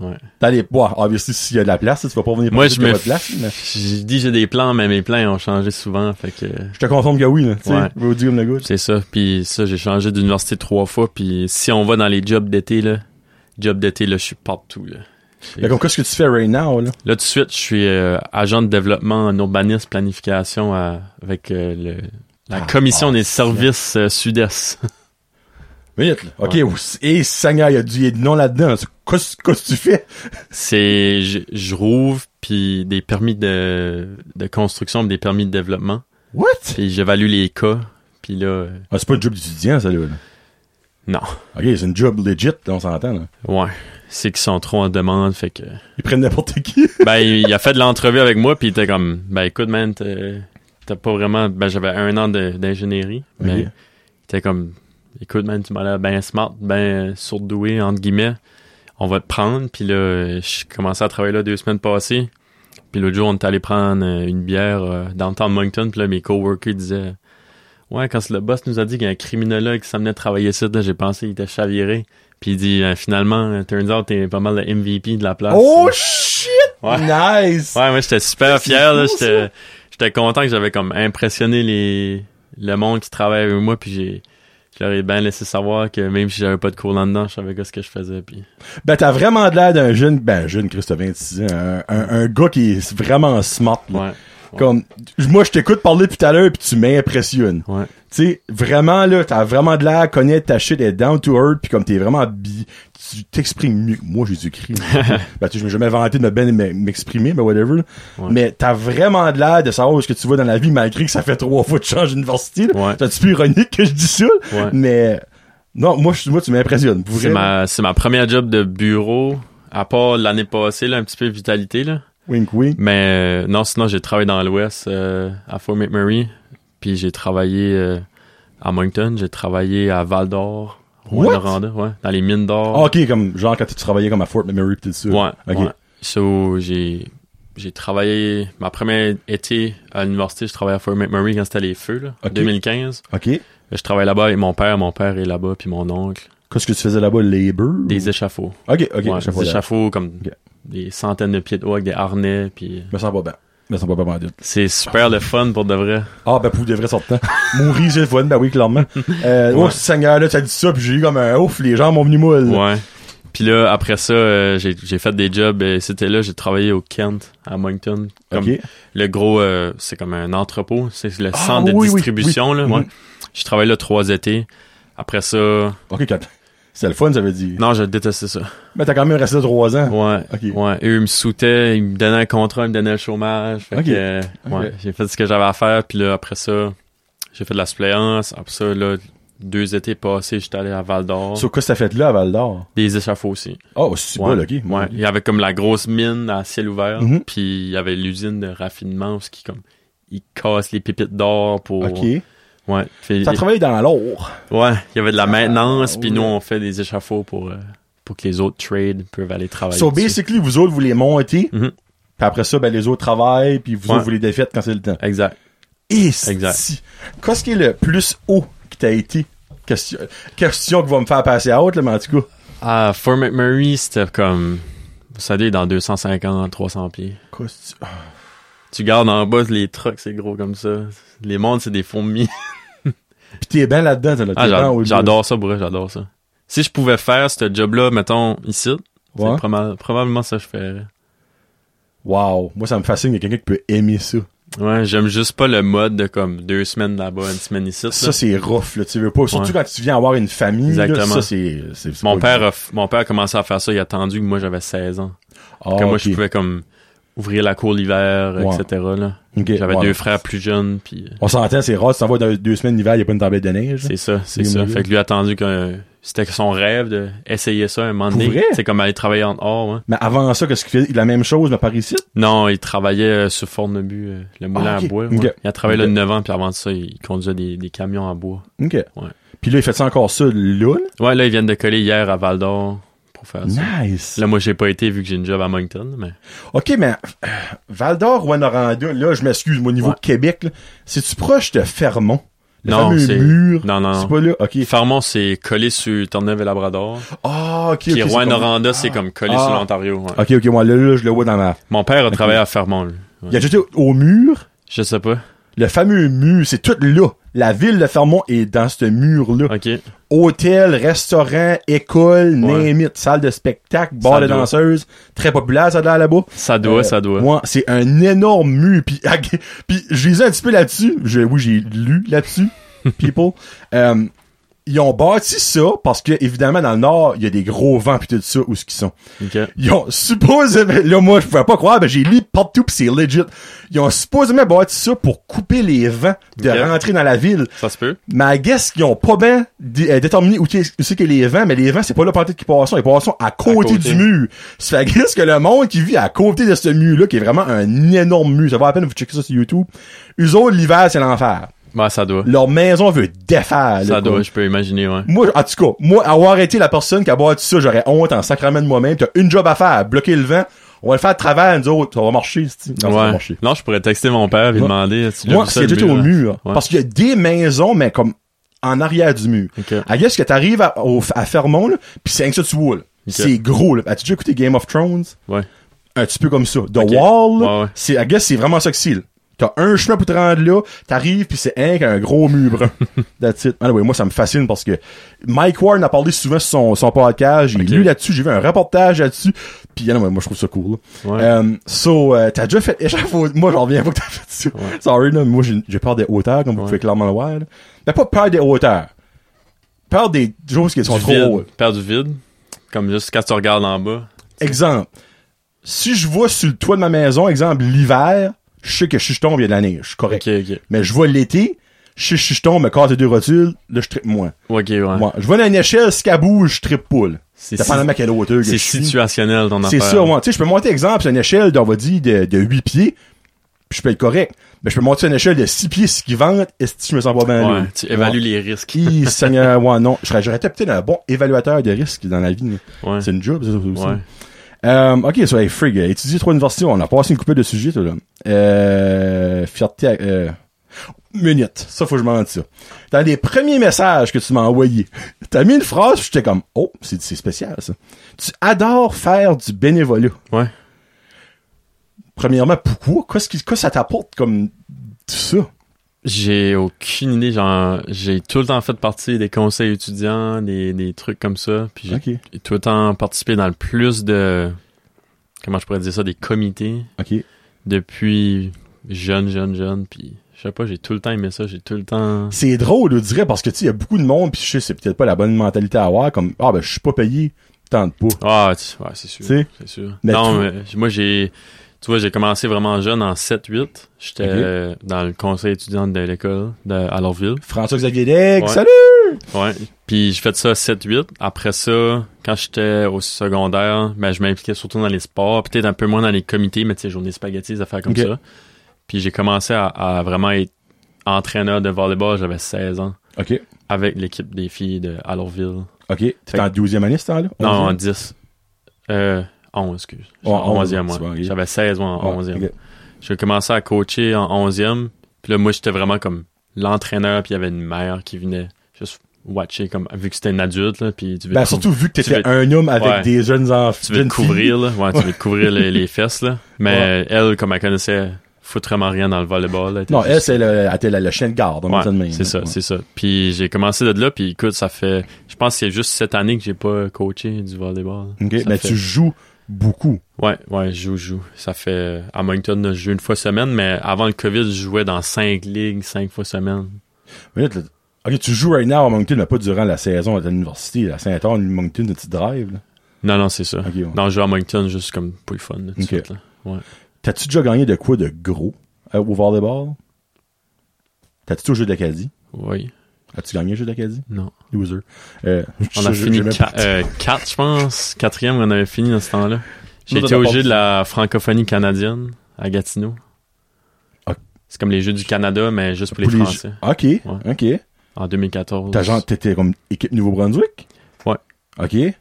[SPEAKER 3] Ouais.
[SPEAKER 1] Dans les bois, obviously, s'il y a de la place, là, tu vas pas revenir par
[SPEAKER 3] Moi,
[SPEAKER 1] ici,
[SPEAKER 3] je
[SPEAKER 1] t'as
[SPEAKER 3] me.
[SPEAKER 1] pas de place, mais-
[SPEAKER 3] Je dis j'ai des plans, mais mes plans ils ont changé souvent. Fait que
[SPEAKER 1] Je te confirme que oui, là. Tu sais,
[SPEAKER 3] Ouais.
[SPEAKER 1] Roddy comme le gars.
[SPEAKER 3] c'est ça. Puis ça, j'ai changé d'université trois fois. Puis si on va dans les jobs d'été, là, job d'été, là, je suis partout. Là,
[SPEAKER 1] Fait qu'on, qu'est-ce que tu fais right now, là?
[SPEAKER 3] Là, tout de suite, je suis euh, agent de développement en urbanisme, planification à- avec euh, le,
[SPEAKER 1] Ah,
[SPEAKER 3] la commission des services euh, sud-est.
[SPEAKER 1] Minute, là. OK, ou- et Seigneur, il y a du il y a du nom là-dedans. C'est- Qu'est-ce qu'est-ce que tu fais?
[SPEAKER 3] C'est, je, je rouvre puis des permis de, de construction, puis des permis de développement.
[SPEAKER 1] What?
[SPEAKER 3] Puis j'évalue les cas. Puis là, euh,
[SPEAKER 1] Ah, c'est pas un job d'étudiant, ça, là. là.
[SPEAKER 3] non,
[SPEAKER 1] OK, c'est une job legit, là, on s'entend, là.
[SPEAKER 3] ouais, c'est qu'ils sont trop en demande, fait que.
[SPEAKER 1] Ils prennent n'importe qui.
[SPEAKER 3] ben, il a fait de l'entrevue avec moi, puis il était comme, ben, écoute, man, t'as t'as pas vraiment. Ben, j'avais un an de- d'ingénierie, mais
[SPEAKER 1] Ok.
[SPEAKER 3] il était comme, écoute, man, tu m'as l'air ben smart, ben euh, surdoué, entre guillemets. On va te prendre, puis là, euh, je commençais à travailler là deux semaines passées. Puis l'autre jour, on est allé prendre euh, une bière euh, dans le temps de Moncton, puis là, mes coworkers disaient, ouais, quand le boss nous a dit qu'il y a un criminologue qui s'en venait travailler ici, là, j'ai pensé qu'il était chaviré. Puis il dit, euh, finalement, euh, turns out, t'es pas mal le MVP de la place.
[SPEAKER 1] Oh, shit!
[SPEAKER 3] ah, Ouais.
[SPEAKER 1] Nice!
[SPEAKER 3] Ouais, moi j'étais super fier. là.
[SPEAKER 1] fou,
[SPEAKER 3] J'étais, j'étais content que j'avais comme impressionné les le monde qui travaille avec moi. Puis j'ai, je leur ai bien laissé savoir que même si j'avais pas de cours là-dedans, je savais pas ce que je faisais. Puis
[SPEAKER 1] Ben, t'as vraiment de l'air d'un jeune, ben, jeune, Christ, t'as 26 ans, un, un- un gars qui est vraiment smart, là.
[SPEAKER 3] ouais,
[SPEAKER 1] Comme, moi, je t'écoute parler depuis tout à l'heure, puis tu m'impressionnes.
[SPEAKER 3] ouais.
[SPEAKER 1] tu sais, vraiment, là, t'as vraiment de l'air à connaître ta shit, être down to earth, puis comme t'es vraiment bi, tu t'exprimes mieux que moi, Jésus-Christ. ben, tu sais, je m'ai jamais vanté de me ben m'exprimer, mais whatever. là.
[SPEAKER 3] Ouais.
[SPEAKER 1] Mais t'as vraiment de l'air de savoir ce que tu vois dans la vie, malgré que ça fait trois fois que tu changes d'université, là.
[SPEAKER 3] Ouais.
[SPEAKER 1] C'est un petit peu ironique que je dis ça,
[SPEAKER 3] Ouais.
[SPEAKER 1] mais, non, moi, je- moi, tu m'impressionnes. pour
[SPEAKER 3] C'est
[SPEAKER 1] vrai.
[SPEAKER 3] ma, c'est ma première job de bureau. À part l'année passée, là, un petit peu de vitalité là.
[SPEAKER 1] Wink, wink.
[SPEAKER 3] Mais euh, non, sinon j'ai travaillé dans l'Ouest euh, à Fort McMurray. Puis j'ai travaillé euh, à Moncton. J'ai travaillé à Val d'Or,
[SPEAKER 1] What?
[SPEAKER 3] Rwanda, ouais, dans les mines d'or.
[SPEAKER 1] Ah, ok, comme, genre, quand tu travaillais comme à Fort McMurray, pis tout ça.
[SPEAKER 3] Ouais.
[SPEAKER 1] Ok.
[SPEAKER 3] ouais. So, j'ai, j'ai travaillé, ma première été à l'université, je travaillais à Fort McMurray quand c'était les feux, là, en
[SPEAKER 1] Ok.
[SPEAKER 3] 2015.
[SPEAKER 1] Ok.
[SPEAKER 3] Je travaillais là-bas avec mon père, mon père est là-bas, puis mon oncle.
[SPEAKER 1] Qu'est-ce que tu faisais là-bas, labor?
[SPEAKER 3] Des échafauds.
[SPEAKER 1] Ok, Mhm. ok,
[SPEAKER 3] Ouais,
[SPEAKER 1] je sais pas,
[SPEAKER 3] des
[SPEAKER 1] là.
[SPEAKER 3] échafauds comme
[SPEAKER 1] Ok.
[SPEAKER 3] des centaines de pieds de haut avec des harnais, puis
[SPEAKER 1] Me sens pas bien. Me sens pas bien, bandit.
[SPEAKER 3] c'est super le fun pour de vrai.
[SPEAKER 1] Ah, ben, pour de vrai sortant. Mourir, j'ai le fun, ben oui, clairement. Euh,
[SPEAKER 3] Ouais.
[SPEAKER 1] Oh, Seigneur, là, t'as dit ça, puis j'ai eu comme un ouf, les gens m'ont venu moule.
[SPEAKER 3] Ouais. Puis là, après ça, euh, j'ai, j'ai fait des jobs. euh, c'était là, j'ai travaillé au Kent, à Moncton. Comme
[SPEAKER 1] Ok.
[SPEAKER 3] Le gros, euh, c'est comme un entrepôt, c'est le
[SPEAKER 1] Ah,
[SPEAKER 3] centre de
[SPEAKER 1] oui, oui,
[SPEAKER 3] distribution.
[SPEAKER 1] oui.
[SPEAKER 3] Là,
[SPEAKER 1] Mhm.
[SPEAKER 3] ouais. Je travaillais là trois étés. Après ça,
[SPEAKER 1] Ok, quand... c'est le fun, ça veut dire.
[SPEAKER 3] non, je détestais ça.
[SPEAKER 1] Mais t'as quand même resté trois ans.
[SPEAKER 3] Ouais,
[SPEAKER 1] Ok.
[SPEAKER 3] ouais. Eux, ils me soutaient, ils me donnaient un contrat, ils me donnaient le chômage. Fait
[SPEAKER 1] Ok.
[SPEAKER 3] que, euh, ouais,
[SPEAKER 1] Ok.
[SPEAKER 3] j'ai fait ce que j'avais à faire. Puis là, après ça, j'ai fait de la suppléance. Après ça, là, deux étés passés, j'étais allé à Val d'Or.
[SPEAKER 1] Sur quoi ça fait là, à Val d'Or?
[SPEAKER 3] Des échafauds aussi.
[SPEAKER 1] Oh, c'est
[SPEAKER 3] Ouais.
[SPEAKER 1] bon, ok.
[SPEAKER 3] Ouais. Il y avait comme la grosse mine à ciel ouvert,
[SPEAKER 1] Mhm.
[SPEAKER 3] puis il y avait l'usine de raffinement où ce qui comme ils cassent les pépites d'or pour.
[SPEAKER 1] Ok.
[SPEAKER 3] Ouais. Fait-
[SPEAKER 1] T'as travaillé dans l'or.
[SPEAKER 3] ouais. Il y avait de la maintenance,
[SPEAKER 1] Ah,
[SPEAKER 3] puis
[SPEAKER 1] ouais.
[SPEAKER 3] nous on fait des échafauds pour euh, pour que les autres trades peuvent aller travailler.
[SPEAKER 1] So,
[SPEAKER 3] dessus.
[SPEAKER 1] basically, vous autres, vous les montez,
[SPEAKER 3] Mhm.
[SPEAKER 1] puis après ça, ben, les autres travaillent, puis vous
[SPEAKER 3] Ouais.
[SPEAKER 1] autres, vous les défaites quand c'est le temps.
[SPEAKER 3] Exact.
[SPEAKER 1] Et
[SPEAKER 3] Exact.
[SPEAKER 1] si. Qu'est-ce qui est le plus haut qui t'a été? Question, question que va me faire passer à haute, là, mais en tout cas.
[SPEAKER 3] À Fort Ah, McMurray, c'était comme ça dit dans 250, 300 pieds.
[SPEAKER 1] Qu'est-ce que tu-
[SPEAKER 3] Tu gardes en bas les trucks, c'est gros comme ça. Les mondes, c'est des fourmis.
[SPEAKER 1] Puis t'es bien là-dedans, t'es
[SPEAKER 3] Ah,
[SPEAKER 1] bien
[SPEAKER 3] j'a-
[SPEAKER 1] au-
[SPEAKER 3] j'adore ça, bro, j'adore ça. si je pouvais faire ce job-là, mettons, ici, c'est
[SPEAKER 1] Ouais.
[SPEAKER 3] proba- probablement ça que je ferais.
[SPEAKER 1] Wow. Moi, ça me fascine qu'il y a quelqu'un qui peut aimer ça.
[SPEAKER 3] Ouais, j'aime juste pas le mode de comme deux semaines là-bas, une semaine ici. là.
[SPEAKER 1] Ça, c'est rough, là. Tu veux pas. Surtout
[SPEAKER 3] Ouais.
[SPEAKER 1] quand tu viens avoir une famille. là,
[SPEAKER 3] Exactement.
[SPEAKER 1] ça, c'est, c'est, c'est
[SPEAKER 3] mon,
[SPEAKER 1] pas-
[SPEAKER 3] père a, f- mon père a commencé à faire ça, il a attendu que moi j'avais 16 ans.
[SPEAKER 1] Ah,
[SPEAKER 3] que moi
[SPEAKER 1] ok.
[SPEAKER 3] je pouvais comme ouvrir la cour l'hiver,
[SPEAKER 1] Ouais.
[SPEAKER 3] etc. là.
[SPEAKER 1] Ok,
[SPEAKER 3] J'avais
[SPEAKER 1] ouais.
[SPEAKER 3] deux frères plus jeunes, puis euh,
[SPEAKER 1] On s'entend, c'est rare. Tu t'en vas dans deux semaines d'hiver, il n'y a pas une tempête de neige.
[SPEAKER 3] c'est ça, c'est
[SPEAKER 1] Oui,
[SPEAKER 3] ça.
[SPEAKER 1] oui.
[SPEAKER 3] Fait que lui a attendu que euh, c'était son rêve d'essayer ça un moment
[SPEAKER 1] Pour
[SPEAKER 3] donné.
[SPEAKER 1] vrai?
[SPEAKER 3] C'est comme aller travailler en dehors. hein.
[SPEAKER 1] Mais avant ça, qu'est-ce qu'il fait? La même chose, mais par ici?
[SPEAKER 3] Non, il travaillait euh, sur Fort-Nebu, euh, le moulin
[SPEAKER 1] Ah, ok.
[SPEAKER 3] à bois.
[SPEAKER 1] Ok.
[SPEAKER 3] ouais. Il a travaillé
[SPEAKER 1] Ok.
[SPEAKER 3] là 9 ans, puis avant ça, il conduisait des, des camions à bois.
[SPEAKER 1] OK. Puis là, il fait ça encore ça, là? là?
[SPEAKER 3] Ouais, là, ils viennent de coller hier à Val d'Or pour faire Ah, ça.
[SPEAKER 1] Nice.
[SPEAKER 3] Là, moi, j'ai pas été vu que j'ai une job à Moncton, mais
[SPEAKER 1] OK, mais euh, Val d'Or, Rwanda, là, je m'excuse, mais au niveau
[SPEAKER 3] Ouais.
[SPEAKER 1] Québec, là, c'est-tu proche de Fermont? Le
[SPEAKER 3] Non,
[SPEAKER 1] fameux
[SPEAKER 3] c'est-
[SPEAKER 1] mur?
[SPEAKER 3] non, non, non.
[SPEAKER 1] C'est pas là? OK.
[SPEAKER 3] Farmont, c'est collé sur Terre-Neuve et Labrador.
[SPEAKER 1] Ah, OK,
[SPEAKER 3] Puis
[SPEAKER 1] OK. c'est comme-
[SPEAKER 3] Rouen-Noranda, c'est comme collé
[SPEAKER 1] Ah.
[SPEAKER 3] sur l'Ontario. ouais.
[SPEAKER 1] OK, OK, moi, là, là, je le vois dans ma...
[SPEAKER 3] Mon père a travaillé à Fermont. lui. Ouais.
[SPEAKER 1] Il a jeté au- au mur,
[SPEAKER 3] Je sais pas.
[SPEAKER 1] le fameux mur, c'est tout là. La ville de Fermont est dans ce mur-là.
[SPEAKER 3] OK.
[SPEAKER 1] Hôtel, restaurant, école,
[SPEAKER 3] Ouais.
[SPEAKER 1] name it, salle de spectacle, bar
[SPEAKER 3] Ça
[SPEAKER 1] de
[SPEAKER 3] doit.
[SPEAKER 1] danseuse. Très populaire, ça, là, là-bas.
[SPEAKER 3] Ça doit,
[SPEAKER 1] Euh,
[SPEAKER 3] ça doit.
[SPEAKER 1] Moi, c'est un énorme mur. Puis, puis je lisais un petit peu là-dessus. Je- oui, j'ai lu là-dessus, people. Euh, ils ont bâti ça parce que, évidemment, dans le nord, il y a des gros vents puis tout ça, où ce qu'ils sont.
[SPEAKER 3] OK.
[SPEAKER 1] Ils ont supposément, là, moi, je pouvais pas croire, mais j'ai lu partout pis c'est legit. Ils ont supposément bâti ça pour couper les vents de
[SPEAKER 3] Ok.
[SPEAKER 1] rentrer dans la ville.
[SPEAKER 3] Ça se peut.
[SPEAKER 1] Mais I guess qu'ils ont pas bien dé- euh, déterminé où qu'est- où c'est que les vents, mais les vents, c'est pas là pantoute qui passent, ils passent à côté,
[SPEAKER 3] côté.
[SPEAKER 1] du mur. Ça fait que guess que le monde qui vit à côté de ce mur-là, qui est vraiment un énorme mur, ça va à peine vous checker ça sur YouTube, eux autres, l'hiver, c'est l'enfer.
[SPEAKER 3] Bah, ça doit.
[SPEAKER 1] Leur maison veut défaire. là,
[SPEAKER 3] Ça doit,
[SPEAKER 1] quoi.
[SPEAKER 3] je peux imaginer, ouais.
[SPEAKER 1] Moi, en tout cas, moi, avoir été la personne qui a boire tout ça, j'aurais honte en sacrament de moi-même. T'as une job à faire, bloquer le vent. On va le faire à travers, nous autres. Ça va marcher, c'ti. Non, ça va
[SPEAKER 3] ouais.
[SPEAKER 1] marcher.
[SPEAKER 3] Non, je pourrais texter mon père et lui
[SPEAKER 1] Moi-
[SPEAKER 3] demander. Tu l'as
[SPEAKER 1] Moi,
[SPEAKER 3] vu ça,
[SPEAKER 1] c'est
[SPEAKER 3] le
[SPEAKER 1] tout au
[SPEAKER 3] là?
[SPEAKER 1] mur.
[SPEAKER 3] Ouais.
[SPEAKER 1] Parce qu'il y a des maisons, mais comme en arrière du mur.
[SPEAKER 3] Ok.
[SPEAKER 1] I guess que t'arrives à, au- à Fermont, là, pis c'est rien que ça tu vois, là. C'est gros, là. As-tu déjà écouté Game of Thrones?
[SPEAKER 3] Ouais.
[SPEAKER 1] Un petit peu comme ça. The
[SPEAKER 3] Ok.
[SPEAKER 1] Wall, là,
[SPEAKER 3] Ouais, ouais.
[SPEAKER 1] c'est, I guess c'est vraiment ça que c'est, là. T'as un chemin pour te rendre là, t'arrives pis c'est un qu'un gros mur brun. That's it. Anyway, moi ça me fascine parce que Mike Ward en a parlé souvent sur son, son podcast, j'ai lu là-dessus, j'ai vu un reportage là-dessus, pis anyway, moi je trouve ça cool. là.
[SPEAKER 3] Ouais.
[SPEAKER 1] Euh, so, euh, t'as déjà fait échafaud... Moi j'en reviens pas que t'as fait ça. Sorry là, mais moi j'ai j'ai peur des hauteurs comme vous
[SPEAKER 3] Ouais.
[SPEAKER 1] pouvez clairement le voir. là. Mais pas peur des hauteurs. Peur des choses qui sont
[SPEAKER 3] Du
[SPEAKER 1] trop hautes.
[SPEAKER 3] vide. Père du vide. Comme juste quand tu regardes en bas.
[SPEAKER 1] Exemple. Si je vois sur le toit de ma maison, exemple, l'hiver, je sais que je tombe, il y a de la neige, je suis correct.
[SPEAKER 3] Ok, ok.
[SPEAKER 1] Mais je vois l'été, je sais que je tombe, me casse les deux rotules, là, je trippe moins.
[SPEAKER 3] Ok, ouais.
[SPEAKER 1] Moi, je vois dans une échelle, si qu'elle bouge, je trippe poule.
[SPEAKER 3] C'est
[SPEAKER 1] Dépendamment à
[SPEAKER 3] si-
[SPEAKER 1] quelle hauteur que je
[SPEAKER 3] c'est
[SPEAKER 1] suis.
[SPEAKER 3] situationnel, ton
[SPEAKER 1] C'est
[SPEAKER 3] affaire.
[SPEAKER 1] ça, ouais. Tu sais, je peux monter, exemple, sur une échelle, d'on va dire, de, de 8 pieds, puis je peux être correct. Mais je peux monter sur une échelle de 6 pieds, ce qui vente, et si je me sens pas bien là.
[SPEAKER 3] Ouais, tu évalues les risques.
[SPEAKER 1] Ouais. Hi, Seigneur, ouais, non. Je serais- J'aurais été peut-être un bon évaluateur de risque dans la vie. là.
[SPEAKER 3] Ouais.
[SPEAKER 1] C'est une job, ça, ça, aussi.
[SPEAKER 3] Ouais.
[SPEAKER 1] Euh, ok, so, hey, Frig, euh, étudier trois universités, on a passé une couple de sujets, toi, là. Euh, fierté, à- euh, minute. Ça, faut que je m'en dise ça. Dans les premiers messages que tu m'as envoyés, t'as mis une phrase, puis j'étais comme, oh, c'est, c'est spécial, ça. Tu adores faire du bénévolat.
[SPEAKER 3] Ouais.
[SPEAKER 1] Premièrement, pourquoi? Qu'est-ce qui, qu'est-ce que ça t'apporte comme, tout ça?
[SPEAKER 3] J'ai aucune idée. Genre, j'ai tout le temps fait partie des conseils étudiants, des, des trucs comme ça. Puis j'ai
[SPEAKER 1] Ok.
[SPEAKER 3] tout le temps participé dans le plus de. Comment je pourrais dire ça Des comités
[SPEAKER 1] Ok.
[SPEAKER 3] depuis jeune, jeune, jeune. Puis je sais pas, j'ai tout le temps aimé ça. J'ai tout le temps.
[SPEAKER 1] C'est drôle, je dirais, parce que, tu sais, il y a beaucoup de monde, puis je sais, c'est peut-être pas la bonne mentalité à avoir, comme, ah, ben, je suis pas payé, tant de pas.
[SPEAKER 3] Ah, tu- ouais, c'est sûr.
[SPEAKER 1] Tu sais?
[SPEAKER 3] C'est sûr.
[SPEAKER 1] Mais
[SPEAKER 3] non,
[SPEAKER 1] ben, tu-
[SPEAKER 3] mais j- moi, j'ai. Tu vois, j'ai commencé vraiment jeune en 7-8. J'étais
[SPEAKER 1] Ok.
[SPEAKER 3] euh, dans le conseil étudiant de l'école de, à Lorville.
[SPEAKER 1] François-Xavier Degg,
[SPEAKER 3] Ouais.
[SPEAKER 1] salut!
[SPEAKER 3] Ouais. Puis j'ai fait ça 7-8. Après ça, quand j'étais au secondaire, ben, je m'impliquais surtout dans les sports, peut-être un peu moins dans les comités, mais tu sais, journée spaghetti, des affaires comme
[SPEAKER 1] Ok.
[SPEAKER 3] ça. Puis j'ai commencé à, à vraiment être entraîneur de volleyball, j'avais 16 ans,
[SPEAKER 1] Ok.
[SPEAKER 3] avec l'équipe des filles de Alortville.
[SPEAKER 1] OK. T'es
[SPEAKER 3] Fait-
[SPEAKER 1] en 12e année, ce temps-là?
[SPEAKER 3] Non, en
[SPEAKER 1] 11e?
[SPEAKER 3] 10. Euh, 11, excuse.
[SPEAKER 1] Ouais,
[SPEAKER 3] 11e,
[SPEAKER 1] c'est bon,
[SPEAKER 3] moi.
[SPEAKER 1] ok.
[SPEAKER 3] J'avais 16 ans en
[SPEAKER 1] Ouais,
[SPEAKER 3] 11e.
[SPEAKER 1] ok.
[SPEAKER 3] J'ai commencé à coacher en 11e. Puis là, moi, j'étais vraiment comme l'entraîneur, puis il y avait une mère qui venait juste watcher, comme, vu que c'était une adulte, là, puis tu veux
[SPEAKER 1] Ben,
[SPEAKER 3] te cou-
[SPEAKER 1] surtout vu que
[SPEAKER 3] tu veux-
[SPEAKER 1] t'étais un homme avec
[SPEAKER 3] Ouais.
[SPEAKER 1] des jeunes enfants.
[SPEAKER 3] tu veux te couvrir, là. Ouais, tu veux te couvrir les, les fesses, là. Mais elle, comme elle connaissait foutre vraiment rien dans le volleyball. là. Elle était
[SPEAKER 1] Non,
[SPEAKER 3] juste-
[SPEAKER 1] elle, c'est le, elle était la, le chien de garde. on va
[SPEAKER 3] Ouais,
[SPEAKER 1] dire de même,
[SPEAKER 3] c'est ça,
[SPEAKER 1] ouais.
[SPEAKER 3] c'est ça. Puis j'ai commencé de là, puis écoute, ça fait, je pense que c'est juste cette année que j'ai pas coaché du volleyball.
[SPEAKER 1] Ok,
[SPEAKER 3] Ça
[SPEAKER 1] mais
[SPEAKER 3] fait-
[SPEAKER 1] tu joues beaucoup.
[SPEAKER 3] Ouais, ouais, je joue, je joue. Ça fait, à Moncton, je joue une fois semaine, mais avant le COVID, je jouais dans cinq ligues, cinq fois semaine.
[SPEAKER 1] Mais là, t'as- ok, tu joues right now à Moncton, mais pas durant la saison à l'université. À Saint-Anne, Moncton, tu drive. Là.
[SPEAKER 3] Non, non, c'est ça.
[SPEAKER 1] Ok, ouais.
[SPEAKER 3] Non, je joue à Moncton juste comme pour le fun, là, tout de
[SPEAKER 1] Ok.
[SPEAKER 3] suite, là. Ouais.
[SPEAKER 1] T'as-tu déjà gagné de quoi de gros euh, au volleyball? T'as-tu joué au jeu d'Acadie?
[SPEAKER 3] Oui.
[SPEAKER 1] As-tu gagné le jeu d'Acadie?
[SPEAKER 3] non.
[SPEAKER 1] Loser. Euh,
[SPEAKER 3] On
[SPEAKER 1] je-
[SPEAKER 3] a
[SPEAKER 1] je-
[SPEAKER 3] fini euh,
[SPEAKER 1] j'ai même
[SPEAKER 3] 4,
[SPEAKER 1] pas-
[SPEAKER 3] je pense. Quatrième, on avait fini dans ce temps-là. J'ai
[SPEAKER 1] Nous, on
[SPEAKER 3] été
[SPEAKER 1] a
[SPEAKER 3] au
[SPEAKER 1] pas
[SPEAKER 3] jeu
[SPEAKER 1] fait.
[SPEAKER 3] de la francophonie canadienne à Gatineau.
[SPEAKER 1] Ah.
[SPEAKER 3] C'est comme les jeux du Canada, mais juste pour les
[SPEAKER 1] Pour les
[SPEAKER 3] Français.
[SPEAKER 1] jeux- Ok, ok.
[SPEAKER 3] En 2014.
[SPEAKER 1] T'as genre, t'étais comme équipe Nouveau-Brunswick?
[SPEAKER 3] Ouais.
[SPEAKER 1] Ok.
[SPEAKER 3] Ouais.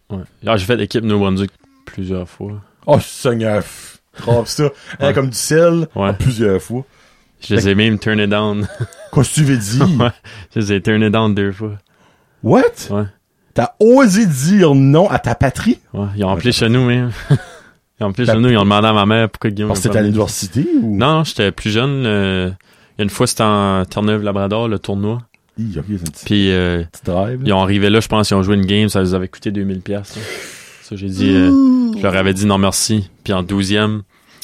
[SPEAKER 3] Ah, j'ai fait l'équipe Nouveau-Brunswick plusieurs fois.
[SPEAKER 1] Oh, Seigneur! Grave ça! Hein,
[SPEAKER 3] Ouais.
[SPEAKER 1] comme du sel,
[SPEAKER 3] Ouais.
[SPEAKER 1] à plusieurs fois.
[SPEAKER 3] Je les ai même turned down.
[SPEAKER 1] Qu'est-ce que tu veux dire?
[SPEAKER 3] Ouais. je les ai turned down deux fois.
[SPEAKER 1] What?
[SPEAKER 3] Ouais.
[SPEAKER 1] T'as osé dire non à ta patrie?
[SPEAKER 3] Ouais. Ils ont appelé
[SPEAKER 1] Ouais.
[SPEAKER 3] chez nous, même. ils ont appelé
[SPEAKER 1] La-
[SPEAKER 3] chez nous, ils ont demandé à ma mère pourquoi Guillaume.
[SPEAKER 1] Parce que
[SPEAKER 3] a
[SPEAKER 1] t'étais à
[SPEAKER 3] pas-
[SPEAKER 1] l'université ou?
[SPEAKER 3] Non, non, j'étais plus jeune. euh, il y a une fois, c'était en Terre-Neuve-Labrador, le tournoi.
[SPEAKER 1] Hi, ok, c'est un petit,
[SPEAKER 3] Puis, euh,
[SPEAKER 1] petit drive. là.
[SPEAKER 3] Ils ont arrivé là, je pense, ils ont joué une game, ça les avait coûté 2000 pièces. Ça, j'ai dit, euh, je leur avais dit non merci. Puis en 12e,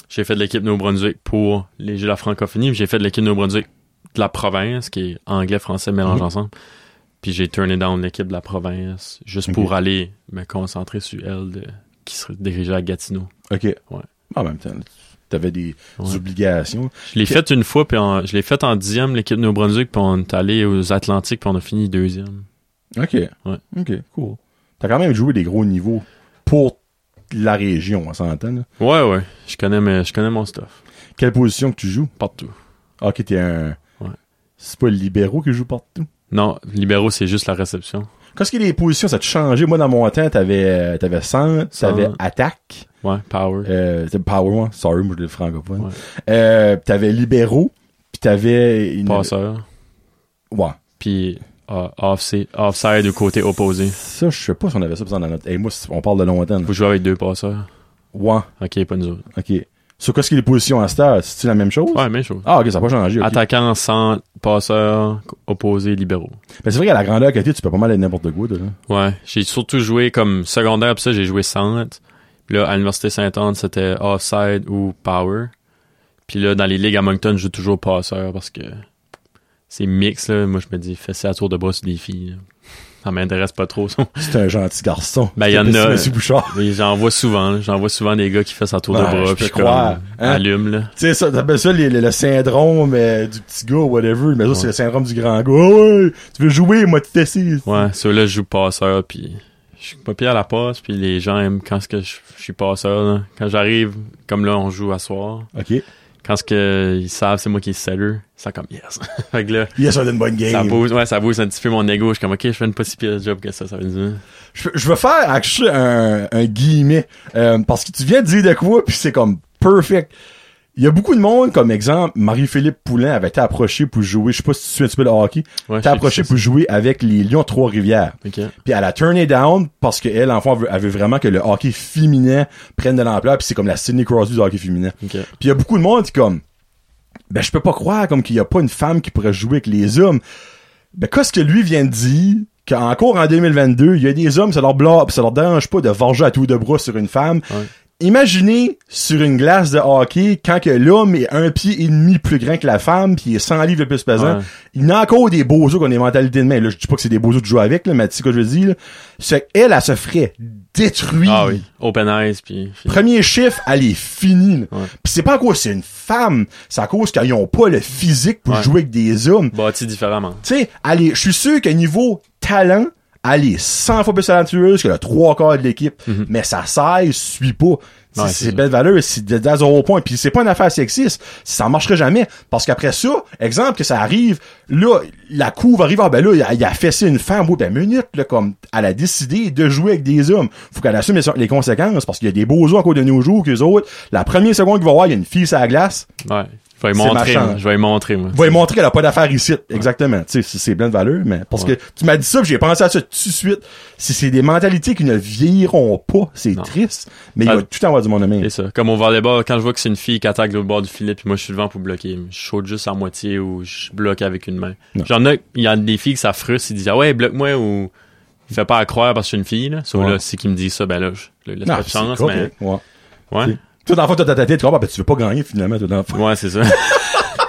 [SPEAKER 3] j'ai fait de l'équipe Nouveau-Brunswick pour les Jeux de la francophonie, puis j'ai fait de l'équipe Nouveau-Brunswick de la province, qui est anglais-français mélangé
[SPEAKER 1] Mhm.
[SPEAKER 3] ensemble. Puis j'ai turné down l'équipe de la province, juste
[SPEAKER 1] Ok.
[SPEAKER 3] pour aller me concentrer sur elle, de- qui se dirigeait à Gatineau.
[SPEAKER 1] Ok.
[SPEAKER 3] Ouais.
[SPEAKER 1] En même temps, t'avais des
[SPEAKER 3] Ouais.
[SPEAKER 1] obligations.
[SPEAKER 3] Je l'ai
[SPEAKER 1] Ok.
[SPEAKER 3] fait une fois, puis en- je l'ai fait en 10e, l'équipe Nouveau-Brunswick, puis on est allé aux Atlantiques, puis on a fini deuxième.
[SPEAKER 1] Ok.
[SPEAKER 3] Ouais.
[SPEAKER 1] Ok, cool. T'as quand même joué des gros niveaux pour la région, on s'entend. là.
[SPEAKER 3] Ouais, ouais, je connais, mes- je connais mon stuff,
[SPEAKER 1] Quelle position que tu joues?
[SPEAKER 3] partout.
[SPEAKER 1] Ah, ok, t'es un...
[SPEAKER 3] Ouais.
[SPEAKER 1] C'est pas le libéraux qui joue partout.
[SPEAKER 3] Non, libéraux, c'est juste la réception.
[SPEAKER 1] Qu'est-ce que les positions, ça a changé? Moi, dans mon temps, t'avais, euh, t'avais centre,
[SPEAKER 3] Centre.
[SPEAKER 1] t'avais attaque,
[SPEAKER 3] Ouais, power.
[SPEAKER 1] euh, t'avais power, moi, sorry, moi, je l'ai le francophone.
[SPEAKER 3] Ouais.
[SPEAKER 1] Euh, pis t'avais libéraux, pis t'avais
[SPEAKER 3] Euh,
[SPEAKER 1] une...
[SPEAKER 3] Passeur.
[SPEAKER 1] Ouais.
[SPEAKER 3] Puis ah, offsi- offside ou côté opposé.
[SPEAKER 1] Ça, je sais pas si on avait ça dans la note. Hey, moi, c'est- on parle de longtemps. là.
[SPEAKER 3] Vous jouez avec deux passeurs.
[SPEAKER 1] Ouais,
[SPEAKER 3] Ok, pas nous autres.
[SPEAKER 1] ok. Sur qu'est-ce que les positions à cette heure? C'est-tu la même chose?
[SPEAKER 3] Ouais, même chose.
[SPEAKER 1] Ah, ok, ça n'a pas changé. ok.
[SPEAKER 3] Attaquant, centre, passeur, co- opposé, libéraux.
[SPEAKER 1] Mais c'est vrai qu'à la grandeur que t'es, tu peux pas mal être n'importe quoi, toi, là.
[SPEAKER 3] Ouais, j'ai surtout joué comme secondaire, puis ça, j'ai joué centre. Puis là, à l'Université Sainte-Anne, c'était offside ou power. Puis là, dans les ligues à Moncton, je joue toujours passeur parce que c'est mix, là. Moi, je me dis, fais ça à tour de bras sur des filles. là. Ça m'intéresse pas trop, ça.
[SPEAKER 1] C'est un gentil garçon.
[SPEAKER 3] Ben, y en
[SPEAKER 1] C'est
[SPEAKER 3] a-
[SPEAKER 1] Monsieur Bouchard.
[SPEAKER 3] Et J'en vois souvent, là. j'en vois souvent des gars qui font sa tour de
[SPEAKER 1] Ouais, je
[SPEAKER 3] bras,
[SPEAKER 1] peux
[SPEAKER 3] puis comme,
[SPEAKER 1] croire, hein.
[SPEAKER 3] allume là.
[SPEAKER 1] Tu sais, ça, t'appelles ça les- le, le syndrome euh, du petit gars, whatever. Mais ça, c'est
[SPEAKER 3] Ouais.
[SPEAKER 1] le syndrome du grand gars. Ouais, tu veux jouer, moi, tu t'essayes.
[SPEAKER 3] Ouais, ceux-là je joue passeur, puis je suis pas pire à la passe, puis les gens aiment quand ce que je, je suis passeur. Là. Quand j'arrive, comme là on joue à soir,
[SPEAKER 1] Ok.
[SPEAKER 3] quand ce que ils savent c'est moi qui est setter, ça comme yes. fait que là,
[SPEAKER 1] Yes, on a une bonne
[SPEAKER 3] ça
[SPEAKER 1] game.
[SPEAKER 3] booste, ouais, ça booste un petit peu mon ego. Je suis comme ok, je fais une pas si pire job que ça, ça veut dire.
[SPEAKER 1] Je, je veux faire actually, un, un guillemet euh, parce que tu viens de dire de quoi puis c'est comme perfect. Il y a beaucoup de monde, comme exemple, Marie-Philippe Poulain avait été approché pour jouer, je sais pas si tu suis un petit peu de hockey,
[SPEAKER 3] Ouais,
[SPEAKER 1] t'es approché pour jouer avec les Lions de Trois-Rivières.
[SPEAKER 3] Ok.
[SPEAKER 1] Puis elle a turné down parce qu'elle, enfant, elle veut, elle veut vraiment que le hockey féminin prenne de l'ampleur, puis c'est comme la Sydney Crosby du hockey féminin.
[SPEAKER 3] Ok.
[SPEAKER 1] Puis il y a beaucoup de monde qui comme ben je peux pas croire comme qu'il y a pas une femme qui pourrait jouer avec les hommes. Ben qu'est-ce que lui vient de dire qu'encore en 2022, il y a des hommes ça leur bla, ça leur dérange pas de varger à tout de bras sur une femme.
[SPEAKER 3] Ouais.
[SPEAKER 1] Imaginez sur une glace de hockey quand que l'homme est un pied et demi plus grand que la femme puis il est 100 livres le plus pesant.
[SPEAKER 3] Ouais.
[SPEAKER 1] Il y en a encore des beaux qui ont des mentalités de main. Là, je dis pas que c'est des beaux de jouer avec, là, mais tu sais ce que je veux dire. là. C'est qu'elle, elle se ferait détruire.
[SPEAKER 3] Ah oui. Open eyes, puis. puis-
[SPEAKER 1] Premier chiffre, elle est finie. là.
[SPEAKER 3] Ouais.
[SPEAKER 1] Puis c'est pas à cause c'est une femme, c'est à cause qu'ils ont pas le physique pour
[SPEAKER 3] Ouais.
[SPEAKER 1] jouer avec des hommes.
[SPEAKER 3] Bâti différemment.
[SPEAKER 1] Tu sais, elle est- je suis sûr qu'à niveau talent, elle est 100 fois plus talentueuse que le trois quarts de l'équipe, mais sa size suit pas. Tu sais,
[SPEAKER 3] Mhm. Ouais, c'est
[SPEAKER 1] c'est
[SPEAKER 3] ça.
[SPEAKER 1] belle valeur, c'est de- dans un haut point. Puis c'est pas une affaire sexiste, ça marcherait jamais. Parce qu'après ça, exemple que ça arrive, là, la couve arrive, ah ben là, il a, il a fessé une femme, ouais, ben minute, là, comme, elle a décidé de jouer avec des hommes. Faut qu'elle assume les, les conséquences, parce qu'il y a des beaux hommes encore de nos jours qu'eux autres. La première seconde qu'il va voir, il y a une fille sur la glace,
[SPEAKER 3] Ouais. Je vais lui
[SPEAKER 1] C'est
[SPEAKER 3] montrer,
[SPEAKER 1] marchand.
[SPEAKER 3] moi. Je vais lui montrer, moi.
[SPEAKER 1] va lui montrer qu'elle a pas d'affaires ici. Exactement. Tu sais, c'est- c'est bien de valeur, mais parce
[SPEAKER 3] Ouais.
[SPEAKER 1] que tu m'as dit ça, puis j'ai pensé à ça tout de suite. Si c'est des mentalités qui ne vieilliront pas, c'est
[SPEAKER 3] Non.
[SPEAKER 1] triste. Mais
[SPEAKER 3] Ah.
[SPEAKER 1] il va tout avoir du monde à main.
[SPEAKER 3] C'est ça. Comme au volleyball, quand je vois que c'est une fille qui attaque le bord du filet, puis moi je suis devant pour bloquer, je chaude juste en moitié ou je bloque avec une main.
[SPEAKER 1] Non.
[SPEAKER 3] J'en ai, il y a des filles que ça frustre, ils disent ah ouais, bloque-moi ou il fait pas à croire parce que je suis une fille, là. So,
[SPEAKER 1] Ouais.
[SPEAKER 3] là, si qui me dit ça, ben là, je je laisse pas de
[SPEAKER 1] c'est
[SPEAKER 3] chance, mais.
[SPEAKER 1] correct. Ouais.
[SPEAKER 3] Ouais.
[SPEAKER 1] Toi, dans le fond, t'as ta tête, tu comprends, ben, tu veux pas gagner, finalement, toi, dans le fond.
[SPEAKER 3] Ouais, c'est ça.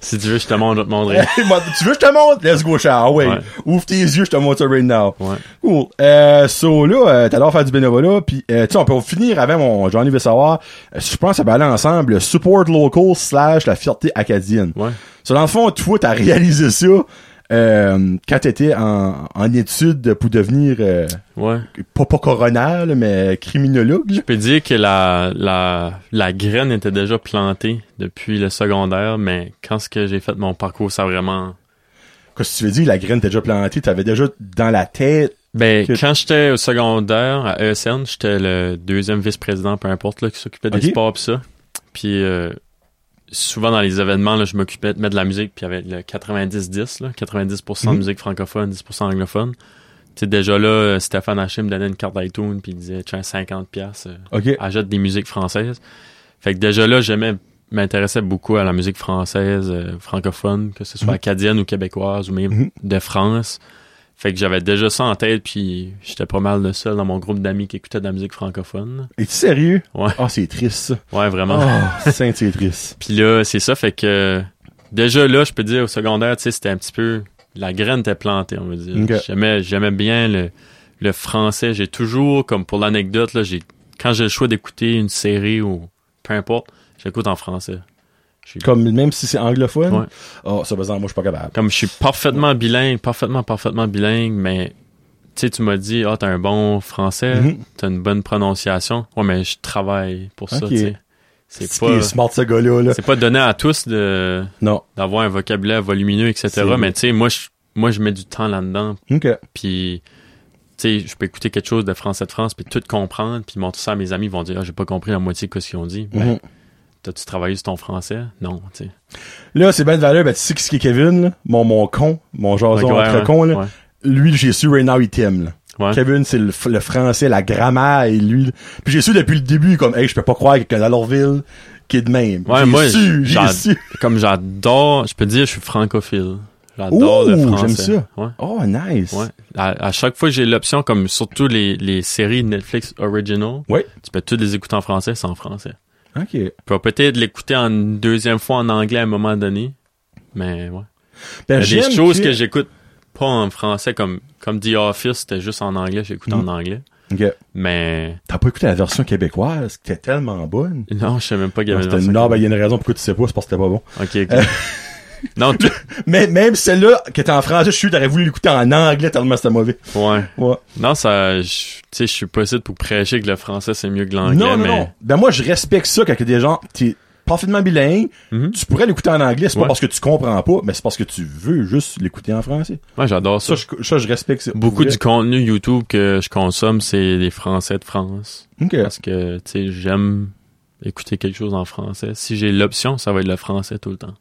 [SPEAKER 3] si tu veux, je te montre, je vais te montrer.
[SPEAKER 1] Moi, tu veux, je te montre? Let's go, Charles. Ouais.
[SPEAKER 3] Ouais.
[SPEAKER 1] Ouvre tes yeux, je te montre ça right now.
[SPEAKER 3] Ouais.
[SPEAKER 1] Cool. Euh, so, là, euh, t'as l'air faire du bénévolat, puis euh, tu sais, on peut finir avec mon Johnny veut savoir. euh, je pense que ça va aller ensemble. le Support local slash la fierté acadienne.
[SPEAKER 3] Ouais.
[SPEAKER 1] So, dans le fond, toi, t'as réalisé ça euh, quand t'étais en, en étude pour devenir, euh,
[SPEAKER 3] Ouais.
[SPEAKER 1] pas, pas coroner, là, mais criminologue. là.
[SPEAKER 3] Je peux dire que la, la, la graine était déjà plantée depuis le secondaire, mais quand ce que j'ai fait mon parcours, ça a vraiment
[SPEAKER 1] Qu'est-ce que tu veux dire? La graine t'as déjà plantée, t'avais déjà dans la tête.
[SPEAKER 3] Ben,
[SPEAKER 1] Que-
[SPEAKER 3] quand j'étais au secondaire à ESN, j'étais le deuxième vice-président, peu importe, là, qui s'occupait des
[SPEAKER 1] Ok.
[SPEAKER 3] sports pis ça. Puis euh, souvent dans les événements, là, je m'occupais de mettre de la musique, puis il y avait le 90-10, là, 90%
[SPEAKER 1] Mhm.
[SPEAKER 3] de musique francophone, 10% anglophone. Tu sais, déjà là, euh, Stéphane Hachim donnait une carte d'iTunes, puis il disait, tiens, 50$, piastres, euh,
[SPEAKER 1] OK.
[SPEAKER 3] achète des musiques françaises. Fait que déjà là, j'aimais, m'intéressais beaucoup à la musique française, euh, francophone, que ce soit
[SPEAKER 1] Mhm.
[SPEAKER 3] acadienne ou québécoise ou même
[SPEAKER 1] Mhm.
[SPEAKER 3] de France. Fait que j'avais déjà ça en tête, puis j'étais pas mal le seul dans mon groupe d'amis qui écoutait de la musique francophone.
[SPEAKER 1] Es-tu sérieux?
[SPEAKER 3] Ouais.
[SPEAKER 1] Ah, c'est triste, ça.
[SPEAKER 3] Ouais, vraiment.
[SPEAKER 1] Oh, Saint, c'est triste.
[SPEAKER 3] Puis là, c'est ça, fait que euh, déjà là, je peux dire au secondaire, tu sais, c'était un petit peu la graine était plantée, on va dire.
[SPEAKER 1] Ok.
[SPEAKER 3] J'aimais, j'aimais bien le, le français. J'ai toujours, comme pour l'anecdote, là, j'ai quand j'ai le choix d'écouter une série ou peu importe, j'écoute en français.
[SPEAKER 1] Comme même si c'est anglophone.
[SPEAKER 3] Ouais.
[SPEAKER 1] Oh, ça besoin, moi je suis pas capable.
[SPEAKER 3] Comme je suis parfaitement bilingue, parfaitement, parfaitement bilingue, mais tu sais, tu m'as dit, ah, t'as un bon français,
[SPEAKER 1] Mhm.
[SPEAKER 3] t'as une bonne prononciation. Ouais, mais je travaille pour ça,
[SPEAKER 1] Ok.
[SPEAKER 3] tu sais.
[SPEAKER 1] C'est
[SPEAKER 3] C'est pas,
[SPEAKER 1] smart ce gars-là. Là.
[SPEAKER 3] c'est pas donné à tous de,
[SPEAKER 1] Non.
[SPEAKER 3] d'avoir un vocabulaire volumineux, etc.
[SPEAKER 1] C'est-
[SPEAKER 3] Mais tu sais, moi, je, moi, je mets du temps là-dedans.
[SPEAKER 1] Ok.
[SPEAKER 3] Puis, tu sais, je peux écouter quelque chose de Français de France, puis tout comprendre, puis montrer ça à mes amis, ils vont dire, ah, j'ai pas compris la moitié de ce qu'ils ont dit. Ben,
[SPEAKER 1] Mhm.
[SPEAKER 3] t'as-tu travaillé sur ton français? Non, tu sais.
[SPEAKER 1] Là, c'est ben de valeur. Ben, tu sais qui c'est Kevin, là? Mon, mon con, mon jason
[SPEAKER 3] Fait que, ouais,
[SPEAKER 1] entre
[SPEAKER 3] ouais,
[SPEAKER 1] con, là.
[SPEAKER 3] ouais.
[SPEAKER 1] Lui, j'ai su right now, il t'aime, là.
[SPEAKER 3] Ouais.
[SPEAKER 1] Kevin, c'est le, f- le français, la grammaire, et lui. là. Puis j'ai su depuis le début, comme, hey, je peux pas croire que Dalorville, qui est de même.
[SPEAKER 3] Ouais,
[SPEAKER 1] j'ai
[SPEAKER 3] moi,
[SPEAKER 1] su, j'ai
[SPEAKER 3] j'en-
[SPEAKER 1] su.
[SPEAKER 3] Comme j'adore, je peux dire, je suis francophile. J'adore
[SPEAKER 1] Ouh,
[SPEAKER 3] le français.
[SPEAKER 1] j'aime ça.
[SPEAKER 3] Ouais.
[SPEAKER 1] Oh, nice.
[SPEAKER 3] Ouais. À, à chaque fois que j'ai l'option, comme surtout les, les séries Netflix Original,
[SPEAKER 1] Ouais.
[SPEAKER 3] tu peux toutes les écouter en français, c'est en français.
[SPEAKER 1] Ok.
[SPEAKER 3] Tu peux peut-être l'écouter en une deuxième fois en anglais à un moment donné, mais ouais.
[SPEAKER 1] Ben,
[SPEAKER 3] Il y a
[SPEAKER 1] j'aime
[SPEAKER 3] des choses que, j'écoute pas en français, comme, comme The Office, c'était juste en anglais, j'écoute
[SPEAKER 1] Mhm.
[SPEAKER 3] en anglais.
[SPEAKER 1] Ok.
[SPEAKER 3] Mais
[SPEAKER 1] T'as pas écouté la version québécoise, qui était tellement bonne.
[SPEAKER 3] non, je sais même pas qu'il y
[SPEAKER 1] Non,
[SPEAKER 3] avait
[SPEAKER 1] c'était- Euh.
[SPEAKER 3] une
[SPEAKER 1] non,
[SPEAKER 3] version
[SPEAKER 1] ben, il y a une raison pourquoi tu sais pas, c'est parce que c'était pas bon.
[SPEAKER 3] québécoise. Ok, ok. non, tout-
[SPEAKER 1] Mais même celle-là, qui était en français, je suis sûr que t'aurais voulu l'écouter en anglais tellement c'était mauvais.
[SPEAKER 3] ouais.
[SPEAKER 1] Ouais.
[SPEAKER 3] Non, ça, je- tu sais, je suis pas ici pour prêcher que le français c'est mieux que l'anglais,
[SPEAKER 1] non, non,
[SPEAKER 3] mais
[SPEAKER 1] non. Ben moi, je respecte ça quand il y a des gens, t'es parfaitement bilingue,
[SPEAKER 3] Mhm.
[SPEAKER 1] tu pourrais l'écouter en anglais, c'est pas
[SPEAKER 3] Ouais.
[SPEAKER 1] parce que tu comprends pas, mais c'est parce que tu veux juste l'écouter en français.
[SPEAKER 3] moi j'adore ça.
[SPEAKER 1] Ça, je, ça, je respecte ça.
[SPEAKER 3] Beaucoup
[SPEAKER 1] Ouais.
[SPEAKER 3] du contenu YouTube que je consomme, c'est des Français de France.
[SPEAKER 1] Ok.
[SPEAKER 3] Parce que, tu sais, j'aime écouter quelque chose en français. Si j'ai l'option, ça va être le français tout le temps.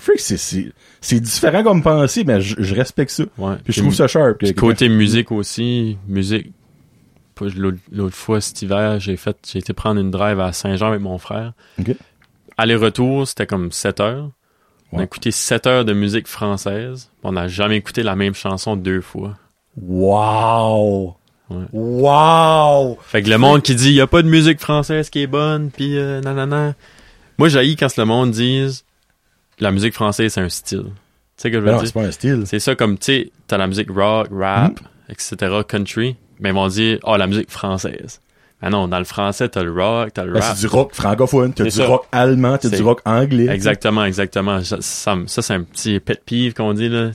[SPEAKER 1] Freak, c'est, c'est, c'est différent comme pensée, mais je, je respecte ça.
[SPEAKER 3] Ouais.
[SPEAKER 1] Puis je trouve ça sharp. que-
[SPEAKER 3] Puis
[SPEAKER 1] que-
[SPEAKER 3] côté musique aussi, musique. pas- L'autre l'autre fois, cet hiver, j'ai fait, j'ai été prendre une drive à Saint-Jean avec mon frère.
[SPEAKER 1] Ok.
[SPEAKER 3] Aller-retour, c'était comme 7 heures. On
[SPEAKER 1] Ouais.
[SPEAKER 3] a écouté 7 heures de musique française. On n'a jamais écouté la même chanson deux fois.
[SPEAKER 1] Wow!
[SPEAKER 3] Ouais.
[SPEAKER 1] Wow!
[SPEAKER 3] Fait que le monde qui dit il y a pas de musique française qui est bonne puis euh, nanana. Moi j'haïs quand le monde dise la musique française c'est un style. Tu sais que je veux
[SPEAKER 1] Ben non,
[SPEAKER 3] dire
[SPEAKER 1] c'est pas un style.
[SPEAKER 3] C'est ça comme tu sais t'as la musique rock,
[SPEAKER 1] Hmm.
[SPEAKER 3] rap, etc., country, mais ils vont dire oh la musique française. Ah non, dans le français t'as le rock, t'as le
[SPEAKER 1] Ben,
[SPEAKER 3] rap.
[SPEAKER 1] c'est du hein. rock francophone, t'as
[SPEAKER 3] C'est
[SPEAKER 1] du
[SPEAKER 3] ça.
[SPEAKER 1] rock allemand, t'as du
[SPEAKER 3] C'est-
[SPEAKER 1] rock anglais.
[SPEAKER 3] Exactement, exactement. Ça, ça, me- ça, c'est un petit pet peeve qu'on dit là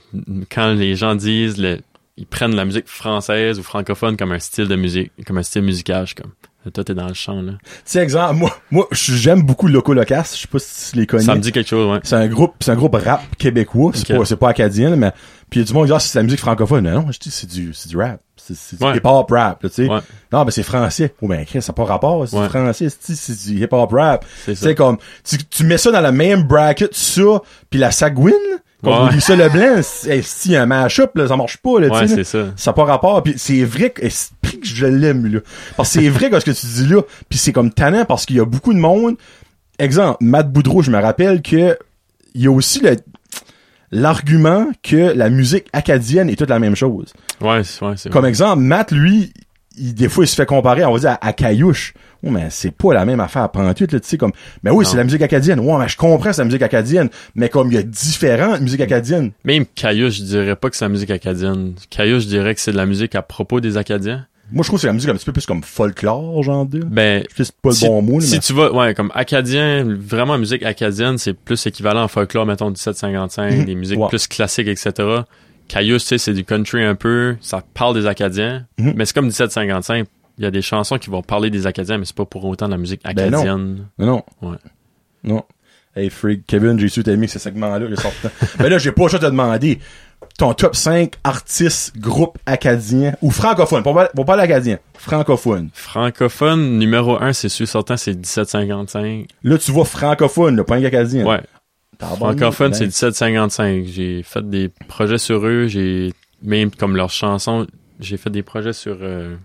[SPEAKER 3] quand les gens disent le- ils prennent la musique française ou francophone comme un style de musique, comme un style musical, je suis comme Ah, toi t'es dans le champ là.
[SPEAKER 1] Tu sais, exemple, moi, moi, je- j'aime beaucoup Loco Locas. Je sais pas si Ben, tu les connais.
[SPEAKER 3] Ça me dit quelque chose, ouais.
[SPEAKER 1] C'est un groupe, c'est un groupe rap québécois. C'est
[SPEAKER 3] Ok.
[SPEAKER 1] pas, c'est pas acadien, là, mais puis il y a du monde qui dit, ah, c'est de la musique francophone. Mais non, je dis, c'est du, c'est du rap. C'est, c'est
[SPEAKER 3] Ouais.
[SPEAKER 1] du hip-hop rap, là, tu sais.
[SPEAKER 3] Ouais.
[SPEAKER 1] Non, mais c'est français. Oh, ben, Chris, ça n'a pas rapport. C'est du
[SPEAKER 3] Ouais.
[SPEAKER 1] français, c'est, c'est du hip-hop rap.
[SPEAKER 3] C'est ça.
[SPEAKER 1] C'est comme, tu, tu mets ça dans la même bracket, ça, puis la sagouine, comme
[SPEAKER 3] Ouais.
[SPEAKER 1] dit ça Leblanc, c'est, c'est un mash-up, là, ça marche pas, là, tu sais,
[SPEAKER 3] Ouais,
[SPEAKER 1] là.
[SPEAKER 3] c'est ça.
[SPEAKER 1] Ça n'a pas rapport, puis c'est vrai que, esprit que je l'aime, lui, là. Parce que c'est vrai que ce que tu dis là, puis c'est comme tannant parce qu'il y a beaucoup de monde. Exemple, Matt Boudreau, je me rappelle que il y a aussi le l'argument que la musique acadienne est toute la même chose.
[SPEAKER 3] Ouais, c'est ouais, c'est
[SPEAKER 1] Comme exemple, Matt, lui, il, des fois, il se fait comparer, on va dire, à, à Caillouche. Oh, mais c'est pas la même affaire à Pantuite, là, tu sais, comme, mais oui,
[SPEAKER 3] Non.
[SPEAKER 1] c'est la musique acadienne. Ouais, mais je comprends, c'est la musique acadienne. Mais comme, il y a différentes musiques acadiennes.
[SPEAKER 3] Même Caillouche, je dirais pas que c'est la musique acadienne. Caillouche, je dirais que c'est de la musique à propos des Acadiens.
[SPEAKER 1] Moi, je trouve que c'est la musique un petit peu plus comme folklore, genre, de.
[SPEAKER 3] Ben,
[SPEAKER 1] Je sais, c'est pas le
[SPEAKER 3] si,
[SPEAKER 1] bon mot, là,
[SPEAKER 3] si
[SPEAKER 1] mais.
[SPEAKER 3] tu vas, ouais, comme Acadien, vraiment musique acadienne, c'est plus équivalent à folklore, mettons 1755, des musiques
[SPEAKER 1] Mhm. Ouais.
[SPEAKER 3] plus classiques, etc. Caillouche, tu sais, c'est du country un peu, ça parle des Acadiens,
[SPEAKER 1] Mhm.
[SPEAKER 3] mais c'est comme 1755, il y a des chansons qui vont parler des Acadiens, mais c'est pas pour autant de la musique
[SPEAKER 1] Ben non.
[SPEAKER 3] acadienne.
[SPEAKER 1] Non, non.
[SPEAKER 3] Ouais.
[SPEAKER 1] Non. Hey, freak, Kevin, j'ai su t'aimer ce segment-là, le sortant. mais là, j'ai pas le choix de te demander ton top 5 artistes, groupes acadiens, ou francophones. Pas, pas, pas l'acadien. Francophone.
[SPEAKER 3] Francophone, numéro un, c'est sûr, certain, c'est 1755.
[SPEAKER 1] Là, tu vois francophone, le pas un acadien.
[SPEAKER 3] Ouais,
[SPEAKER 1] T'as
[SPEAKER 3] Francophone,
[SPEAKER 1] abandonné? Ben,
[SPEAKER 3] c'est 1755. J'ai fait des projets sur eux. J'ai même comme leurs chansons, j'ai fait des projets sur euh,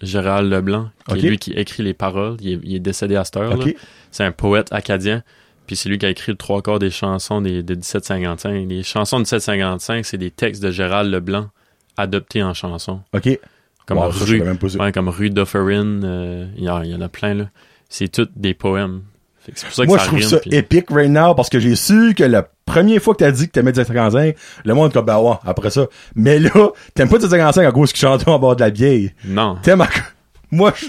[SPEAKER 3] Gérald Leblanc, qui
[SPEAKER 1] Ok.
[SPEAKER 3] est lui qui écrit les paroles. Il est, il est décédé à cette heure. là.
[SPEAKER 1] Ok.
[SPEAKER 3] C'est un poète acadien. Puis c'est lui qui a écrit le trois quarts des chansons des, de 1755. Les chansons de 1755, c'est des textes de Gérald Leblanc adoptés en chansons.
[SPEAKER 1] Ok.
[SPEAKER 3] Comme
[SPEAKER 1] Wow, ça, je
[SPEAKER 3] Rue.
[SPEAKER 1] savais même pas ça.
[SPEAKER 3] ouais, comme Rue Dufferin. euh, Il y, en- il y en a plein, là. C'est tous des poèmes. Fait que C'est pour ça que
[SPEAKER 1] Moi,
[SPEAKER 3] ça
[SPEAKER 1] je trouve
[SPEAKER 3] rime,
[SPEAKER 1] ça
[SPEAKER 3] puis-
[SPEAKER 1] épique right now parce que j'ai su que la première fois que t'as dit que t'aimais 1755, le monde est comme, bah ouais, après ça. Mais là, t'aimes pas 1755 à cause qu'ils chantaient en bord de la vieille.
[SPEAKER 3] Non.
[SPEAKER 1] T'aimes à... Moi, je...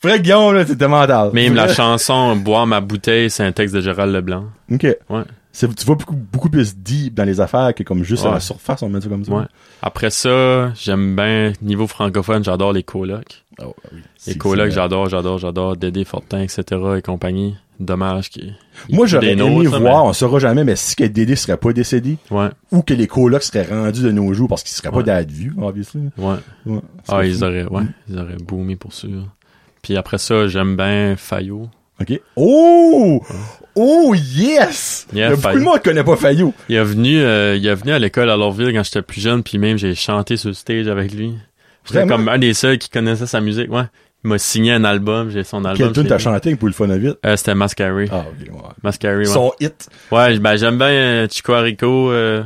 [SPEAKER 1] Frère Guillaume, là, c'était mental.
[SPEAKER 3] Même la chanson Boire ma bouteille, c'est un texte de Gérald Leblanc.
[SPEAKER 1] Ok.
[SPEAKER 3] Ouais.
[SPEAKER 1] C'est- Tu vois beaucoup, beaucoup plus deep dans les affaires que comme juste à la
[SPEAKER 3] Ouais.
[SPEAKER 1] surface, on met ça comme ça.
[SPEAKER 3] Ouais. Après ça, j'aime bien, niveau francophone, j'adore les colocs.
[SPEAKER 1] Oh, bah oui.
[SPEAKER 3] Les
[SPEAKER 1] C'est-
[SPEAKER 3] colocs,
[SPEAKER 1] c'est-
[SPEAKER 3] j'adore, j'adore, j'adore. Dédé Fortin, etc. et compagnie. Dommage qu'il. il
[SPEAKER 1] Moi,
[SPEAKER 3] coupe des
[SPEAKER 1] j'aurais aimé
[SPEAKER 3] nôtres, là,
[SPEAKER 1] voir, on saura jamais, mais si que Dédé serait pas décédé,
[SPEAKER 3] mais- Ouais,
[SPEAKER 1] ou que les colocs seraient rendus de nos jours parce qu'ils seraient pas
[SPEAKER 3] Ouais.
[SPEAKER 1] d'être vus, obviously.
[SPEAKER 3] ouais.
[SPEAKER 1] Ouais.
[SPEAKER 3] Ah, ils auraient, ouais, ils auraient boomé pour sûr. Puis après ça, j'aime bien Fayot.
[SPEAKER 1] OK. Oh! Oh, yes! Il y
[SPEAKER 3] Yeah,
[SPEAKER 1] a beaucoup
[SPEAKER 3] Fayot.
[SPEAKER 1] de monde qui connaît pas Fayot.
[SPEAKER 3] Il est venu, euh, il est venu à l'école à Lorville quand j'étais plus jeune, puis même j'ai chanté sur le stage avec lui. J'étais
[SPEAKER 1] Vraiment?
[SPEAKER 3] comme un des seuls qui connaissait sa musique, ouais. Il m'a signé un album, j'ai son album.
[SPEAKER 1] Quel tune
[SPEAKER 3] je
[SPEAKER 1] t'as
[SPEAKER 3] l'ai-
[SPEAKER 1] chanté pour le fun of it?
[SPEAKER 3] Euh, c'était Mascaré.
[SPEAKER 1] Ah, ok, ouais.
[SPEAKER 3] Mascaré, ouais.
[SPEAKER 1] Son hit.
[SPEAKER 3] Ouais, ben j'aime bien euh, Chico Arico. euh,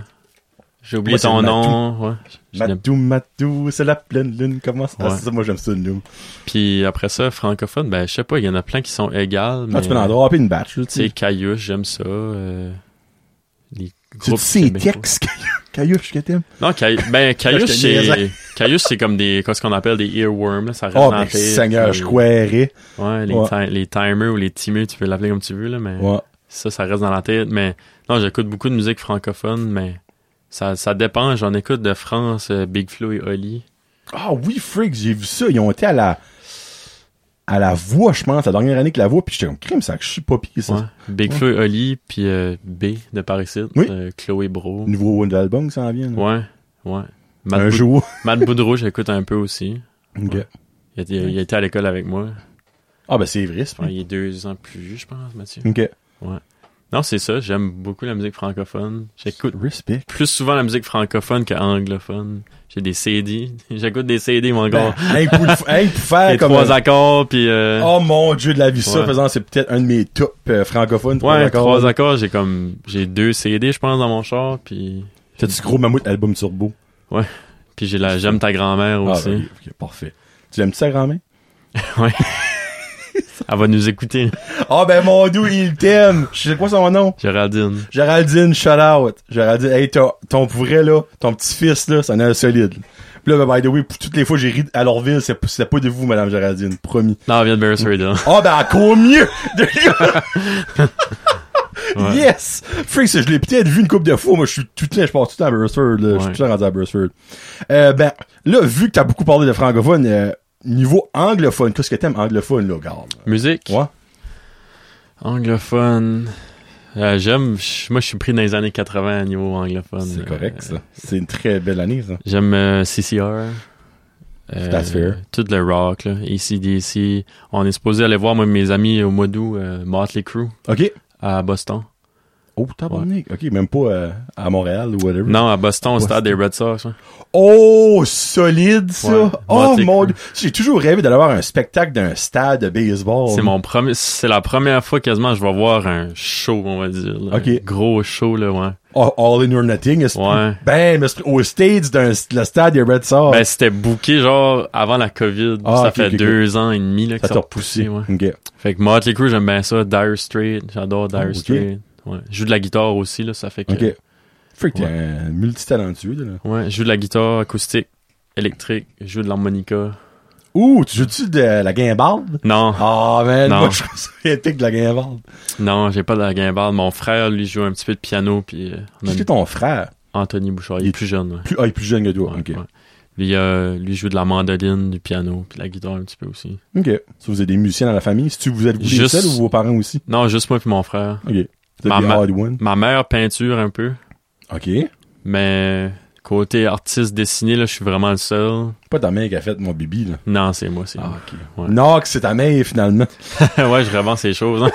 [SPEAKER 3] J'ai oublié
[SPEAKER 1] Moi, c'est
[SPEAKER 3] ton
[SPEAKER 1] Matou.
[SPEAKER 3] nom. Ouais, je l'aime.
[SPEAKER 1] Matou, Matou, c'est la pleine lune, comment ça? Ah,
[SPEAKER 3] Ouais.
[SPEAKER 1] c'est ça, moi j'aime ça, nous.
[SPEAKER 3] Puis après ça, francophone, ben je sais pas, il y en a plein qui sont égales.
[SPEAKER 1] Ah,
[SPEAKER 3] mais, euh,
[SPEAKER 1] tu peux en dropper une batch, là,
[SPEAKER 3] Tu sais,
[SPEAKER 1] tu sais.
[SPEAKER 3] Caillouche, j'aime ça. euh, les
[SPEAKER 1] Tu
[SPEAKER 3] groupes
[SPEAKER 1] dis ses
[SPEAKER 3] québécois.
[SPEAKER 1] textes, Caillou- Caillouche, que t'aimes.
[SPEAKER 3] Non, Caillouche, ben Caillouche,
[SPEAKER 1] Je te niaisais.
[SPEAKER 3] c'est Caillouche, c'est comme des qu'est-ce qu'on appelle des earworms, là, ça reste
[SPEAKER 1] Oh,
[SPEAKER 3] dans la
[SPEAKER 1] ben,
[SPEAKER 3] tête,
[SPEAKER 1] Seigneur,
[SPEAKER 3] puis-
[SPEAKER 1] je croirais.
[SPEAKER 3] Ouais, les,
[SPEAKER 1] Ouais.
[SPEAKER 3] ti- les timers ou les timers, tu peux l'appeler comme tu veux là, mais
[SPEAKER 1] Ouais.
[SPEAKER 3] ça, ça reste dans la tête. Mais non, j'écoute beaucoup de musique francophone, mais ça, ça dépend. J'en écoute de France, euh, Big Flo et Oli.
[SPEAKER 1] Ah oui, freaks, j'ai vu ça. Ils ont été à la, à la voix, je pense, la dernière année que la voix, puis j'étais comme crime, ça, je suis pas pire, ça.
[SPEAKER 3] Ouais. Big Flo et Oli, puis euh, B de Parisite,
[SPEAKER 1] Oui.
[SPEAKER 3] euh, Chloé Bro.
[SPEAKER 1] Nouveau album qui s'en vient, là.
[SPEAKER 3] Ouais, ouais. Matt,
[SPEAKER 1] Un
[SPEAKER 3] Boud-
[SPEAKER 1] jour.
[SPEAKER 3] Matt Boudreau, j'écoute un peu aussi.
[SPEAKER 1] Ok.
[SPEAKER 3] Il, était- il était à l'école avec moi.
[SPEAKER 1] Ah, ben, c'est vrai, c'est
[SPEAKER 3] Enfin, il est deux ans plus vieux, je pense, Mathieu.
[SPEAKER 1] Ok.
[SPEAKER 3] Non, c'est ça. J'aime beaucoup la musique francophone. J'écoute
[SPEAKER 1] Respect.
[SPEAKER 3] plus souvent la musique francophone qu'anglophone. J'ai des CD. J'écoute des CD, mon
[SPEAKER 1] Ben,
[SPEAKER 3] gars.
[SPEAKER 1] hey, pour, le f- hey, pour faire
[SPEAKER 3] Les
[SPEAKER 1] comme.
[SPEAKER 3] trois accords, puis... euh,
[SPEAKER 1] Oh mon dieu de la vie, ça,
[SPEAKER 3] Ouais.
[SPEAKER 1] faisant, c'est peut-être un de mes tops euh, francophones. trois
[SPEAKER 3] Ouais, trois
[SPEAKER 1] accords.
[SPEAKER 3] accords, j'ai comme j'ai deux CD je pense dans mon char puis
[SPEAKER 1] T'as du gros mammouth album turbo.
[SPEAKER 3] puis j'ai la j'aime ta grand-mère
[SPEAKER 1] Ah,
[SPEAKER 3] aussi.
[SPEAKER 1] ben, ok, parfait. Tu l'aimes-tu, ça, grand-mère?
[SPEAKER 3] Elle va nous écouter,
[SPEAKER 1] Ah, ben, mon dieu, il t'aime. Je sais quoi son nom?
[SPEAKER 3] Géraldine.
[SPEAKER 1] Géraldine, shout out. Géraldine, hey, ton, ton pour vrai, là, ton petit-fils, là, ça en est un solide. Puis là, ben, by the way, pour toutes les fois que j'ai ri à Lorville, c'est c'est pas de vous, madame Géraldine, promis.
[SPEAKER 3] Non, elle vient de Barris Riddle.
[SPEAKER 1] Ah, ben, encore mieux!
[SPEAKER 3] Ouais.
[SPEAKER 1] Yes! Freak, ça, je l'ai peut-être vu une couple de fois. Moi, je suis tout le temps, je pars tout le temps à Burstford, là. Je suis tout
[SPEAKER 3] Ouais.
[SPEAKER 1] le temps rendu à Burstford. Euh, ben, là, vu que t'as beaucoup parlé de francophone, euh, niveau anglophone, qu'est-ce que t'aimes anglophone, là, garde?
[SPEAKER 3] Musique
[SPEAKER 1] Ouais.
[SPEAKER 3] anglophone. Euh, j'aime je- moi je suis pris dans les années 80 à niveau anglophone.
[SPEAKER 1] C'est
[SPEAKER 3] Euh,
[SPEAKER 1] correct, ça. C'est une très belle année, ça.
[SPEAKER 3] J'aime euh, CCR. Euh,
[SPEAKER 1] That's fair.
[SPEAKER 3] Tout le rock, là, ACDC. On est supposé aller voir, moi, mes amis au mois d'août, euh, Motley Crue,
[SPEAKER 1] OK.
[SPEAKER 3] à Boston.
[SPEAKER 1] Oh, tabarnak. OK, même pas euh, à Montréal ou whatever.
[SPEAKER 3] Non, à Boston, au
[SPEAKER 1] Boston.
[SPEAKER 3] stade des Red Sox. hein.
[SPEAKER 1] Oh, solide, ça.
[SPEAKER 3] Ouais.
[SPEAKER 1] Oh,
[SPEAKER 3] Motley
[SPEAKER 1] mon
[SPEAKER 3] Crue.
[SPEAKER 1] Dieu. J'ai toujours rêvé d'aller voir un spectacle d'un stade de baseball.
[SPEAKER 3] C'est mon premier, c'est la première fois quasiment que je vais voir un show, on va dire. là.
[SPEAKER 1] Ok.
[SPEAKER 3] Un gros show, là, ouais.
[SPEAKER 1] All, all in or nothing. esprit.
[SPEAKER 3] Ouais.
[SPEAKER 1] Bam, esprit. au stage d'un le stade des Red Sox.
[SPEAKER 3] Ben, c'était booké, genre, avant la COVID.
[SPEAKER 1] Ah,
[SPEAKER 3] ça
[SPEAKER 1] ok,
[SPEAKER 3] fait
[SPEAKER 1] ok, ok.
[SPEAKER 3] deux ans et demi, là, que
[SPEAKER 1] ça
[SPEAKER 3] ça,
[SPEAKER 1] t'a
[SPEAKER 3] a
[SPEAKER 1] repoussé.
[SPEAKER 3] repoussé, ouais.
[SPEAKER 1] OK.
[SPEAKER 3] Fait que Motley Crue, j'aime bien ça. Dire Straits, j'adore Dire
[SPEAKER 1] Ah, ok.
[SPEAKER 3] Straits. Ouais. Je joue de la guitare aussi, là, ça fait que...
[SPEAKER 1] OK. Freak, t'es
[SPEAKER 3] Ouais.
[SPEAKER 1] un multitalentueux, là.
[SPEAKER 3] Ouais, je joue de la guitare acoustique, électrique, je joue de l'harmonica.
[SPEAKER 1] Ouh, tu joues-tu de la guimbarde?
[SPEAKER 3] Non,
[SPEAKER 1] Ah, man,
[SPEAKER 3] Non.
[SPEAKER 1] moi, je trouve ça épique de la guimbarde.
[SPEAKER 3] non, j'ai pas de la guimbarde. Mon frère, lui, joue un petit peu de piano, puis euh, on a
[SPEAKER 1] Qui est ton frère?
[SPEAKER 3] Anthony Bouchard, il
[SPEAKER 1] Il-
[SPEAKER 3] est plus jeune, ouais.
[SPEAKER 1] Plus, ah, il est plus jeune que toi.
[SPEAKER 3] Ouais,
[SPEAKER 1] OK.
[SPEAKER 3] ouais. Lui, euh, lui joue de la mandoline, du piano, puis de la guitare un petit peu aussi.
[SPEAKER 1] OK. Ça, vous êtes des musiciens dans la famille. Si tu vous êtes vous les
[SPEAKER 3] Juste-
[SPEAKER 1] seuls ou vos parents aussi?
[SPEAKER 3] Non, juste moi puis mon frère.
[SPEAKER 1] OK. Vous
[SPEAKER 3] Ma
[SPEAKER 1] êtes des
[SPEAKER 3] ma-
[SPEAKER 1] odd ones.
[SPEAKER 3] Ma mère peinture un peu,
[SPEAKER 1] OK.
[SPEAKER 3] mais côté artiste dessiné, là, je suis vraiment le seul.
[SPEAKER 1] Pas ta mère qui a fait mon bibi, là.
[SPEAKER 3] Non, c'est moi, c'est moi.
[SPEAKER 1] OK.
[SPEAKER 3] Ah, Ouais.
[SPEAKER 1] Non, que c'est ta mère, finalement.
[SPEAKER 3] ouais, je revends ces choses. hein.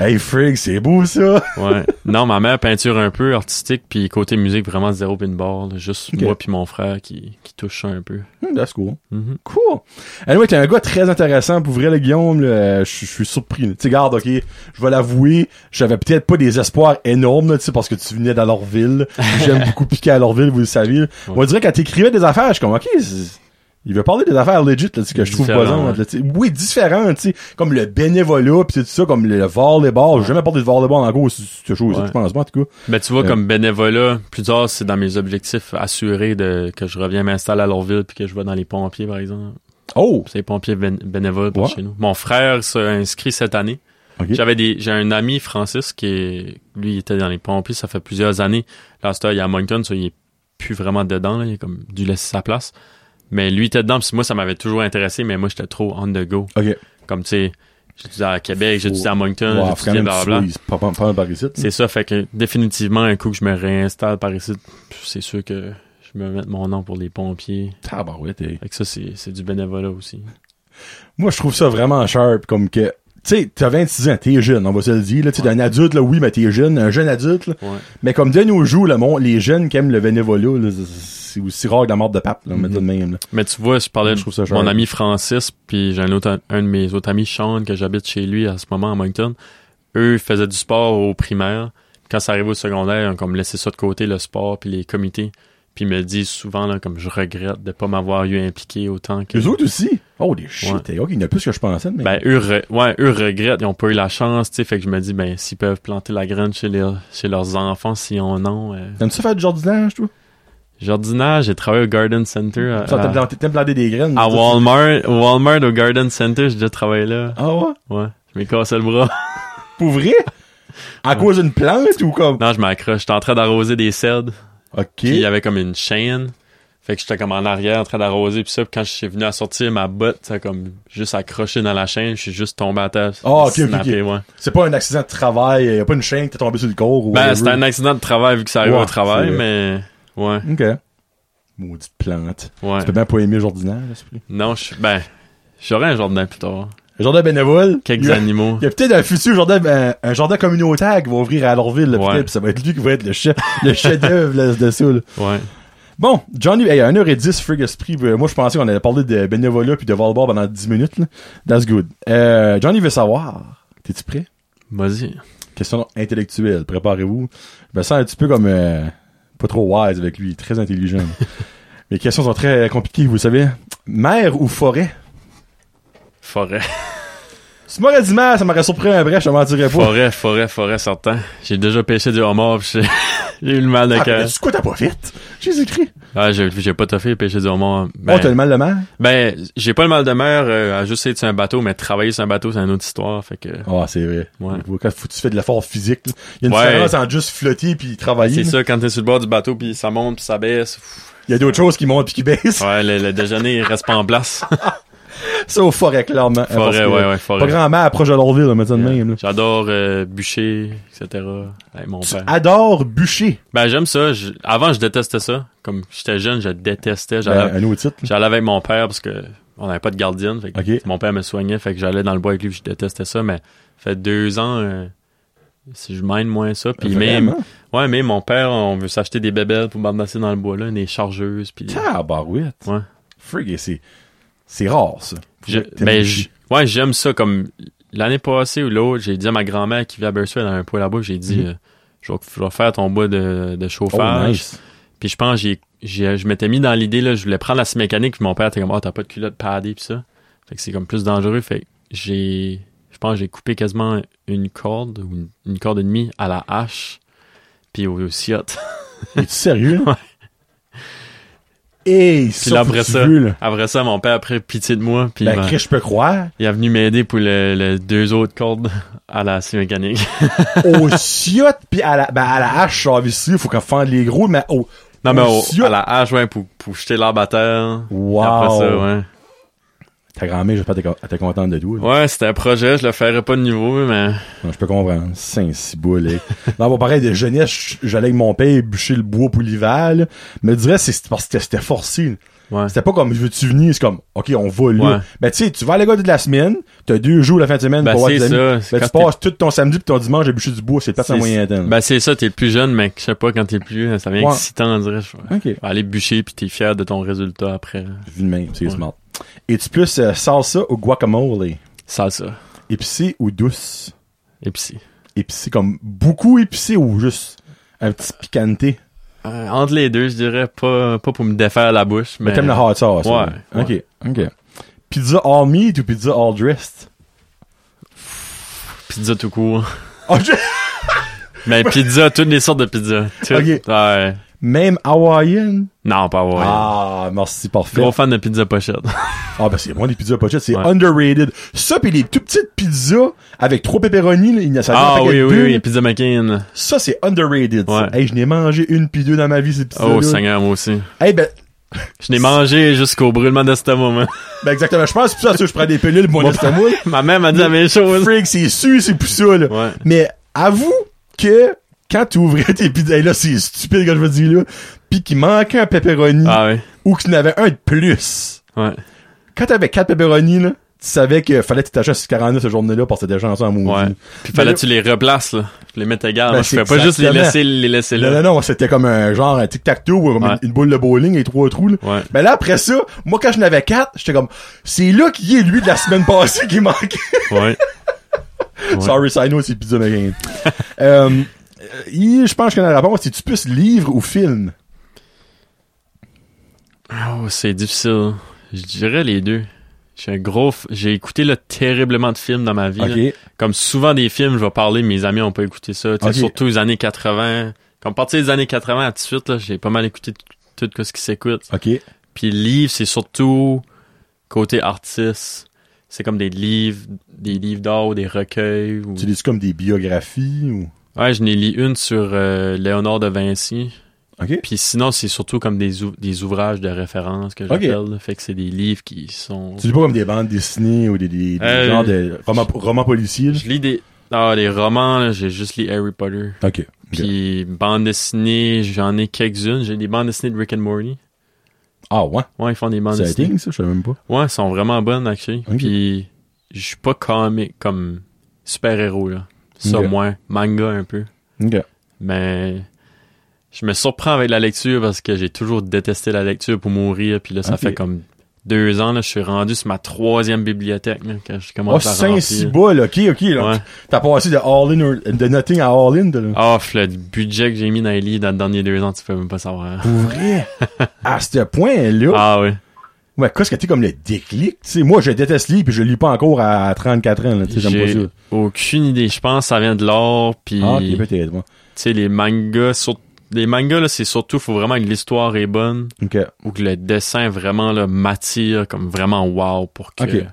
[SPEAKER 1] Hey, frig, c'est beau, ça.
[SPEAKER 3] Ouais. Non, ma mère peinture un peu artistique, puis côté musique vraiment zéro pin bar. là. Juste
[SPEAKER 1] Ok.
[SPEAKER 3] moi puis mon frère qui, qui touche ça un peu.
[SPEAKER 1] Hmm, that's cool.
[SPEAKER 3] Mhm.
[SPEAKER 1] Cool. Anyway, t'es un gars très intéressant. Pour vrai, le Guillaume, là, je je suis surpris. là. Tu sais, garde, ok, je vais l'avouer, j'avais peut-être pas des espoirs énormes, là, tu sais, parce que tu venais d'Alortville. J'aime beaucoup piquer à Alortville, vous le savez. là. On dirait quand t'écrivais des affaires, je suis comme, ok, c'est- il veut parler des affaires legit, là, tu sais, que je trouve
[SPEAKER 3] Différent,
[SPEAKER 1] plaisantes.
[SPEAKER 3] ouais.
[SPEAKER 1] là, tu sais. Oui, différent, tu sais, comme le bénévolat, pis tout ça, comme le volleyball. J'ai jamais porté de volleyball en gros, c'est c'est chose,
[SPEAKER 3] Ouais.
[SPEAKER 1] je pense pas, en tout cas.
[SPEAKER 3] Ben, tu vois,
[SPEAKER 1] Euh.
[SPEAKER 3] comme bénévolat, plus tard, c'est dans mes objectifs assurés de, que je reviens m'installer à Lourville puis que je vais dans les pompiers, par exemple.
[SPEAKER 1] Oh!
[SPEAKER 3] C'est les pompiers bén- bénévoles par
[SPEAKER 1] Ouais.
[SPEAKER 3] chez nous. Mon frère s'est inscrit cette année.
[SPEAKER 1] Ok.
[SPEAKER 3] J'avais des, j'ai un ami, Francis, qui est, lui, il était dans les pompiers, ça fait plusieurs années. Là, c'est il est à Moncton, ça, il est plus vraiment dedans, là. Il a comme dû laisser sa place. Mais lui, il était dedans, puis moi, ça m'avait toujours intéressé, mais moi, j'étais trop on the go.
[SPEAKER 1] Ok.
[SPEAKER 3] Comme, tu sais, j'étudiais à Québec, j'étudiais à
[SPEAKER 1] Wow,
[SPEAKER 3] Moncton,
[SPEAKER 1] faut quand
[SPEAKER 3] j'étudiais
[SPEAKER 1] même
[SPEAKER 3] blablabla.
[SPEAKER 1] que tu sois- pas- pas- pas un par ici, tu sais.
[SPEAKER 3] C'est ça, fait que définitivement, un coup que je me réinstalle par ici, c'est sûr que je me mette mon nom pour les pompiers.
[SPEAKER 1] Tabarouette, hey.
[SPEAKER 3] Fait que ça, c'est c'est du bénévolat aussi.
[SPEAKER 1] Moi, je trouve ça vraiment sharp, comme que, tu sais, t'as 26 ans, t'es jeune, on va se le dire, là, tu sais, d'un adulte, là, oui, mais t'es jeune, un jeune adulte, là.
[SPEAKER 3] Ouais.
[SPEAKER 1] Mais comme de nos jours, le monde, les jeunes qui aiment le bénévolat, là, c'est aussi rare que la mort de pape, là, on va dire de
[SPEAKER 3] Mm-hmm.
[SPEAKER 1] même, là.
[SPEAKER 3] Mais tu vois, je parlais
[SPEAKER 1] Je trouve ça
[SPEAKER 3] de
[SPEAKER 1] cher.
[SPEAKER 3] Mm. mon ami Francis, puis j'ai un, autre, un de mes autres amis, Sean, que j'habite chez lui à ce moment à Moncton. Eux ils faisaient du sport au primaire. Quand ça arrive au secondaire, ils ont comme laissé ça de côté, le sport, puis les comités. Puis ils me disent souvent, là, comme je regrette de pas m'avoir eu impliqué autant que...
[SPEAKER 1] Les autres aussi? Oh, des shit,
[SPEAKER 3] Ouais.
[SPEAKER 1] hey, ok, il y en a plus que je pensais, mais.
[SPEAKER 3] Ben, eux, re- ouais, eux regrettent, ils ont pas eu la chance, tu sais, fait que je me dis, ben, s'ils peuvent planter la graine chez, leur- chez leurs enfants, si on en euh...
[SPEAKER 1] T'aimes-tu faire du jardinage, toi?
[SPEAKER 3] Jardinage, j'ai travaillé au Garden Center. À,
[SPEAKER 1] Ça,
[SPEAKER 3] à-
[SPEAKER 1] t'aimes planter- t'aimes planter des graines?
[SPEAKER 3] euh, à
[SPEAKER 1] toi,
[SPEAKER 3] Walmart, au Walmart, au Garden Center, j'ai déjà travaillé là.
[SPEAKER 1] tu- Ah ouais?
[SPEAKER 3] Ouais, je m'ai cassé le bras.
[SPEAKER 1] Pour vrai? À cause d'une plante ou comme?
[SPEAKER 3] non, je m'accroche, j'étais en train d'arroser des cèdres,
[SPEAKER 1] Ok.
[SPEAKER 3] puis il y avait comme une chaîne. Fait que j'étais comme en arrière en train d'arroser, puis ça, puis quand je suis venu à sortir, ma botte, ça a comme juste accroché dans la chaîne, je suis juste tombé à terre.
[SPEAKER 1] Ah, ok, ok, ok.
[SPEAKER 3] Snappé, ouais.
[SPEAKER 1] C'est pas un accident de travail, y a pas une chaîne que t'es tombé sur le corps ou.
[SPEAKER 3] Ben,
[SPEAKER 1] whatever.
[SPEAKER 3] c'était un accident de travail vu que ça arrive
[SPEAKER 1] Ouais,
[SPEAKER 3] au travail,
[SPEAKER 1] c'est-
[SPEAKER 3] mais ouais,
[SPEAKER 1] Ok. Maudite plante.
[SPEAKER 3] ouais.
[SPEAKER 1] Tu peux bien pas aimer le jardinage, là, s'il te plaît.
[SPEAKER 3] Non, je suis- ben, j'aurais un jardin plus tard.
[SPEAKER 1] Le jardin bénévole.
[SPEAKER 3] Quelques
[SPEAKER 1] il y a-
[SPEAKER 3] animaux.
[SPEAKER 1] Il y a peut-être un futur jardin, un, un jardin communautaire qui va ouvrir à Lorville, là,
[SPEAKER 3] Ouais.
[SPEAKER 1] peut-être, pis ça va être lui qui va être le chef, le chef-d'œuvre, là, de ça, là.
[SPEAKER 3] Ouais.
[SPEAKER 1] Bon, Johnny, hey, à 1h10, Frig Esprit, euh, moi, je pensais qu'on allait parler de bénévolat puis de volleyball pendant 10 minutes, là. That's good. Euh, Johnny veut savoir. T'es-tu prêt?
[SPEAKER 3] Vas-y.
[SPEAKER 1] Question intellectuelle. Préparez-vous. Je me sens un petit peu comme, euh, pas trop wise avec lui, très intelligent. Mes questions sont très compliquées, vous savez. Mer ou forêt?
[SPEAKER 3] Forêt.
[SPEAKER 1] Si tu m'aurais dit mer, ça m'aurait surpris un bref, je te mentirais pas.
[SPEAKER 3] Forêt, forêt, forêt, certain. J'ai déjà pêché du homard, pis j'ai j'ai eu le mal de
[SPEAKER 1] Ah,
[SPEAKER 3] cœur.
[SPEAKER 1] mais c'est quoi t'as pas fait? Jésus-Christ.
[SPEAKER 3] Ah, j'ai j'ai pas toffé pêcher du homard.
[SPEAKER 1] Ben,
[SPEAKER 3] Ben,
[SPEAKER 1] oh, t'as le mal de mer?
[SPEAKER 3] ben, j'ai pas le mal de mer euh, à juste être sur un bateau, mais travailler sur un bateau, c'est une autre histoire, fait que...
[SPEAKER 1] Ah, c'est vrai.
[SPEAKER 3] Ouais.
[SPEAKER 1] Quand faut, tu fais de l'effort physique, là. il y a une
[SPEAKER 3] Ouais.
[SPEAKER 1] différence entre juste flotter puis travailler.
[SPEAKER 3] C'est
[SPEAKER 1] là.
[SPEAKER 3] ça, quand t'es sur le bord du bateau, puis ça monte, puis ça baisse. pff,
[SPEAKER 1] Il y a d'autres choses qui montent puis qui baissent.
[SPEAKER 3] Ouais, le, le déjeuner, il reste pas en place.
[SPEAKER 1] Ça, au forêt, clairement. Euh, parce
[SPEAKER 3] Forêt,
[SPEAKER 1] que
[SPEAKER 3] ouais, ouais, forêt.
[SPEAKER 1] Pas grand mère approche de l'Orville, on va dire de même. là.
[SPEAKER 3] J'adore euh, bûcher, etc. Hey, mon
[SPEAKER 1] Tu
[SPEAKER 3] père.
[SPEAKER 1] adores bûcher.
[SPEAKER 3] Ben, j'aime ça. Je- Avant, je détestais ça. Comme j'étais jeune, je détestais. J'allais
[SPEAKER 1] Ben, un nouveau titre. là.
[SPEAKER 3] j'allais avec mon père parce que on n'avait pas de gardienne. Fait que
[SPEAKER 1] Ok.
[SPEAKER 3] Mon père me soignait, fait que j'allais dans le bois avec lui, puis je détestais ça. Mais fait deux ans, euh, si je mène moins ça. Puis même,
[SPEAKER 1] Vraiment?
[SPEAKER 3] ouais, mais mon père, on veut s'acheter des bébelles pour bambasser dans le bois là, des chargeuses. Puis
[SPEAKER 1] Tabarouette.
[SPEAKER 3] ouais.
[SPEAKER 1] Frig, c'est, c'est rare, ça.
[SPEAKER 3] Je-
[SPEAKER 1] T'aimes
[SPEAKER 3] ben,
[SPEAKER 1] bûcher.
[SPEAKER 3] j- ouais, j'aime ça. Comme l'année passée ou l'autre, j'ai dit à ma grand-mère qui vit à Burswell dans un poêle à bois, j'ai dit,
[SPEAKER 1] Mhm.
[SPEAKER 3] euh, je vais je vais faire ton bois de, de
[SPEAKER 1] Oh,
[SPEAKER 3] chauffage.
[SPEAKER 1] nice.
[SPEAKER 3] Puis je pense, j'ai, j'ai- je m'étais mis dans l'idée, là, je voulais prendre la scie mécanique, puis mon père était comme, ah, t'as pas de culotte padée, puis ça. Fait que c'est comme plus dangereux. Fait que j'ai, je pense, que j'ai coupé quasiment une corde, ou une, une corde et demie à la hache, puis au, au sciotte.
[SPEAKER 1] Es-tu sérieux?
[SPEAKER 3] Ouais.
[SPEAKER 1] Hey,
[SPEAKER 3] Puis
[SPEAKER 1] ça,
[SPEAKER 3] là,
[SPEAKER 1] faut
[SPEAKER 3] après
[SPEAKER 1] que tu
[SPEAKER 3] ça,
[SPEAKER 1] veux, là.
[SPEAKER 3] après ça, mon père a pris pitié de moi, puis il
[SPEAKER 1] Ben,
[SPEAKER 3] m'a-
[SPEAKER 1] Chris, je peux croire.
[SPEAKER 3] il est venu m'aider pour le, le deux autres cordes à la scie mécanique.
[SPEAKER 1] au chiotte pis à la, ben, à la hache, genre, ici, faut qu'on fende les gros, mais au,
[SPEAKER 3] Non, mais au-
[SPEAKER 1] sciotte.
[SPEAKER 3] à la hache, ouais, pour, pour jeter l'arbre à terre.
[SPEAKER 1] Wow.
[SPEAKER 3] Après ça, ouais.
[SPEAKER 1] Ta grand-mère, j'espère qu'elle était contente de toi. là.
[SPEAKER 3] Ouais, c'était un projet, je le ferais pas de nouveau, mais
[SPEAKER 1] Non, je peux comprendre. Saint ciboule. non, bon, pareil, de jeunesse, j- j'allais avec mon père bûcher le bois pour l'hiver, là. Mais je dirais, c'est parce que c'était- c'était forcé. là.
[SPEAKER 3] ouais.
[SPEAKER 1] C'était pas comme, veux-tu venir? C'est comme, OK, on va là.
[SPEAKER 3] Ouais.
[SPEAKER 1] Ben, tu sais, tu vas à la gars de la semaine, t'as deux jours la fin de semaine
[SPEAKER 3] Ben,
[SPEAKER 1] pour voir
[SPEAKER 3] c'est
[SPEAKER 1] tes amis.
[SPEAKER 3] ça,
[SPEAKER 1] Ben,
[SPEAKER 3] c'est
[SPEAKER 1] tu
[SPEAKER 3] quand
[SPEAKER 1] passes tout ton samedi pis ton dimanche à bûcher du bois. C'est peut-être un
[SPEAKER 3] C'est-
[SPEAKER 1] moyen temps.
[SPEAKER 3] Ben c'est ça, t'es le plus jeune, mais je sais pas, quand t'es le plus vieux, ça devient
[SPEAKER 1] Ouais.
[SPEAKER 3] excitant, on dirait. Je-
[SPEAKER 1] OK.
[SPEAKER 3] Faut Aller bûcher, puis t'es fier de ton résultat après.
[SPEAKER 1] Vu de même, c'est
[SPEAKER 3] Ouais.
[SPEAKER 1] smart. Es-tu plus euh, salsa ou guacamole?
[SPEAKER 3] Salsa,
[SPEAKER 1] Épicé ou douce?
[SPEAKER 3] épicé.
[SPEAKER 1] épicé, comme beaucoup épicé ou juste un petit piquanté.
[SPEAKER 3] Euh, entre les deux, je dirais, pas, pas pour me défaire la bouche, mais...
[SPEAKER 1] Mais t'aimes le hot sauce.
[SPEAKER 3] Ben, ouais,
[SPEAKER 1] ouais. Ok, ok. Pizza all meat ou pizza all dressed?
[SPEAKER 3] Pizza tout court.
[SPEAKER 1] Oh, je-
[SPEAKER 3] Mais pizza, toutes les sortes de pizza. Toutes.
[SPEAKER 1] Ok.
[SPEAKER 3] Ouais.
[SPEAKER 1] Même hawaïenne?
[SPEAKER 3] Non, pas vrai.
[SPEAKER 1] Ah, merci, parfait.
[SPEAKER 3] Gros fan de pizza pochette.
[SPEAKER 1] Ah, ben c'est moi, les pizzas pochettes, c'est
[SPEAKER 3] Ouais.
[SPEAKER 1] underrated. Ça, pis les tout petites pizzas avec trois pepperonis, là, il y a ça vient en
[SPEAKER 3] ah
[SPEAKER 1] paquet
[SPEAKER 3] oui,
[SPEAKER 1] de
[SPEAKER 3] oui,
[SPEAKER 1] bulles.
[SPEAKER 3] oui, pizza McCain.
[SPEAKER 1] Ça, c'est underrated. ça.
[SPEAKER 3] Ouais.
[SPEAKER 1] Hey, je n'ai mangé une pis deux dans ma vie, ces pizzas
[SPEAKER 3] Oh, Seigneur, moi aussi.
[SPEAKER 1] Hey, ben,
[SPEAKER 3] Je l'ai mangé jusqu'au brûlement d'estomac, moi.
[SPEAKER 1] ben exactement. Je pense que c'est pour ça que je prends des pilules, mon estomac.
[SPEAKER 3] Ma mère m'a dit la même chose.
[SPEAKER 1] Freak, c'est su, c'est pour ça, là.
[SPEAKER 3] Ouais.
[SPEAKER 1] Mais avoue que quand tu ouvrais tes pizzas, hey, là, c'est stupide quand je veux dire là, pis qu'il manquait un pepperoni
[SPEAKER 3] Ah oui,
[SPEAKER 1] ou qu'il y en avait un de plus.
[SPEAKER 3] ouais.
[SPEAKER 1] Quand t'avais quatre pepperoni, là, tu savais qu'il fallait que tu t'achètes sur 49 ce journée-là parce que t'étais déjà ensemble. maudit.
[SPEAKER 3] Ouais. Puis fallait
[SPEAKER 1] là-
[SPEAKER 3] que tu les replaces, là. Tu les mets égal.
[SPEAKER 1] Ben,
[SPEAKER 3] Moi, je
[SPEAKER 1] c'est
[SPEAKER 3] fais pas juste les
[SPEAKER 1] exactement.
[SPEAKER 3] laisser, les laisser
[SPEAKER 1] Non,
[SPEAKER 3] là.
[SPEAKER 1] non, non, c'était comme un genre un tic-tac-toe ou comme
[SPEAKER 3] Ouais.
[SPEAKER 1] une, une boule de bowling et trois trous, là.
[SPEAKER 3] Ouais.
[SPEAKER 1] Mais là, après ça, moi, quand je n'avais quatre, j'étais comme, c'est là qu'il est, lui, de la semaine passée qui manquait.
[SPEAKER 3] Ouais. Ouais.
[SPEAKER 1] Sorry, Sino, c'est Pizza McGain. euh, euh, il- je pense que la réponse, c'est tu plus livre ou film?
[SPEAKER 3] Oh, c'est difficile. Je dirais les deux. Je suis un gros. f- J'ai écouté là, terriblement de films dans ma vie. là. Comme souvent des films, je vais parler, mes amis ont pas écouté ça. Tu sais,
[SPEAKER 1] Ok.
[SPEAKER 3] Surtout les années 80. Comme partir des années 80 à tout de suite, là, j'ai pas mal écouté t- tout ce qui s'écoute.
[SPEAKER 1] OK.
[SPEAKER 3] Puis livre, c'est surtout côté artiste. C'est comme des livres, des livres d'art ou des recueils. Ou...
[SPEAKER 1] Tu lis comme des biographies ou.
[SPEAKER 3] Ouais, je n'ai lu une sur euh, Léonard de Vinci.
[SPEAKER 1] OK.
[SPEAKER 3] Puis sinon, c'est surtout comme des, ou- des ouvrages de référence que j'appelle. là. Fait que c'est des livres qui sont...
[SPEAKER 1] Tu lis pas comme des bandes dessinées ou des, des, des
[SPEAKER 3] Euh,
[SPEAKER 1] genres de romans, romans policiers. là?
[SPEAKER 3] Je lis des... Ah, des romans, là, j'ai juste lu Harry Potter.
[SPEAKER 1] OK.
[SPEAKER 3] Puis bandes dessinées, j'en ai quelques-unes. J'ai des bandes dessinées de Rick and Morty.
[SPEAKER 1] Ah ouais.
[SPEAKER 3] Ouais, ils font des bandes
[SPEAKER 1] C'est un
[SPEAKER 3] dessinées.
[SPEAKER 1] thing, ça, je savais même pas.
[SPEAKER 3] Ouais, elles sont vraiment bonnes, actually.
[SPEAKER 1] Ok.
[SPEAKER 3] Puis je suis pas comique comme super-héros, là. Ça,
[SPEAKER 1] Ok.
[SPEAKER 3] moins. Manga, un peu.
[SPEAKER 1] OK.
[SPEAKER 3] Mais je me surprends avec la lecture parce que j'ai toujours détesté la lecture pour mourir. Puis là, ça
[SPEAKER 1] Ok.
[SPEAKER 3] fait comme deux ans, là, je suis rendu sur ma troisième bibliothèque là, quand je
[SPEAKER 1] Oh,
[SPEAKER 3] commence à
[SPEAKER 1] saint
[SPEAKER 3] remplir.
[SPEAKER 1] cibol OK, OK. là.
[SPEAKER 3] Ouais.
[SPEAKER 1] T'as passé de All In or- de Nothing à All In, de, là.
[SPEAKER 3] Oh, le budget que j'ai mis dans les livres dans les derniers deux ans, tu peux même pas savoir.
[SPEAKER 1] Pour vrai. à ce point-là.
[SPEAKER 3] Ah oui.
[SPEAKER 1] Ouais, qu'est-ce que t'es comme le déclic, tu sais. Moi, je déteste lire pis je lis pas encore à 34 ans, là, tu sais, j'aime pas
[SPEAKER 3] J'ai
[SPEAKER 1] ça.
[SPEAKER 3] aucune idée. Je pense que ça vient de l'or. Puis,
[SPEAKER 1] Ah, ok,
[SPEAKER 3] tu
[SPEAKER 1] peut-être, moi.
[SPEAKER 3] sais, les mangas, sur... les mangas, là, c'est surtout, faut vraiment que l'histoire est bonne.
[SPEAKER 1] Ok.
[SPEAKER 3] ou que le dessin vraiment là, m'attire comme vraiment wow pour que,
[SPEAKER 1] Ok.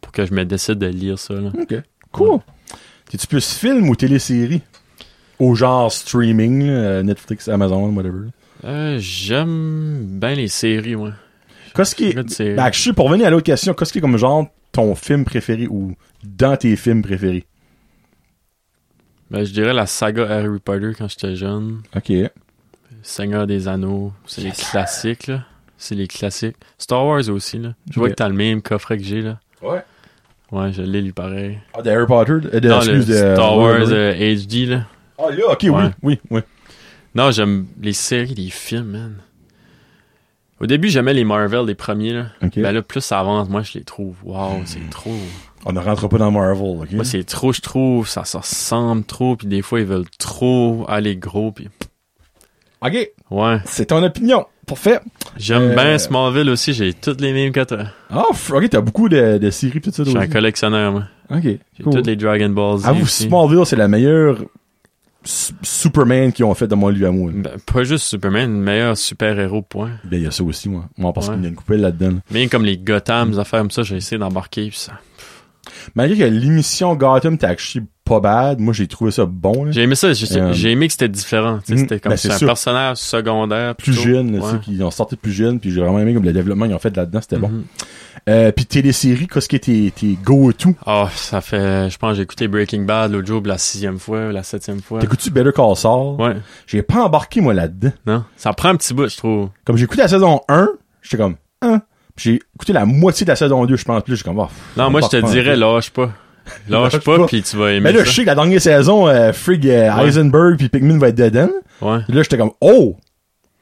[SPEAKER 3] pour que je me décide de lire ça. là.
[SPEAKER 1] Ok. Cool. T'es-tu plus film ou télésérie? Au genre streaming, là, euh, Netflix, Amazon, whatever.
[SPEAKER 3] Euh, J'aime bien les séries, moi.
[SPEAKER 1] Qu'est-ce qui
[SPEAKER 3] Écoute, c'est-
[SPEAKER 1] Ben, je suis pour venir à l'autre question, qu'est-ce qui est comme genre ton film préféré ou dans tes films préférés?
[SPEAKER 3] Ben, je dirais la saga Harry Potter quand j'étais jeune.
[SPEAKER 1] OK.
[SPEAKER 3] Seigneur des Anneaux, c'est les classiques, là. C'est les classiques. Star Wars aussi, là. Je vois
[SPEAKER 1] Ok.
[SPEAKER 3] que t'as le même coffret que j'ai, là.
[SPEAKER 1] Ouais.
[SPEAKER 3] Ouais, je l'ai, lui, pareil.
[SPEAKER 1] Ah, de Harry Potter? euh, de,
[SPEAKER 3] Non, le
[SPEAKER 1] excuse, de
[SPEAKER 3] Star Wars
[SPEAKER 1] Lord of the Rings.
[SPEAKER 3] euh, HD, là.
[SPEAKER 1] Ah, là, OK, oui,
[SPEAKER 3] Ouais.
[SPEAKER 1] oui, oui.
[SPEAKER 3] Non, j'aime les séries, les films, man. Au début, j'aimais les Marvel, les premiers, là.
[SPEAKER 1] OK. Hmm.
[SPEAKER 3] Ben là, plus ça avance, moi, je les trouve. Waouh, c'est trop.
[SPEAKER 1] On ne rentre pas dans Marvel, OK?
[SPEAKER 3] Moi, c'est trop, je trouve. Ça se ressemble trop, puis des fois, ils veulent trop aller gros, puis...
[SPEAKER 1] OK,
[SPEAKER 3] Ouais.
[SPEAKER 1] c'est ton opinion. Parfait.
[SPEAKER 3] J'aime
[SPEAKER 1] Euh,
[SPEAKER 3] bien Smallville aussi, j'ai toutes les mêmes que toi.
[SPEAKER 1] Ah, f- OK, t'as beaucoup de, de séries pis tout ça.
[SPEAKER 3] Je suis un
[SPEAKER 1] aussi.
[SPEAKER 3] collectionneur, moi.
[SPEAKER 1] OK,
[SPEAKER 3] J'ai
[SPEAKER 1] cool.
[SPEAKER 3] toutes les Dragon Balls. Z
[SPEAKER 1] Avoue,
[SPEAKER 3] aussi.
[SPEAKER 1] Smallville, c'est la meilleure s- Superman qu'ils ont fait de moi, lui à moi.
[SPEAKER 3] Ben, pas juste Superman, le meilleur super-héros, point.
[SPEAKER 1] Ben, il y a ça aussi, moi. Moi, parce
[SPEAKER 3] Ouais.
[SPEAKER 1] qu'il y a une coupelle là-dedans.
[SPEAKER 3] Bien comme les Gotham, les affaires comme ça, j'ai essayé d'embarquer, puis ça...
[SPEAKER 1] Malgré que l'émission Gotham t'as actually pas bad, moi, j'ai trouvé ça bon. là.
[SPEAKER 3] J'ai aimé ça, j'ai
[SPEAKER 1] Euh,
[SPEAKER 3] j'ai aimé que c'était différent. tu sais,
[SPEAKER 1] mhm,
[SPEAKER 3] C'était comme
[SPEAKER 1] ben, c'est
[SPEAKER 3] c'est un
[SPEAKER 1] sûr.
[SPEAKER 3] personnage secondaire.
[SPEAKER 1] Plus
[SPEAKER 3] plutôt.
[SPEAKER 1] jeune,
[SPEAKER 3] Ouais.
[SPEAKER 1] tu sais, qu'ils ont sorti plus jeune, puis j'ai vraiment aimé comme le développement qu'ils ont fait là-dedans, c'était bon.
[SPEAKER 3] Mhm.
[SPEAKER 1] Euh, puis télésérie, qu'est-ce qui était tes go-to?
[SPEAKER 3] Ah, ça fait. Je pense que j'ai écouté Breaking Bad l'autre jour pour la sixième fois, la septième fois.
[SPEAKER 1] T'écoutes-tu Better Call Saul?
[SPEAKER 3] Ouais,
[SPEAKER 1] J'ai pas embarqué, moi, là-dedans.
[SPEAKER 3] non. Ça prend un petit bout, je trouve.
[SPEAKER 1] Comme j'ai écouté la saison 1, j'étais comme, hein? Puis j'ai écouté la moitié de la saison 2, je pense, plus, j'ai comme, Ah, pff,
[SPEAKER 3] Non, moi, je
[SPEAKER 1] embarque
[SPEAKER 3] te
[SPEAKER 1] pas en
[SPEAKER 3] dirais,
[SPEAKER 1] tout.
[SPEAKER 3] lâche pas. Lâche
[SPEAKER 1] Lâche
[SPEAKER 3] pas,
[SPEAKER 1] pas.
[SPEAKER 3] puis tu vas
[SPEAKER 1] Mais
[SPEAKER 3] aimer.
[SPEAKER 1] là, je
[SPEAKER 3] ça.
[SPEAKER 1] sais que la dernière saison, euh, Frig euh,
[SPEAKER 3] Ouais.
[SPEAKER 1] Heisenberg puis Pikmin va être dedans.
[SPEAKER 3] Ouais.
[SPEAKER 1] Puis là, j'étais comme, oh!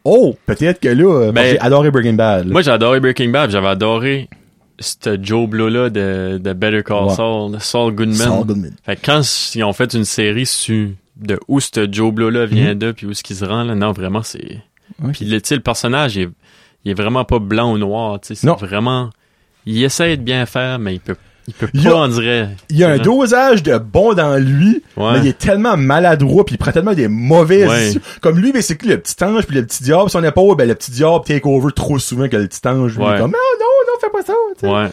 [SPEAKER 1] Oh! Peut-être que là, euh,
[SPEAKER 3] Ben,
[SPEAKER 1] j'ai adoré Breaking Bad. là.
[SPEAKER 3] Moi, j'ai adoré Breaking Bad, j'avais adoré ce Joe Blow-là de, de Better Call
[SPEAKER 1] Ouais.
[SPEAKER 3] Saul, de Saul Goodman.
[SPEAKER 1] Saul Goodman.
[SPEAKER 3] Fait que quand s- ils ont fait une série sur de où ce Joe Blow-là vient
[SPEAKER 1] Mhm.
[SPEAKER 3] de, puis où ce qu'il se rend, là, non, vraiment, c'est.
[SPEAKER 1] Ok.
[SPEAKER 3] Puis le, tu sais, le personnage, il est, il est vraiment pas blanc ou noir, tu sais. C'est
[SPEAKER 1] Non.
[SPEAKER 3] vraiment. Il essaie de bien faire, mais il peut, il peut pas,
[SPEAKER 1] Il y a-
[SPEAKER 3] on dirait.
[SPEAKER 1] Il y a un
[SPEAKER 3] C'est vrai.
[SPEAKER 1] dosage de bon dans lui,
[SPEAKER 3] Ouais.
[SPEAKER 1] mais il est tellement maladroit puis il prend tellement des mauvaises
[SPEAKER 3] Ouais.
[SPEAKER 1] décisions. Comme lui, mais c'est que le petit ange puis le petit diable, son épaule, ben le petit diable take over trop souvent que le petit ange lui
[SPEAKER 3] Ouais.
[SPEAKER 1] est comme, ah, non, non, non, fais pas ça, tu sais.
[SPEAKER 3] Ouais.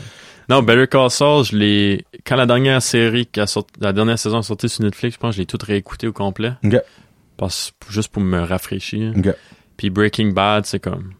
[SPEAKER 3] Non, Better Call Saul, je l'ai. Quand la dernière série, qui a sorti- la dernière saison est sortie sur Netflix, je pense que je l'ai toute réécoutée au complet.
[SPEAKER 1] Ok.
[SPEAKER 3] Parce, juste pour me rafraîchir.
[SPEAKER 1] Ok.
[SPEAKER 3] Puis Breaking Bad, c'est comme.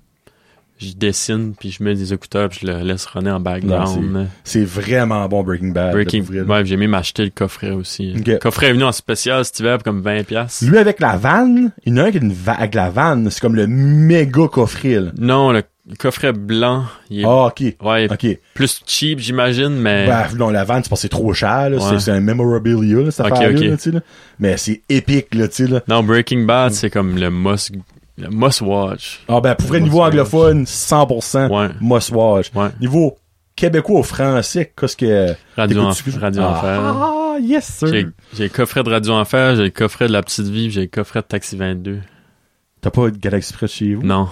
[SPEAKER 3] Je dessine, puis je mets des écouteurs, puis je le laisse runner en background.
[SPEAKER 1] Non, C'est vraiment bon Breaking Bad. là,
[SPEAKER 3] Breaking
[SPEAKER 1] pour vrai, là.
[SPEAKER 3] Ouais, j'ai même acheté le coffret aussi.
[SPEAKER 1] Ok.
[SPEAKER 3] Le coffret est venu en spécial cet hiver pour comme 20$. piastres.
[SPEAKER 1] Lui avec la vanne, il y en a un qui a une va- avec la vanne, c'est comme le méga coffret, là.
[SPEAKER 3] Non, le coffret blanc, il est
[SPEAKER 1] Ah, ok.
[SPEAKER 3] ouais,
[SPEAKER 1] Ok.
[SPEAKER 3] plus cheap, j'imagine, mais
[SPEAKER 1] Bah, non, la vanne, c'est parce que c'est trop cher, là.
[SPEAKER 3] Ouais.
[SPEAKER 1] C'est- C'est un memorabilia, là, cette
[SPEAKER 3] Ok,
[SPEAKER 1] affaire-là,
[SPEAKER 3] ok.
[SPEAKER 1] là, tu sais, là. Mais c'est épique, là, tu sais, là.
[SPEAKER 3] non, Breaking
[SPEAKER 1] Mm.
[SPEAKER 3] Bad, c'est comme le must, le must watch.
[SPEAKER 1] Ah, ben, pour vrai,
[SPEAKER 3] Must
[SPEAKER 1] niveau
[SPEAKER 3] watch.
[SPEAKER 1] anglophone, 100%.
[SPEAKER 3] Ouais,
[SPEAKER 1] Must watch.
[SPEAKER 3] ouais.
[SPEAKER 1] Niveau québécois ou français, qu'est-ce que...
[SPEAKER 3] Radio, en,
[SPEAKER 1] t'écoutes-tu?
[SPEAKER 3] radio
[SPEAKER 1] ah,
[SPEAKER 3] Enfer.
[SPEAKER 1] Ah, yes,
[SPEAKER 3] J'ai
[SPEAKER 1] sir.
[SPEAKER 3] j'ai le coffret de Radio Enfer, j'ai le coffret de La Petite Vie, puis j'ai le coffret de Taxi 22.
[SPEAKER 1] T'as pas de Galaxy Press chez vous?
[SPEAKER 3] Non.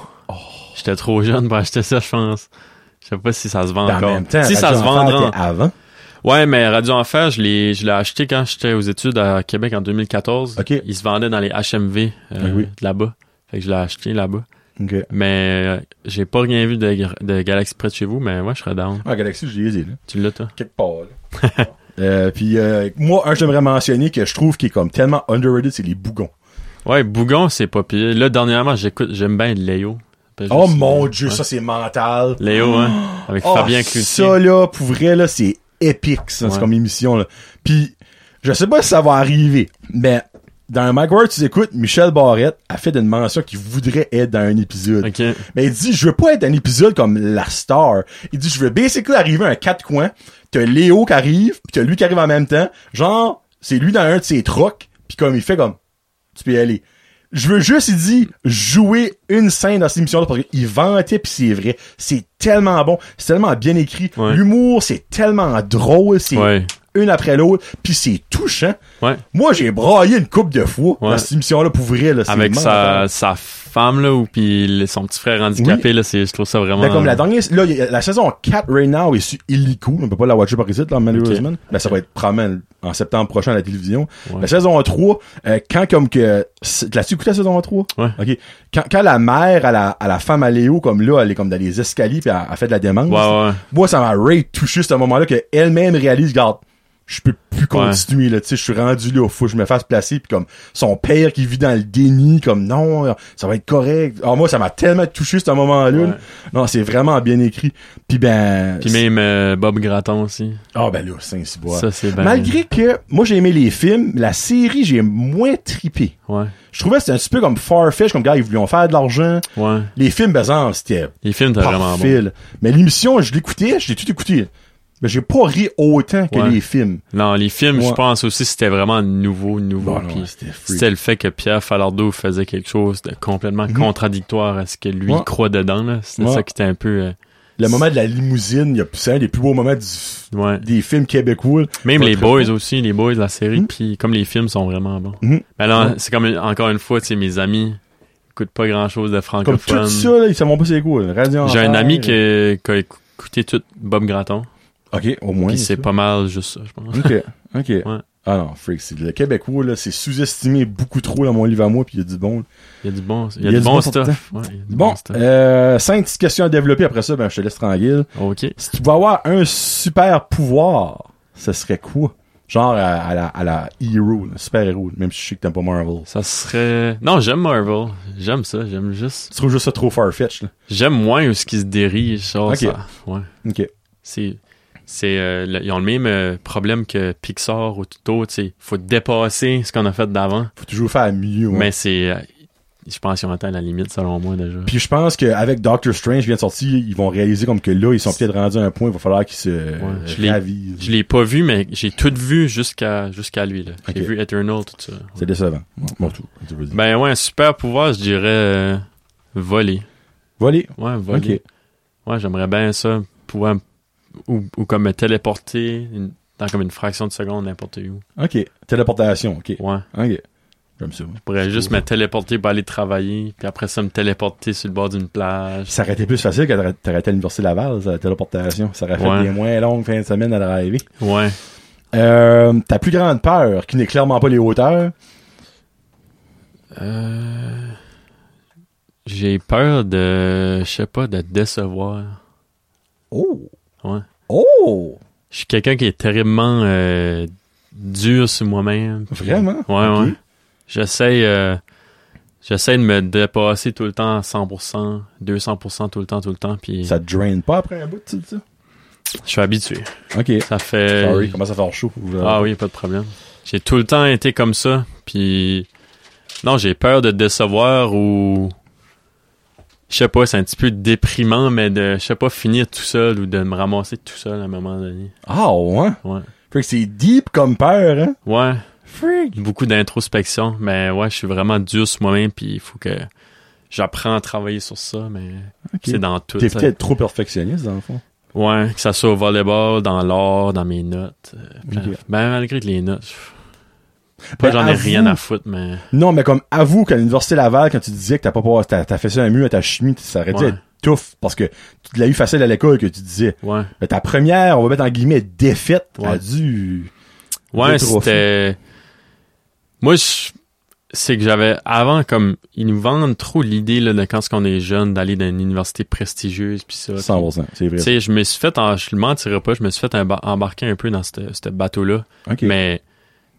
[SPEAKER 3] J'étais trop jeune pour acheter ça, je pense. Je sais pas si ça se vend
[SPEAKER 1] Ben, en
[SPEAKER 3] encore.
[SPEAKER 1] même temps,
[SPEAKER 3] si ça
[SPEAKER 1] Radio
[SPEAKER 3] se
[SPEAKER 1] Enfer
[SPEAKER 3] vendra.
[SPEAKER 1] était avant.
[SPEAKER 3] Ouais, mais Radio Enfer, je l'ai, je l'ai acheté quand j'étais aux études à Québec en 2014.
[SPEAKER 1] Ok.
[SPEAKER 3] Il se vendait dans les HMV euh,
[SPEAKER 1] Ah oui.
[SPEAKER 3] de là-bas. Fait que je l'ai acheté là-bas.
[SPEAKER 1] Ok.
[SPEAKER 3] Mais euh, j'ai pas rien vu de, de Galaxy près de chez vous, mais ouais, je serais down.
[SPEAKER 1] Ah, Galaxy, je les ai, là.
[SPEAKER 3] Tu l'as, toi?
[SPEAKER 1] Quelque part, là. Euh, puis euh, moi, un que j'aimerais mentionner que je trouve qui est comme tellement underrated, c'est les bougons.
[SPEAKER 3] Ouais, Bougon, c'est pas pire. Là, dernièrement, j'écoute, j'aime bien Léo. Parce que
[SPEAKER 1] Oh
[SPEAKER 3] je-
[SPEAKER 1] mon dieu,
[SPEAKER 3] ouais.
[SPEAKER 1] ça c'est mental.
[SPEAKER 3] Léo, hein? Avec
[SPEAKER 1] Oh,
[SPEAKER 3] Fabien Cloutier.
[SPEAKER 1] Ça là, pour vrai là, c'est épique ça, c'est
[SPEAKER 3] Ouais.
[SPEAKER 1] comme émission là. Puis je sais pas si ça va arriver, mais dans Mike Ward, tu écoutes, Michel Barrette a fait une mention qu'il voudrait être dans un épisode.
[SPEAKER 3] Ok.
[SPEAKER 1] Mais il dit, je veux pas être un épisode comme la star. Il dit, je veux basically arriver à un quatre coins. T'as Léo qui arrive, pis t'as lui qui arrive en même temps. Genre, c'est lui dans un de ses trocs, puis comme il fait comme, tu peux y aller. Je veux juste, il dit, jouer une scène dans cette émission-là parce qu'il vantait pis c'est vrai. C'est tellement bon. C'est tellement bien écrit.
[SPEAKER 3] Ouais.
[SPEAKER 1] L'humour, c'est tellement drôle. C'est
[SPEAKER 3] Ouais.
[SPEAKER 1] une après l'autre puis c'est touchant.
[SPEAKER 3] Ouais.
[SPEAKER 1] Moi, j'ai braillé une coupe de fois
[SPEAKER 3] Ouais.
[SPEAKER 1] dans cette émission-là pour vrai, là. C'est
[SPEAKER 3] Avec
[SPEAKER 1] mental.
[SPEAKER 3] sa, sa femme, là, ou puis le- son petit frère handicapé, là, c'est, je trouve ça vraiment...
[SPEAKER 1] Mais Ben, comme la dernière, là, y a- la saison 4 right now est sur Illico. On peut pas la watcher par ici, là, malheureusement. Ben, ça va être probablement en septembre prochain à la télévision.
[SPEAKER 3] Ouais.
[SPEAKER 1] La saison 3, euh, quand comme que, c'est- l'as-tu écouté la saison 3?
[SPEAKER 3] Ouais.
[SPEAKER 1] Ok. Quand, quand la mère à la, à la femme à Léo, comme là, elle est comme dans les escaliers pis elle, elle fait de la démence.
[SPEAKER 3] Ouais, ouais.
[SPEAKER 1] Moi, ça m'a rate touché ce moment-là que elle-même réalise, regarde, je peux plus continuer là tu sais je suis rendu là faut que je me fasse placer puis comme son père qui vit dans le déni comme non ça va être correct alors moi ça m'a tellement touché ce moment là
[SPEAKER 3] Ouais.
[SPEAKER 1] non c'est vraiment bien écrit puis ben
[SPEAKER 3] Puis même euh, Bob Gratton aussi.
[SPEAKER 1] ah ben là c'est c'est bon.
[SPEAKER 3] Ça, c'est bien.
[SPEAKER 1] malgré que moi j'ai aimé les films la série j'ai moins tripé
[SPEAKER 3] Ouais,
[SPEAKER 1] je trouvais que c'était un petit peu comme Farfetch comme gars ils voulaient faire de l'argent
[SPEAKER 3] ouais.
[SPEAKER 1] les films ben ça, c'était
[SPEAKER 3] Les films, t'es vraiment bon.
[SPEAKER 1] parfait là. mais l'émission je l'écoutais je l'ai tout écouté mais j'ai pas ri autant que
[SPEAKER 3] Ouais.
[SPEAKER 1] les films
[SPEAKER 3] Non, les films, je
[SPEAKER 1] Ouais.
[SPEAKER 3] pense aussi, c'était vraiment nouveau, nouveau.
[SPEAKER 1] Ouais,
[SPEAKER 3] puis
[SPEAKER 1] ouais, c'était freak.
[SPEAKER 3] c'était le fait que Pierre Falardeau faisait quelque chose de complètement contradictoire à ce que lui
[SPEAKER 1] Mhm. Ouais.
[SPEAKER 3] croit dedans. là. C'était
[SPEAKER 1] Ouais.
[SPEAKER 3] ça qui était un peu... euh,
[SPEAKER 1] Le moment de la limousine, il y a c'est un des plus beaux moments du-
[SPEAKER 3] ouais.
[SPEAKER 1] des films québécois.
[SPEAKER 3] Même
[SPEAKER 1] Pas
[SPEAKER 3] les
[SPEAKER 1] très
[SPEAKER 3] boys
[SPEAKER 1] bon.
[SPEAKER 3] aussi, les boys de la série,
[SPEAKER 1] Mhm.
[SPEAKER 3] puis comme les films sont vraiment bons.
[SPEAKER 1] Mhm.
[SPEAKER 3] Mais là,
[SPEAKER 1] Ouais.
[SPEAKER 3] c'est comme, une- encore une fois, tu sais, mes amis écoutent pas grand-chose de
[SPEAKER 1] Comme
[SPEAKER 3] francophone.
[SPEAKER 1] tout ça, là, ils savent pas c'est quoi. là. Radio en
[SPEAKER 3] J'ai un
[SPEAKER 1] fer,
[SPEAKER 3] ami
[SPEAKER 1] euh,
[SPEAKER 3] qui a, qui a écouté tout Bob Gratton,
[SPEAKER 1] Ok, au moins.
[SPEAKER 3] puis c'est
[SPEAKER 1] ça. Hmm.
[SPEAKER 3] pas mal juste ça, je pense.
[SPEAKER 1] Ok, ok. Ah non, freak, c'est le Québécois, là, c'est sous-estimé beaucoup trop dans mon livre à moi, puis il y a du bon.
[SPEAKER 3] Il y a du bon, il y a du bon
[SPEAKER 1] pour
[SPEAKER 3] stuff. Ouais, il y a du
[SPEAKER 1] Bon,
[SPEAKER 3] bon stuff.
[SPEAKER 1] euh, cinq petites questions à développer après ça, ben je te laisse tranquille.
[SPEAKER 3] OK.
[SPEAKER 1] Si tu pouvais avoir un super pouvoir, ce serait quoi? Genre à, à la, à la hero, là, super-héros, même si je sais que t'aimes pas Marvel.
[SPEAKER 3] Ça serait. Non, j'aime Marvel. J'aime ça. J'aime juste.
[SPEAKER 1] Tu trouves juste ça trop far-fetched, là?
[SPEAKER 3] J'aime moins où ce qui se dirige. genre,
[SPEAKER 1] Ok.
[SPEAKER 3] ça- Ouais.
[SPEAKER 1] Ok.
[SPEAKER 3] C'est. C'est, euh, le- ils ont le même euh, problème que Pixar ou tout autre. Il faut dépasser ce qu'on a fait d'avant.
[SPEAKER 1] Faut toujours faire mieux, ouais.
[SPEAKER 3] Mais c'est. euh, je pense qu'ils ont atteint la limite, selon moi, déjà.
[SPEAKER 1] Puis je pense qu'avec Doctor Strange qui vient de sortir, ils vont réaliser comme que là, ils sont peut-être rendus à un point, il va falloir qu'ils se euh,
[SPEAKER 3] je l'ai-
[SPEAKER 1] ravisent.
[SPEAKER 3] Je l'ai pas vu, mais j'ai tout vu jusqu'à jusqu'à lui. Là. J'ai
[SPEAKER 1] Ok.
[SPEAKER 3] vu Eternal, tout ça. Ouais.
[SPEAKER 1] C'est décevant. Bon, tout. tu veux dire.
[SPEAKER 3] Ben ouais, un super pouvoir, je dirais euh, voler.
[SPEAKER 1] Voler.
[SPEAKER 3] Ouais, voler.
[SPEAKER 1] Ok.
[SPEAKER 3] Ouais, j'aimerais bien ça, pouvoir m- ou, ou comme me téléporter une- dans comme une fraction de seconde n'importe où.
[SPEAKER 1] OK. Téléportation. OK.
[SPEAKER 3] Ouais,
[SPEAKER 1] OK. J'aime ça. ouais.
[SPEAKER 3] je pourrais
[SPEAKER 1] C'est
[SPEAKER 3] juste
[SPEAKER 1] cool.
[SPEAKER 3] me téléporter pour aller travailler, puis après ça me téléporter sur le bord d'une plage.
[SPEAKER 1] Ça aurait été plus facile que t'aurais- t'aurais été à l'Université Laval, ça, la téléportation. Ça aurait fait
[SPEAKER 3] Ouais.
[SPEAKER 1] des moins longues fins de semaine à l'arrivée.
[SPEAKER 3] Ouais.
[SPEAKER 1] Euh, ta plus grande peur, qui n'est clairement pas les hauteurs.
[SPEAKER 3] Euh, J'ai peur de, je sais pas, de décevoir.
[SPEAKER 1] Oh!
[SPEAKER 3] Ouais.
[SPEAKER 1] Oh!
[SPEAKER 3] Je suis quelqu'un qui est terriblement euh, dur sur moi-même.
[SPEAKER 1] Vraiment?
[SPEAKER 3] Ouais,
[SPEAKER 1] Ok.
[SPEAKER 3] ouais. J'essaye, euh, j'essaye de me dépasser tout le temps à 100%, 200% tout le temps, tout le temps, puis
[SPEAKER 1] Ça te draine pas après un bout, tu sais,
[SPEAKER 3] je suis habitué.
[SPEAKER 1] ça? OK.
[SPEAKER 3] Ça fait...
[SPEAKER 1] Sorry, commence à faire chaud.
[SPEAKER 3] Euh, Ah oui, pas de problème. J'ai tout le temps été comme ça, puis... Non, j'ai peur de décevoir ou... Je sais pas, c'est un petit peu déprimant, mais de, je sais pas, finir tout seul ou de me ramasser tout seul à un moment donné.
[SPEAKER 1] Ah, ouais?
[SPEAKER 3] Ouais.
[SPEAKER 1] Fait que c'est deep comme peur, hein?
[SPEAKER 3] Ouais,
[SPEAKER 1] Freak!
[SPEAKER 3] beaucoup d'introspection, mais ouais, je suis vraiment dur sur moi-même, puis il faut que j'apprends à travailler sur ça, mais c'est dans tout.
[SPEAKER 1] T'es
[SPEAKER 3] ça.
[SPEAKER 1] peut-être trop perfectionniste, dans le fond.
[SPEAKER 3] Ouais, que ça soit au volleyball, dans l'art, dans mes notes. euh, plein-
[SPEAKER 1] Ok.
[SPEAKER 3] Ben, malgré que les notes, je- pas
[SPEAKER 1] Ben,
[SPEAKER 3] j'en ai
[SPEAKER 1] avoue-
[SPEAKER 3] rien à foutre, mais
[SPEAKER 1] Non, mais comme avoue qu'à l'Université Laval, quand tu disais que t'as pas passé- t'as, t'as fait ça un mur à ta chimie, ça aurait dû
[SPEAKER 3] Ouais.
[SPEAKER 1] être tough parce que tu l'as eu facile à l'école que tu disais.
[SPEAKER 3] ouais.
[SPEAKER 1] Mais ta première, on va mettre en guillemets défaite,
[SPEAKER 3] Ouais.
[SPEAKER 1] a dû.
[SPEAKER 3] Ouais,
[SPEAKER 1] Deux trophées.
[SPEAKER 3] c'était. Moi, je- c'est que j'avais avant comme ils nous vendent trop l'idée là, de quand ce qu'on est jeune d'aller dans une université prestigieuse puis ça.
[SPEAKER 1] 100%, c'est vrai.
[SPEAKER 3] Tu sais, je me suis fait, en, je le mentirais pas, je me suis fait emba- embarquer un peu dans ce ce bateau-là.
[SPEAKER 1] Ok.
[SPEAKER 3] Mais,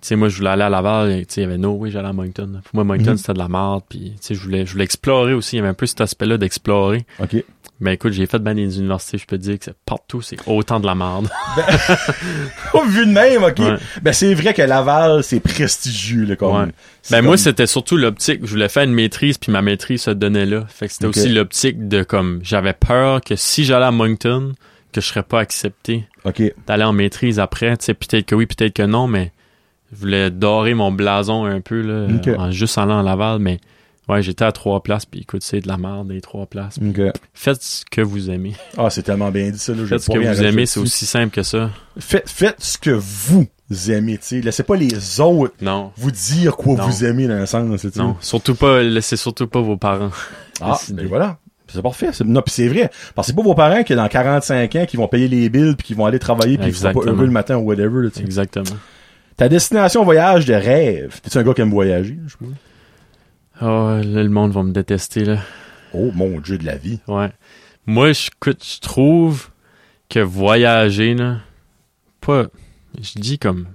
[SPEAKER 3] tu sais, moi, je voulais aller à Laval, et, tu sais, il y avait no way, j'allais à Moncton. Pour moi, Moncton,
[SPEAKER 1] Mhm.
[SPEAKER 3] c'était de la merde, puis, tu sais, je voulais, je voulais explorer aussi. Il y avait un peu cet aspect-là d'explorer.
[SPEAKER 1] Ok.
[SPEAKER 3] Mais écoute, j'ai fait bien des universités, je peux te dire que c'est partout, c'est autant de la merde.
[SPEAKER 1] Vu de même, ok.
[SPEAKER 3] Ouais.
[SPEAKER 1] Ben c'est vrai que Laval, c'est prestigieux, là, comme.
[SPEAKER 3] Ouais.
[SPEAKER 1] c'est
[SPEAKER 3] Ben, moi,
[SPEAKER 1] comme-
[SPEAKER 3] c'était surtout l'optique. Je voulais faire une maîtrise, puis ma maîtrise se donnait là. Fait que c'était
[SPEAKER 1] Ok.
[SPEAKER 3] aussi l'optique de, comme, j'avais peur que si j'allais à Moncton, que je serais pas accepté.
[SPEAKER 1] Ok.
[SPEAKER 3] d'aller en maîtrise après. Tu sais, peut-être que oui, peut-être que non, mais je voulais dorer mon blason un peu là,
[SPEAKER 1] Ok.
[SPEAKER 3] en juste allant à Laval. Mais ouais, j'étais à trois places, puis écoute, c'est de la merde, les trois places.
[SPEAKER 1] Ok.
[SPEAKER 3] Faites ce que vous aimez.
[SPEAKER 1] Ah, c'est tellement bien dit ça, là. j'ai
[SPEAKER 3] Faites ce
[SPEAKER 1] pas
[SPEAKER 3] que
[SPEAKER 1] rien à
[SPEAKER 3] vous
[SPEAKER 1] rajouter.
[SPEAKER 3] aimez, c'est aussi simple que ça.
[SPEAKER 1] Faites, faites ce que vous aimez, tu sais. Laissez pas les autres
[SPEAKER 3] Non.
[SPEAKER 1] vous dire quoi
[SPEAKER 3] Non.
[SPEAKER 1] vous aimez dans un sens, tu sais.
[SPEAKER 3] Non, surtout pas, laissez surtout pas vos parents.
[SPEAKER 1] Ah,
[SPEAKER 3] Décider.
[SPEAKER 1] ben voilà. C'est parfait. C'est- Non, puis c'est vrai. Parce que c'est pas vos parents qui, dans 45 ans, qui vont payer les billes, puis qui vont aller travailler, puis qui seront pas
[SPEAKER 3] Exactement.
[SPEAKER 1] heureux le matin ou whatever. là, tu sais.
[SPEAKER 3] Exactement.
[SPEAKER 1] Ta destination voyage de rêve. T'es-tu un gars qui aime voyager, je crois?
[SPEAKER 3] Oh, là, le monde va me détester, là.
[SPEAKER 1] Oh, mon Dieu de la vie.
[SPEAKER 3] Ouais. Moi, je, écoute, je trouve que voyager, là, pas, je dis comme,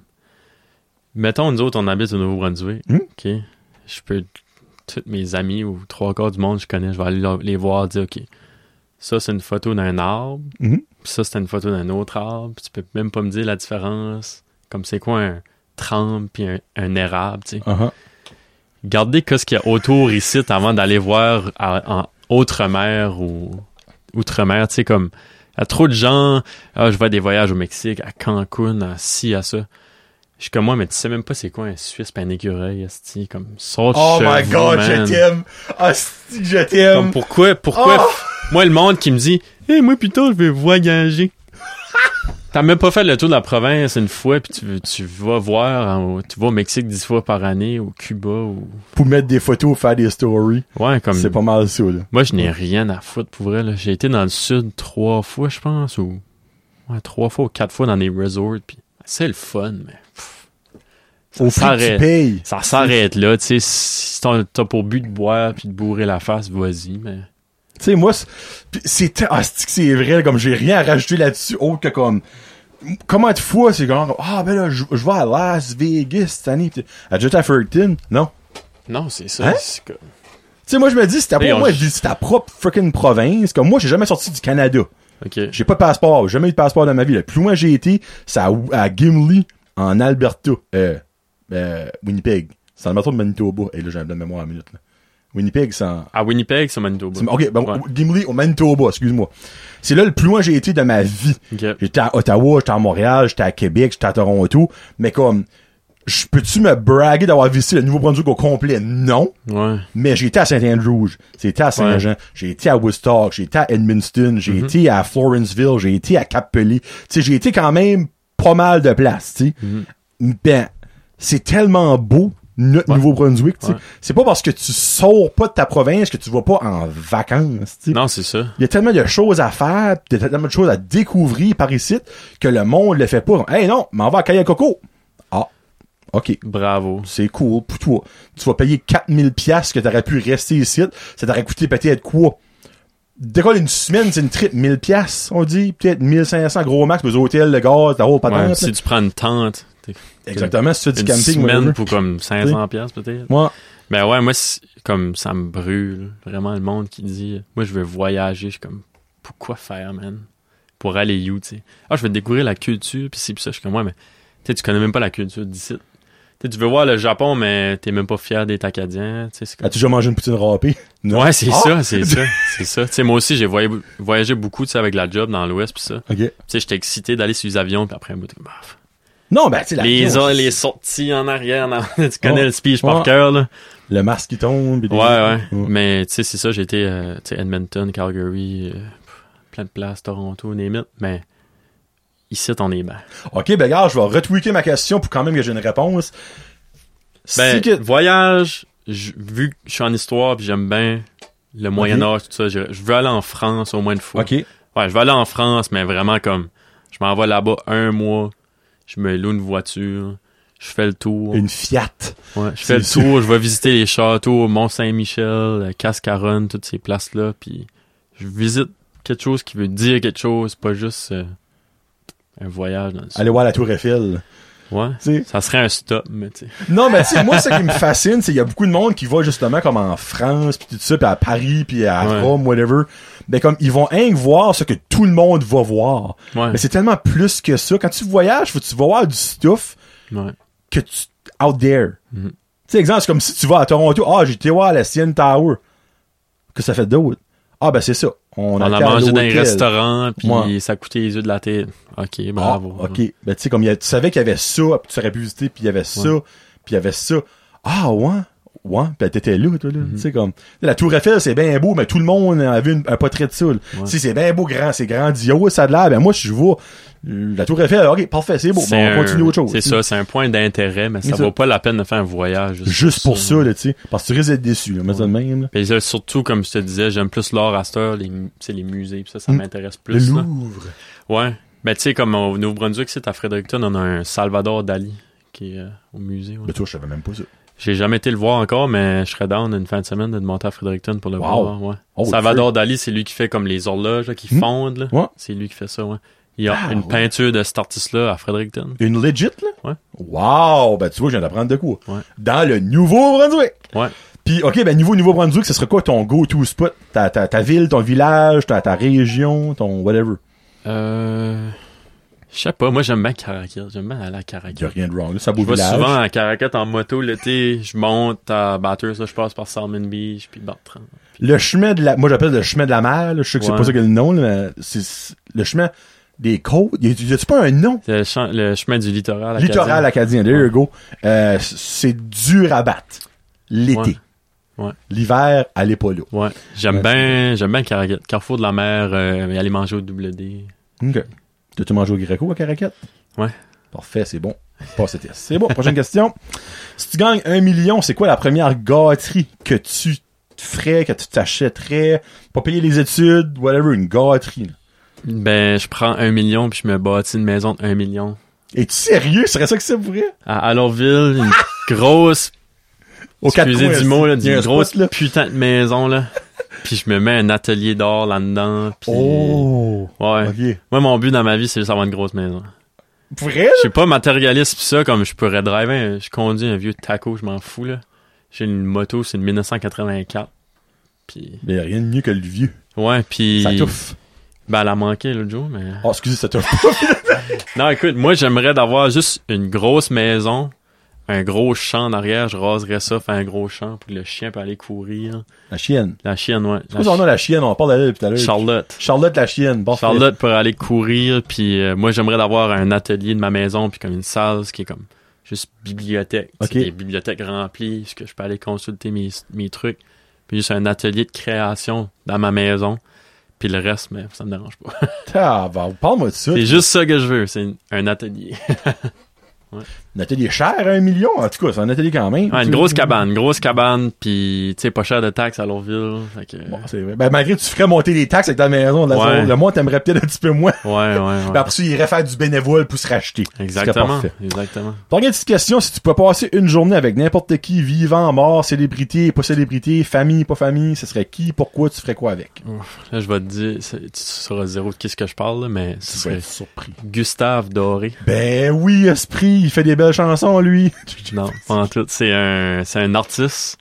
[SPEAKER 3] mettons, nous autres, on habite au Nouveau-Brunswick.
[SPEAKER 1] Hmm.
[SPEAKER 3] OK. Je peux, tous mes amis ou trois quarts du monde que je connais, je vais aller leur- les voir, dire, OK, ça, c'est une photo d'un arbre.
[SPEAKER 1] Mhm.
[SPEAKER 3] Puis ça, c'était une photo d'un autre arbre. Puis tu peux même pas me dire la différence. Comme c'est quoi un trempe puis un, un érable, tu sais.
[SPEAKER 1] Uh-huh.
[SPEAKER 3] Gardez que ce qu'il y a autour ici avant d'aller voir à- en outre-mer ou outre-mer, tu sais, comme à trop de gens, ah, je vais à des voyages au Mexique, à Cancun, à ci, à ça. Je suis comme moi, mais tu sais même pas c'est quoi un Suisse pis un écureuil, esti, comme sort
[SPEAKER 1] Oh
[SPEAKER 3] chez
[SPEAKER 1] my
[SPEAKER 3] vous,
[SPEAKER 1] god,
[SPEAKER 3] man.
[SPEAKER 1] je t'aime! Ah, si, je
[SPEAKER 3] Comme
[SPEAKER 1] t'aime!
[SPEAKER 3] pourquoi, pourquoi,
[SPEAKER 1] Oh!
[SPEAKER 3] f- moi le monde qui me dit, hé, moi plutôt je vais voyager. T'as même pas fait le tour de la province une fois, puis tu, tu vas voir, en- tu vas au Mexique dix fois par année, au Cuba, ou...
[SPEAKER 1] Pour mettre des photos, faire des stories,
[SPEAKER 3] Ouais, comme...
[SPEAKER 1] c'est pas mal ça, là.
[SPEAKER 3] Moi, je n'ai rien à foutre pour vrai. là. J'ai été dans le sud trois fois, je pense, ou ouais, trois fois ou quatre fois dans des resorts. Puis c'est le fun, mais pff, ça
[SPEAKER 1] Au prix que tu
[SPEAKER 3] s'arrête.
[SPEAKER 1] payes.
[SPEAKER 3] Ça s'arrête là, tu sais. Si t'as t'as pour but de boire puis de bourrer la face, vas-y, mais
[SPEAKER 1] Tu sais, moi, c'est- pis c'est te- ah, c'est que c'est vrai, comme j'ai rien à rajouter là-dessus, autre que comme, comment de fois c'est comme, ah, ben là, je je vais à Las Vegas cette année, pis à Jet Atherton, non.
[SPEAKER 3] non, c'est ça.
[SPEAKER 1] Hein?
[SPEAKER 3] c'est que-
[SPEAKER 1] Tu sais, moi, je me dis, c'est ta,
[SPEAKER 3] Et on-
[SPEAKER 1] moi, je dis, c'est ta propre fucking province, comme moi, j'ai jamais sorti du Canada.
[SPEAKER 3] Ok.
[SPEAKER 1] J'ai pas de passeport, j'ai jamais eu de passeport dans ma vie. Le plus loin que j'ai été, c'est à, à Gimli, en Alberta, euh, euh, Winnipeg. C'est dans le métro de Manitoba. Et là, j'ai un blanc de mémoire à la minute. là. Winnipeg, c'est en...
[SPEAKER 3] À Winnipeg, c'est Manitoba.
[SPEAKER 1] c'est- Ok, ben,
[SPEAKER 3] Ouais.
[SPEAKER 1] Gimli au Manitoba, excuse-moi. C'est là le plus loin que j'ai été de ma vie.
[SPEAKER 3] Ok.
[SPEAKER 1] J'étais à Ottawa, j'étais à Montréal, j'étais à Québec, j'étais à Toronto. Mais comme, je peux-tu me braguer d'avoir visité le Nouveau-Brunswick au complet? Non.
[SPEAKER 3] Ouais.
[SPEAKER 1] Mais j'ai été à Saint-Andrews, j'ai été à Saint-Jean, j'ai été à Woodstock, j'ai été à Edmundston, j'ai
[SPEAKER 3] Mhm.
[SPEAKER 1] été à Florenceville, j'ai été à cap Tu sais, j'ai été quand même pas mal de places, tu sais. Ben, c'est tellement beau, notre Nouveau-Brunswick, tu sais.
[SPEAKER 3] Mhm. Ouais.
[SPEAKER 1] C'est pas parce que tu sors pas de ta province que tu vas pas en vacances, tu sais.
[SPEAKER 3] Non, c'est ça.
[SPEAKER 1] Il y a tellement de choses à faire, pis il y a tellement de choses à découvrir par ici que le monde le fait pas. Hey non, m'en va à Kayakoko. Ah, ok
[SPEAKER 3] Bravo.
[SPEAKER 1] c'est cool pour toi. Tu vas payer 4000 pièces que t'aurais pu rester ici, ça t'aurait coûté peut-être quoi Dès qu'on a une semaine, c'est une trip 1000 pièces, on dit peut-être 1500 gros max pour les hôtels, le gaz, ta haute
[SPEAKER 3] Ouais,
[SPEAKER 1] patente.
[SPEAKER 3] si
[SPEAKER 1] là.
[SPEAKER 3] tu prends une tente, t'es-
[SPEAKER 1] Exactement, si tu fais
[SPEAKER 3] une
[SPEAKER 1] du camping
[SPEAKER 3] semaine
[SPEAKER 1] whatever.
[SPEAKER 3] pour comme 500 pièces peut-être.
[SPEAKER 1] Moi,
[SPEAKER 3] Ben ouais, moi, c'est- comme ça me brûle. Vraiment, le monde qui dit, moi, je veux voyager. Je suis comme, pourquoi faire, man? Pour aller où, tu sais? Ah, je veux découvrir la culture, puis si, puis ça. Je suis comme, ouais, mais tu sais, tu connais même pas la culture d'ici. Tu sais, tu veux voir le Japon, mais t'es même pas fier d'être acadien. Tu sais, c'est comme-
[SPEAKER 1] as-tu déjà mangé une poutine râpée Non.
[SPEAKER 3] Ouais, c'est
[SPEAKER 1] Ah!
[SPEAKER 3] ça, c'est ça, c'est ça. Tu sais, moi aussi, j'ai voya- voyagé beaucoup, tu sais, avec la job dans l'Ouest, puis ça. Tu
[SPEAKER 1] OK.
[SPEAKER 3] sais, j'étais excité d'aller sur les avions, puis après, un bout, t'es comme, Ah,
[SPEAKER 1] Non, ben tu sais la
[SPEAKER 3] les,
[SPEAKER 1] viande,
[SPEAKER 3] les sorties en arrière, non. tu connais
[SPEAKER 1] Ouais.
[SPEAKER 3] le speech par
[SPEAKER 1] Ouais.
[SPEAKER 3] cœur, là.
[SPEAKER 1] le masque qui tombe. pis des-
[SPEAKER 3] Ouais, ouais.
[SPEAKER 1] Ouais.
[SPEAKER 3] Mais tu sais, c'est ça, j'ai été euh, tu sais, Edmonton, Calgary, euh, pff, plein de places, Toronto, name it, mais ici, on est bien.
[SPEAKER 1] OK, ben gars, je vais retweaker ma question pour quand même que j'ai une réponse.
[SPEAKER 3] Ben,
[SPEAKER 1] si que
[SPEAKER 3] voyage, je- vu que je suis en histoire puis j'aime bien le Moyen-Âge, tout ça, je, je veux aller en France au moins une fois.
[SPEAKER 1] OK.
[SPEAKER 3] Ouais, je veux aller en France, mais vraiment comme, je m'en vais là-bas un mois, je me loue une voiture, je fais le tour.
[SPEAKER 1] Une Fiat.
[SPEAKER 3] Ouais, je fais le
[SPEAKER 1] C'est
[SPEAKER 3] tour, je vais visiter les châteaux, Mont-Saint-Michel, euh, Cascaronne, toutes ces places-là, puis je visite quelque chose qui veut dire quelque chose, pas juste euh, un voyage dans le sud.
[SPEAKER 1] Allez voir la Tour Eiffel.
[SPEAKER 3] Ouais,
[SPEAKER 1] Tu sais,
[SPEAKER 3] ça serait un stop, mais tu sais.
[SPEAKER 1] Non, mais tu sais, moi, ce qui me fascine, c'est qu'il y a beaucoup de monde qui va justement comme en France, puis tout ça, puis à Paris, puis à
[SPEAKER 3] Ouais.
[SPEAKER 1] Rome, whatever. Mais comme, ils vont rien que voir ce que tout le monde va voir.
[SPEAKER 3] Ouais,
[SPEAKER 1] Mais c'est tellement plus que ça. Quand tu voyages, faut que tu vas voir du stuff
[SPEAKER 3] ouais.
[SPEAKER 1] que tu... out there.
[SPEAKER 3] Mhm.
[SPEAKER 1] Tu sais, exemple, c'est comme si tu vas à Toronto, ah, j'ai été voir la Sienne Tower. Que ça fait d'autre? Ah, ben c'est ça. On,
[SPEAKER 3] On
[SPEAKER 1] a
[SPEAKER 3] a
[SPEAKER 1] qu'à aller
[SPEAKER 3] mangé
[SPEAKER 1] au
[SPEAKER 3] dans un
[SPEAKER 1] hôtel.
[SPEAKER 3] restaurant, puis
[SPEAKER 1] Ouais.
[SPEAKER 3] ça coûtait les yeux de la tête. Ok,
[SPEAKER 1] Ah,
[SPEAKER 3] bravo.
[SPEAKER 1] ok. Ben, tu sais, comme il y a- tu savais qu'il y avait ça, puis tu aurais pu visiter, puis il y avait ça, puis il y avait ça. Ah, ouais. Ouais, ben t'étais là, toi, là.
[SPEAKER 3] Mhm.
[SPEAKER 1] Tu sais, comme. La Tour Eiffel, c'est bien beau, mais tout le monde avait une- un portrait de ça, là. Si c'est bien beau, grand, c'est grandiose, ça de l'air. Ben, moi, si je vois euh, la Tour Eiffel, ok, parfait, c'est beau,
[SPEAKER 3] C'est
[SPEAKER 1] ben, on
[SPEAKER 3] un-
[SPEAKER 1] continue autre chose.
[SPEAKER 3] C'est
[SPEAKER 1] tu sais.
[SPEAKER 3] ça, c'est un point d'intérêt, mais ça
[SPEAKER 1] C'est ça.
[SPEAKER 3] vaut pas la peine de faire un voyage.
[SPEAKER 1] Juste pour ça, là, tu sais. Parce que tu risques d'être déçu, là. Mais ça de même, là.
[SPEAKER 3] Puis là, surtout, comme je te disais, j'aime plus l'art à cette heure, les, mu- tu sais, les musées, puis ça, ça
[SPEAKER 1] Mm.
[SPEAKER 3] m'intéresse
[SPEAKER 1] Le
[SPEAKER 3] plus. là.
[SPEAKER 1] Louvre.
[SPEAKER 3] Ouais. Mais tu sais, comme au Nouveau-Brunswick, c'est à Fredericton, on a un Salvador Dali qui est euh, au musée. ouais.
[SPEAKER 1] Ben, toi, je savais même pas ça.
[SPEAKER 3] J'ai jamais été le voir encore, mais je serais down une fin de semaine de monter à Fredericton pour le
[SPEAKER 1] Wow.
[SPEAKER 3] voir. ouais.
[SPEAKER 1] Oh,
[SPEAKER 3] Salvador Dali, c'est lui qui fait comme les horloges là, qui
[SPEAKER 1] Hmm.
[SPEAKER 3] fondent. là.
[SPEAKER 1] Ouais.
[SPEAKER 3] C'est lui qui fait ça, ouais. Il Il y a
[SPEAKER 1] Ah,
[SPEAKER 3] une
[SPEAKER 1] ouais.
[SPEAKER 3] peinture de cet artiste-là à Fredericton.
[SPEAKER 1] Une legit, là?
[SPEAKER 3] Ouais.
[SPEAKER 1] Wow! Ben, tu vois, je viens d'apprendre de quoi.
[SPEAKER 3] Ouais.
[SPEAKER 1] Dans le Nouveau-Brunswick!
[SPEAKER 3] Ouais.
[SPEAKER 1] Puis, OK, ben, niveau Nouveau-Brunswick, ce serait quoi ton go-to spot? Ta, ta, ta ville, ton village, ta, ta région, ton whatever.
[SPEAKER 3] Euh... Je sais pas, moi j'aime bien Caracal. J'aime bien aller à
[SPEAKER 1] Y a
[SPEAKER 3] Caracal.
[SPEAKER 1] rien de wrong, là. Ça
[SPEAKER 3] Je
[SPEAKER 1] beau
[SPEAKER 3] vais
[SPEAKER 1] village.
[SPEAKER 3] souvent à Caracal en moto l'été. Je monte à Batters, là, je passe par Salmon Beach, puis Bartrand.
[SPEAKER 1] Le chemin de la, moi, j'appelle le chemin de la mer, là. Je sais que c'est
[SPEAKER 3] Ouais.
[SPEAKER 1] pas ça que le nom, là, mais c'est- c'est le chemin des côtes. Y a- y a-tu pas un nom?
[SPEAKER 3] C'est le, champ- le chemin du littoral. acadien.
[SPEAKER 1] Littoral acadien, there
[SPEAKER 3] Ouais.
[SPEAKER 1] you go. Euh, c'est dur à battre. L'été.
[SPEAKER 3] Ouais. Ouais.
[SPEAKER 1] L'hiver, allez pas là.
[SPEAKER 3] Ouais, j'aime
[SPEAKER 1] Ouais,
[SPEAKER 3] bien, j'aime bien Caracal. Carrefour de la mer, euh, mais aller manger au double D.
[SPEAKER 1] OK. T'as-tu mangé au Greco à Caraquette?
[SPEAKER 3] Ouais.
[SPEAKER 1] Parfait, c'est bon. Passe le test. C'est bon, prochaine question. Si tu gagnes un million, c'est quoi la première gâterie que tu te ferais, que tu t'achèterais, pour payer les études, whatever, une gâterie? là? Mm.
[SPEAKER 3] Ben, je prends un million puis je me bâtis une maison de un million.
[SPEAKER 1] Es-tu sérieux? Serait ça que c'est vrai?
[SPEAKER 3] À Alortville, une grosse,
[SPEAKER 1] Au
[SPEAKER 3] excusez
[SPEAKER 1] coins,
[SPEAKER 3] du mot, là,
[SPEAKER 1] il y a
[SPEAKER 3] une
[SPEAKER 1] un
[SPEAKER 3] grosse
[SPEAKER 1] spot, là.
[SPEAKER 3] putain de maison, là. puis je me mets un atelier d'or là-dedans, puis...
[SPEAKER 1] Oh!
[SPEAKER 3] Ouais.
[SPEAKER 1] Ok.
[SPEAKER 3] Moi, mon but dans ma vie, c'est juste avoir une grosse maison.
[SPEAKER 1] Vrai?
[SPEAKER 3] Je suis pas matérialiste pis ça, comme je pourrais driver, un- je conduis un vieux taco, je m'en fous, là. J'ai une moto, c'est une 1984. Puis...
[SPEAKER 1] Mais rien de mieux que le vieux.
[SPEAKER 3] Ouais, puis...
[SPEAKER 1] Ça touffe.
[SPEAKER 3] Ben, elle a manqué l'autre jour, mais...
[SPEAKER 1] Oh, excusez, ça touffe.
[SPEAKER 3] Non, écoute, moi, j'aimerais d'avoir juste une grosse maison, un gros champ en arrière, je raserais ça, faire un gros champ pour que le chien peut aller courir.
[SPEAKER 1] La chienne.
[SPEAKER 3] La chienne, ouais.
[SPEAKER 1] C'est quoi son nom, la chienne? On parle d'elle depuis tout à l'heure.
[SPEAKER 3] chi- Charlotte.
[SPEAKER 1] Charlotte la chienne. Bon,
[SPEAKER 3] Charlotte pour aller courir, puis euh, moi, j'aimerais d'avoir un atelier de ma maison, puis comme une salle, ce qui est comme juste bibliothèque.
[SPEAKER 1] Ok.
[SPEAKER 3] C'est Des bibliothèques remplies, ce que je peux aller consulter mes, mes trucs. Puis juste un atelier de création dans ma maison. Puis le reste, mais ça me dérange pas.
[SPEAKER 1] Ah, ben, parle-moi de ça.
[SPEAKER 3] C'est juste ça que je veux, c'est un atelier.
[SPEAKER 1] Un atelier cher, un million. En tout cas, c'est un atelier quand même.
[SPEAKER 3] Ouais,
[SPEAKER 1] Tu-
[SPEAKER 3] une grosse cabane, une grosse cabane, puis tu sais, pas cher de taxes à Lourville. Fait que,
[SPEAKER 1] Bon, c'est vrai. Ben, malgré que tu ferais monter les taxes avec ta maison, de la
[SPEAKER 3] Ouais.
[SPEAKER 1] zone, le monde t'aimerait peut-être un petit peu moins.
[SPEAKER 3] Ouais, ouais, ouais.
[SPEAKER 1] Ben, après ça, il irait faire du bénévole pour se racheter. Ce serait
[SPEAKER 3] exactement,
[SPEAKER 1] parfait.
[SPEAKER 3] exactement.
[SPEAKER 1] Donc, une petite question, si tu peux passer une journée avec n'importe qui, vivant, mort, célébrité, pas célébrité, famille, pas famille, ce serait qui, pourquoi, tu ferais quoi avec?
[SPEAKER 3] Là, je vais te dire, c'est- tu sauras zéro de qui ce que je parle, là, mais ce
[SPEAKER 1] Tu vas
[SPEAKER 3] serait
[SPEAKER 1] être surpris.
[SPEAKER 3] Gustave Doré.
[SPEAKER 1] Ben oui, esprit, il fait des belles chansons, lui.
[SPEAKER 3] Non, pas en tout. C'est un, c'est un artiste,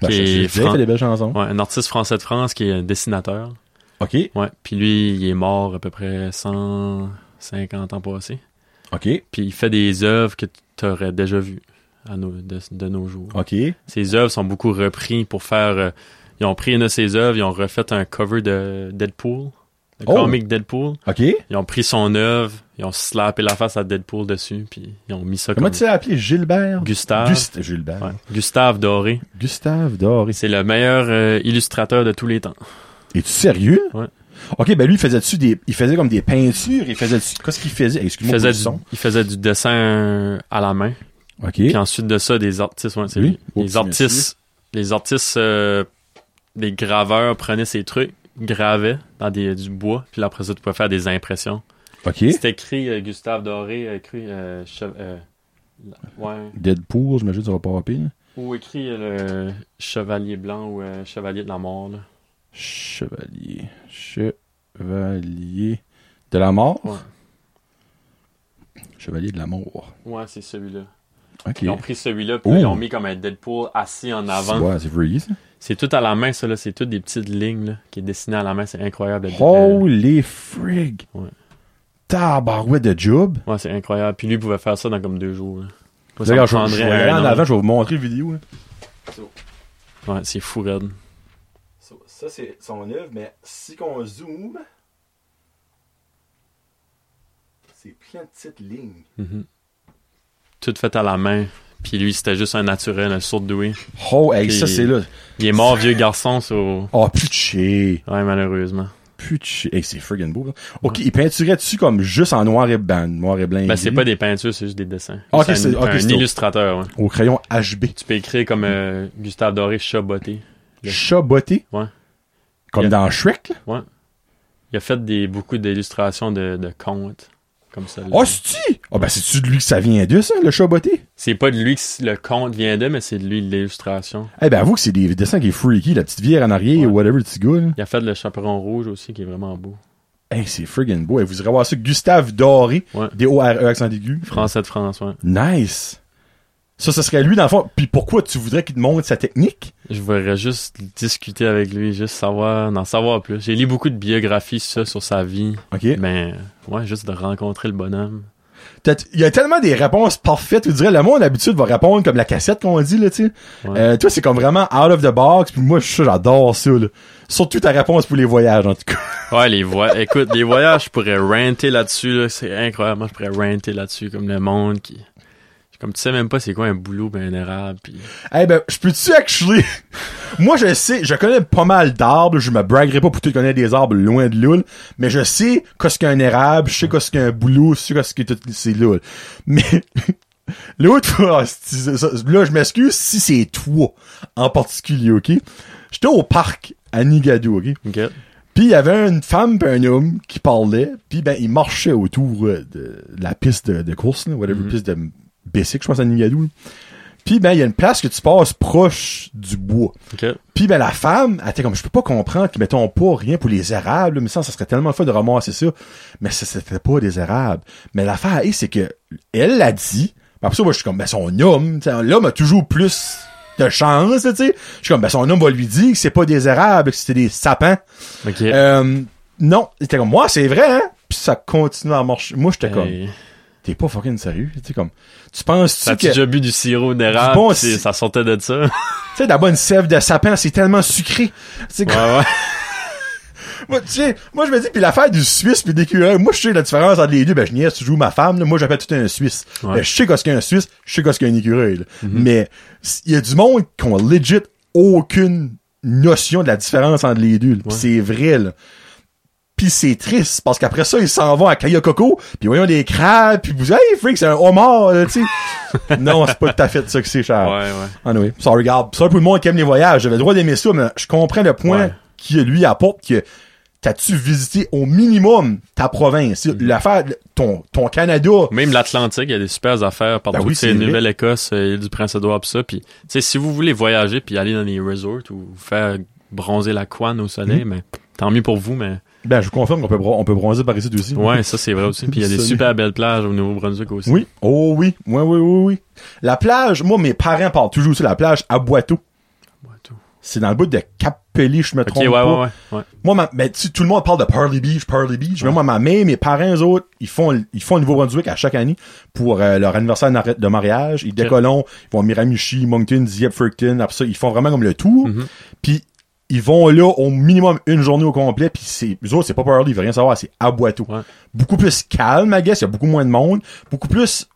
[SPEAKER 1] Ben,
[SPEAKER 3] Qui
[SPEAKER 1] je- je
[SPEAKER 3] est
[SPEAKER 1] le disais, il
[SPEAKER 3] franc.
[SPEAKER 1] fait des belles chansons.
[SPEAKER 3] ouais, un artiste français de France qui est un dessinateur.
[SPEAKER 1] OK,
[SPEAKER 3] Ouais, puis lui, il est mort à peu près 150 ans passés.
[SPEAKER 1] OK,
[SPEAKER 3] Puis il fait des œuvres que tu aurais déjà vues à nos, de, de nos jours.
[SPEAKER 1] OK.
[SPEAKER 3] Ses œuvres sont beaucoup reprises pour faire. euh, ils ont pris une de ses œuvres, ils ont refait un cover de Deadpool, le
[SPEAKER 1] Oh!
[SPEAKER 3] comic Deadpool.
[SPEAKER 1] OK.
[SPEAKER 3] Ils ont pris son œuvre, ils ont slappé la face à Deadpool dessus, puis ils ont mis ça
[SPEAKER 1] Comment
[SPEAKER 3] comme
[SPEAKER 1] tu l'as appelé? Gilbert?
[SPEAKER 3] Gustave.
[SPEAKER 1] Gust- Gilbert.
[SPEAKER 3] Ouais, Gustave Doré.
[SPEAKER 1] Gustave Doré.
[SPEAKER 3] C'est le meilleur euh, illustrateur de tous les temps.
[SPEAKER 1] Es-tu sérieux?
[SPEAKER 3] Ouais.
[SPEAKER 1] Ok, ben lui, il faisait-tu des, il faisait comme des peintures, il faisait, qu'est-ce qu'il faisait? Eh,
[SPEAKER 3] Il
[SPEAKER 1] Excuse-moi pour
[SPEAKER 3] faisait,
[SPEAKER 1] le
[SPEAKER 3] du,
[SPEAKER 1] son.
[SPEAKER 3] il faisait du dessin euh, à la main.
[SPEAKER 1] Ok.
[SPEAKER 3] Puis ensuite de ça, des artistes. ouais, c'est
[SPEAKER 1] Lui?
[SPEAKER 3] lui.
[SPEAKER 1] Au
[SPEAKER 3] Les
[SPEAKER 1] petit
[SPEAKER 3] artistes, les artistes, euh, les graveurs prenaient ces trucs, gravaient dans des, du bois, puis là, après ça, tu pouvais faire des impressions.
[SPEAKER 1] Ok.
[SPEAKER 3] C'est écrit euh, Gustave Doré, euh, écrit. euh, Chev- euh, la- ouais.
[SPEAKER 1] Deadpool, j'imagine, ça va pas rapide.
[SPEAKER 3] Ou écrit euh, le Chevalier Blanc ou euh, Chevalier de la Mort. là.
[SPEAKER 1] Chevalier. Chevalier de la mort?
[SPEAKER 3] Ouais.
[SPEAKER 1] Chevalier de la mort.
[SPEAKER 3] Ouais, c'est celui-là.
[SPEAKER 1] Ok.
[SPEAKER 3] Ils ont pris celui-là, puis là,
[SPEAKER 1] Ouh.
[SPEAKER 3] ils ont mis comme un Deadpool assis en avant.
[SPEAKER 1] Ouais, c'est vrai, ça.
[SPEAKER 3] C'est tout à la main, ça, là. C'est toutes des petites lignes, là, qui est dessinées à la main. C'est incroyable. le- euh,
[SPEAKER 1] Holy frig.
[SPEAKER 3] Ouais.
[SPEAKER 1] Tabarouette de job.
[SPEAKER 3] Ouais, c'est incroyable. Puis lui pouvait faire ça dans comme deux jours. là. Moi, ça
[SPEAKER 1] D'ailleurs,
[SPEAKER 3] me
[SPEAKER 1] je, je
[SPEAKER 3] prendrait
[SPEAKER 1] vais aller
[SPEAKER 3] un
[SPEAKER 1] en
[SPEAKER 3] an.
[SPEAKER 1] avant, je vais vous montrer une vidéo. hein. là.
[SPEAKER 3] Ouais, c'est fou, raide.
[SPEAKER 1] Ça, ça, c'est son œuvre, mais si qu'on zoome, c'est plein de petites lignes.
[SPEAKER 3] Mhm. Tout fait à la main. Puis lui, c'était juste un naturel, un surdoué.
[SPEAKER 1] Oh, hey,
[SPEAKER 3] Puis-
[SPEAKER 1] ça c'est là.
[SPEAKER 3] Il est mort, vieux garçon, sur...
[SPEAKER 1] Oh, putché.
[SPEAKER 3] Ouais, malheureusement.
[SPEAKER 1] Putché. Hey, c'est friggin' beau. là. Ok, il peinturait dessus comme juste en noir et blanc. Noir et blanc.
[SPEAKER 3] Ben, c'est
[SPEAKER 1] gris,
[SPEAKER 3] pas des peintures, c'est juste des dessins.
[SPEAKER 1] Ok,
[SPEAKER 3] c'est
[SPEAKER 1] c'est-
[SPEAKER 3] un,
[SPEAKER 1] ok,
[SPEAKER 3] un
[SPEAKER 1] c'est-
[SPEAKER 3] illustrateur, ouais.
[SPEAKER 1] Au crayon HB.
[SPEAKER 3] Tu peux écrire comme euh, Gustave Doré, chaboté. Le-
[SPEAKER 1] Chat botté.
[SPEAKER 3] Ouais.
[SPEAKER 1] Comme
[SPEAKER 3] Yeah.
[SPEAKER 1] dans Shrek, là.
[SPEAKER 3] Il a fait des, beaucoup d'illustrations de, de contes, comme ça.
[SPEAKER 1] Oh, c'est-tu? Ah, ben, c'est-tu de lui que ça vient de, ça, le chat botté?
[SPEAKER 3] C'est pas de lui que c- le conte vient de, mais c'est de lui l'illustration.
[SPEAKER 1] Eh ben, avoue que c'est des dessins qui est freaky, la petite vieille en arrière
[SPEAKER 3] Ouais.
[SPEAKER 1] ou whatever, le petit gars, là.
[SPEAKER 3] Il a fait le chaperon rouge aussi, qui est vraiment beau.
[SPEAKER 1] Hey, c'est friggin' beau. Et vous irez voir ça. Gustave Doré,
[SPEAKER 3] Ouais.
[SPEAKER 1] D-O-R-E, E, accent aigu.
[SPEAKER 3] Français de France, ouais.
[SPEAKER 1] Nice. Ça, ce serait lui, dans le fond. Puis pourquoi tu voudrais qu'il te montre sa technique?
[SPEAKER 3] Je voudrais juste discuter avec lui, juste savoir, en savoir plus. J'ai lu beaucoup de biographies ça, sur sa vie,
[SPEAKER 1] OK.
[SPEAKER 3] mais ouais, juste de rencontrer le bonhomme.
[SPEAKER 1] T'as- Il y a tellement des réponses parfaites, tu dirais, le monde d'habitude va répondre comme la cassette qu'on dit, là, tu sais.
[SPEAKER 3] Ouais.
[SPEAKER 1] Euh, toi, c'est comme vraiment out of the box, puis moi, je suis sûr, j'adore ça, là. Surtout ta réponse pour les voyages, en tout cas.
[SPEAKER 3] Ouais, les voyages, écoute, les voyages, je pourrais ranter là-dessus, là, c'est incroyable. Moi, je pourrais ranter là-dessus, comme le monde qui... Comme tu sais même pas c'est quoi un boulot, ben un érable, puis...
[SPEAKER 1] Eh ben, je peux-tu actually... Moi, je sais, je connais pas mal d'arbres, je me braguerai pas pour tout connaître des arbres loin de l'oul, mais je sais qu'est-ce qu'un érable, je sais qu'est-ce qu'un boulot, je sais qu'est-ce que tout, c'est l'oul. Mais... L'autre fois, c'est- ça- là, je m'excuse si c'est toi, en particulier, ok? J'étais au parc, à Nigadou, ok?
[SPEAKER 3] Ok.
[SPEAKER 1] Puis il y avait une femme pis un homme qui parlaient, puis ben ils marchaient autour euh, de de la piste de, de course, là, whatever piste de basic, je pense à Nigadou. Puis ben il y a une place que tu passes proche du bois.
[SPEAKER 3] Ok.
[SPEAKER 1] Puis ben la femme, elle était comme je peux pas comprendre qu'ils mettons pas rien pour les érables, là, mais ça ça serait tellement fun de ramasser ça, mais ça c'était pas des érables. Mais l'affaire hey, c'est que elle l'a dit. Ben après ça moi je suis comme ben son homme, t'sais, l'homme a toujours plus de chance, là, tu sais. Je suis comme ben son homme va lui dire que c'est pas des érables, que c'était des sapins.
[SPEAKER 3] Ok.
[SPEAKER 1] Euh, non, c'était comme moi, c'est vrai, hein? Puis ça continue à marcher. Moi,
[SPEAKER 3] Euh,
[SPEAKER 1] j'étais comme,
[SPEAKER 3] Hey.
[SPEAKER 1] t'es pas fucking sérieux, tu sais comme, tu penses
[SPEAKER 3] T'as-tu
[SPEAKER 1] tu que, tu
[SPEAKER 3] déjà bu du sirop d'érable?
[SPEAKER 1] Du bon
[SPEAKER 3] pis c'est-
[SPEAKER 1] si-
[SPEAKER 3] Ça sortait de ça.
[SPEAKER 1] sais, de la bonne sève de sapin, c'est tellement sucré, tu sais
[SPEAKER 3] ouais,
[SPEAKER 1] comme,
[SPEAKER 3] ouais.
[SPEAKER 1] moi, tu sais, moi je me dis, puis l'affaire du Suisse puis des Cubains, moi je sais la différence entre les deux, ben je niaise toujours ma femme, là. moi j'appelle tout un Suisse,
[SPEAKER 3] Ouais. Mm-hmm.
[SPEAKER 1] Ben, je sais qu'est-ce qu'un Suisse, je sais qu'est-ce qu'un écureuil, là. mais il y a du monde qui ont legit aucune notion de la différence entre les deux, là. Puis
[SPEAKER 3] Ouais.
[SPEAKER 1] c'est vrai là. Pis c'est triste, parce qu'après ça, ils s'en vont à Kayakoko, puis voyons des crabes, puis vous dites, hey, freak, c'est un homard, là, tu sais. non, c'est pas tout à fait ça que c'est, cher.
[SPEAKER 3] Ouais, ouais.
[SPEAKER 1] Anyway, ça regarde. Ça, pour le monde qui aime les voyages, j'avais le droit d'aimer ça, mais je comprends le point
[SPEAKER 3] Ouais.
[SPEAKER 1] qui lui apporte que t'as-tu visité au minimum ta province, l'affaire, ton, ton Canada.
[SPEAKER 3] Même l'Atlantique, il y a des super affaires partout.
[SPEAKER 1] Ben oui,
[SPEAKER 3] Tu sais,
[SPEAKER 1] c'est vrai.
[SPEAKER 3] Nouvelle-Écosse, euh, île du Prince-Édouard, pis ça. Puis, tu sais, si vous voulez voyager puis aller dans les resorts ou vous faire bronzer la couane au
[SPEAKER 1] Hmm.
[SPEAKER 3] soleil, mais tant mieux pour vous, mais
[SPEAKER 1] Ben, je vous confirme qu'on peut, bron- on peut bronzer par ici aussi.
[SPEAKER 3] ouais, ça c'est vrai aussi. Puis il y a des
[SPEAKER 1] Salut.
[SPEAKER 3] super belles plages au Nouveau-Brunswick aussi.
[SPEAKER 1] Oui. Oh oui. Oui, oui, oui, oui. La plage, moi, mes parents parlent toujours sur la plage à Boiteau.
[SPEAKER 3] Ouais, tout.
[SPEAKER 1] C'est dans le bout de Capelli, je me
[SPEAKER 3] Ok,
[SPEAKER 1] trompe
[SPEAKER 3] ouais, ouais,
[SPEAKER 1] pas.
[SPEAKER 3] ouais, ouais.
[SPEAKER 1] Moi, ma, ben, tu- tout le monde parle de Pearly Beach, Pearly Beach. Mais moi, ma mère, mes parents, eux autres, ils font, ils font le Nouveau-Brunswick à chaque année pour euh, leur anniversaire de mari- de mariage. Ils décollent, ils vont à Miramichi, Moncton, Dieppe, Fredericton, après ça, ils font vraiment comme le tour.
[SPEAKER 3] Mm-hmm.
[SPEAKER 1] Puis ils vont là au minimum une journée au complet. Puis c'est, eux autres, c'est pas Pearly, ils veulent rien savoir, c'est à Boiteau.
[SPEAKER 3] Ouais.
[SPEAKER 1] Beaucoup plus calme, I guess, il y a beaucoup moins de monde, beaucoup plus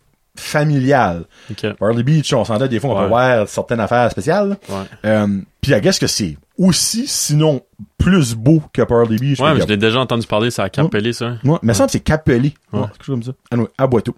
[SPEAKER 1] familial.
[SPEAKER 3] Ok.
[SPEAKER 1] Pearly Beach, on s'entend des fois, on
[SPEAKER 3] Ouais.
[SPEAKER 1] peut voir certaines affaires spéciales.
[SPEAKER 3] Ouais.
[SPEAKER 1] Euh, puis I guess que c'est aussi, sinon, plus beau que Pearly Beach.
[SPEAKER 3] Ouais, mais
[SPEAKER 1] mais
[SPEAKER 3] je l'ai déjà entendu parler, c'est à Capelli, ça.
[SPEAKER 1] moi, me semble que c'est Capelli. Ouais.
[SPEAKER 3] Ouais.
[SPEAKER 1] quelque chose comme ça. Ah, non, à Boiteau.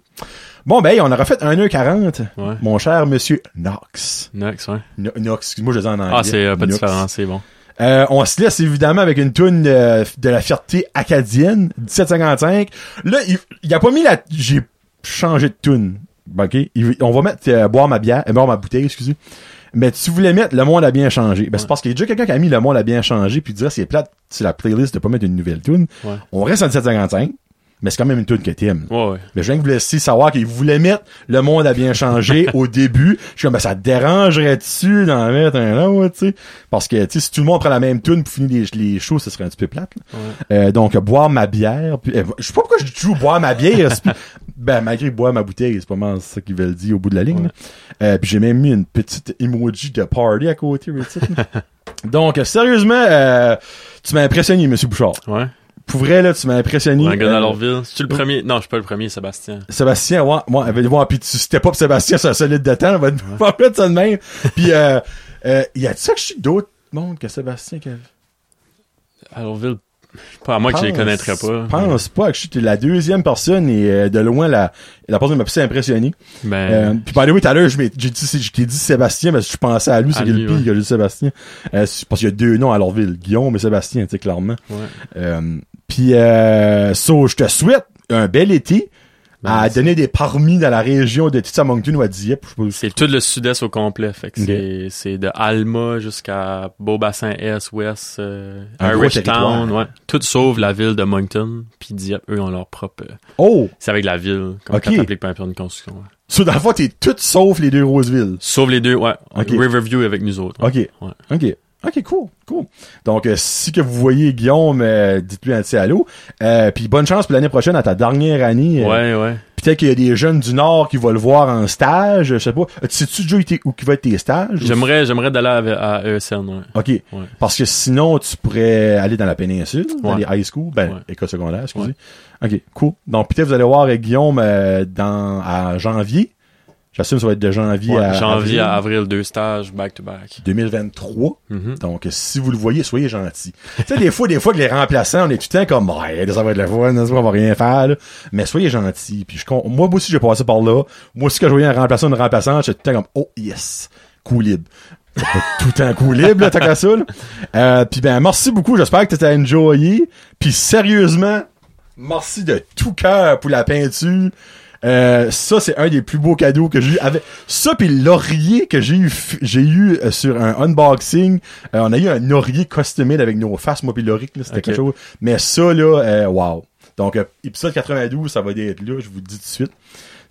[SPEAKER 1] Bon, ben, hey, on aura fait 1h40.
[SPEAKER 3] Ouais.
[SPEAKER 1] Mon cher monsieur Knox.
[SPEAKER 3] Next, ouais.
[SPEAKER 1] No- Knox, excuse-moi, je le dis en anglais.
[SPEAKER 3] Ah, c'est euh, pas
[SPEAKER 1] Knox.
[SPEAKER 3] différent, c'est bon.
[SPEAKER 1] Euh, on se laisse évidemment avec une toune euh, de la fierté acadienne, 1755. Là, il, il a pas mis la... J'ai changé de toune. Ben, OK? Il- on va mettre euh, boire ma bière, euh, boire ma bouteille, excusez. Mais tu voulais mettre Le Monde a bien changé. Ben, c'est parce qu'il y a déjà quelqu'un qui a mis Le Monde a bien changé puis il dirait c'est plate sur la playlist de pas mettre une nouvelle toune.
[SPEAKER 3] Ouais.
[SPEAKER 1] On reste en 1755, mais c'est quand même une toune que t'aimes.
[SPEAKER 3] Ouais, ouais.
[SPEAKER 1] Mais je viens que vous laissiez savoir qu'ils voulaient mettre Le Monde a bien changé au début. Je suis comme, ben, ça te dérangerait-tu d'en mettre un autre, tu sais? Parce que, tu sais, si tout le monde prend la même tune pour finir les, les shows, ce serait un petit peu plate, là. Euh, donc, boire ma bière, puis, euh, je sais pas pourquoi je dis toujours boire ma bière. c'est plus- ben, malgré boire ma bouteille, c'est pas mal ça qu'ils veulent dire au bout de la ligne, là. Euh, puis j'ai même mis une petite emoji de party à côté, right, là. Donc, euh, sérieusement, euh, tu m'as impressionné, Monsieur Bouchard.
[SPEAKER 3] Ouais.
[SPEAKER 1] Pour vrai, là, tu m'as impressionné.
[SPEAKER 3] Dans
[SPEAKER 1] Euh,
[SPEAKER 3] Gonnalorville. C'est-tu le premier? Non, je suis pas le premier, Sébastien.
[SPEAKER 1] Sébastien, ouais, ouais, avec- ouais, puis tu c'était pas Sébastien, c'est un solide de temps, on va te faire mettre ça de même. Puis euh, euh, y a-tu ça que je suis d'autres monde que Sébastien que
[SPEAKER 3] Gonnalorville, pas à moi que je les connaîtrais pas.
[SPEAKER 1] Pense pas que je suis t'es la deuxième personne et euh, de loin la la personne qui m'a plus impressionné.
[SPEAKER 3] Mais.
[SPEAKER 1] Euh, puis by the way, tout à l'heure, je m'ai- j'ai dit je t'ai dit Sébastien parce que je pensais à lui,
[SPEAKER 3] À
[SPEAKER 1] c'est le
[SPEAKER 3] lui,
[SPEAKER 1] pire
[SPEAKER 3] ouais.
[SPEAKER 1] que le Sébastien. Euh, c'est parce qu'il y a deux noms à Lorville, Guillaume et Sébastien, tu sais clairement.
[SPEAKER 3] Ouais.
[SPEAKER 1] Euh, puis euh, so, je te souhaite un bel été à donner des parmi dans la région de Tutamoncton ou à Dieppe. Je sais pas.
[SPEAKER 3] C'est tout le sud-est au complet. Fait que
[SPEAKER 1] Ok.
[SPEAKER 3] c'est, c'est de Alma jusqu'à Beaubassin Est, Ouest, euh,
[SPEAKER 1] Un gros
[SPEAKER 3] Irishtown,
[SPEAKER 1] territoire.
[SPEAKER 3] ouais. Tout sauve la ville de Moncton, puis Dieppe, eux, ont leur propre... euh,
[SPEAKER 1] Oh!
[SPEAKER 3] c'est avec la ville, comme
[SPEAKER 1] Ok.
[SPEAKER 3] quand t'appliques pour un permis de construction. ouais.
[SPEAKER 1] So, dans le fond, t'es tout sauf les deux Roseville.
[SPEAKER 3] Sauve les deux, ouais.
[SPEAKER 1] Ok.
[SPEAKER 3] Riverview est avec nous autres. ouais.
[SPEAKER 1] OK.
[SPEAKER 3] Ouais.
[SPEAKER 1] OK. OK, cool, cool. Donc, euh, si que vous voyez Guillaume, euh, dites-lui un petit allô. Euh, Puis bonne chance pour l'année prochaine à ta dernière année. euh,
[SPEAKER 3] Ouais, ouais.
[SPEAKER 1] Puis Peut-être qu'il y a des jeunes du Nord qui vont le voir en stage, je sais pas. Euh, Tu sais-tu déjà où t'es- où qui va être tes stages?
[SPEAKER 3] J'aimerais, j'aimerais d'aller à, à ESN, ouais.
[SPEAKER 1] OK. Parce que sinon, tu pourrais aller dans la péninsule, dans
[SPEAKER 3] Ouais.
[SPEAKER 1] les high school, ben,
[SPEAKER 3] Ouais.
[SPEAKER 1] école secondaire, excusez. OK, cool. Donc, peut-être vous allez voir euh, Guillaume euh, dans, à janvier. J'assume que ça va être de janvier
[SPEAKER 3] Ouais,
[SPEAKER 1] à
[SPEAKER 3] Janvier à
[SPEAKER 1] avril
[SPEAKER 3] avril, deux stages, back-to-back.
[SPEAKER 1] 2023.
[SPEAKER 3] Mhm.
[SPEAKER 1] Donc, euh, si vous le voyez, soyez gentil. tu sais, des fois, des fois que les remplaçants, on est tout le temps comme, ouais, ça va être la fun, ça, on va rien faire, là. Mais soyez gentil. Puis je, con- moi aussi, j'ai passé par là. Moi aussi, quand je voyais un remplaçant, une remplaçante, j'étais tout le temps comme, oh, yes, coup libre. T'as pas tout le temps coup libre, là, t'as qu'à ça, là. Euh, puis ben, merci beaucoup. J'espère que t'as enjoyé. Puis sérieusement, merci de tout cœur pour la peinture. Euh, ça c'est un des plus beaux cadeaux que j'ai eu avec ça puis laurier que j'ai eu f- j'ai eu euh, sur un unboxing Euh, on a eu un laurier customé avec nos faces moi puis Loric là, c'était
[SPEAKER 3] Ok.
[SPEAKER 1] quelque chose mais ça là euh, wow donc euh, épisode 92 ça va être là je vous le dis tout de suite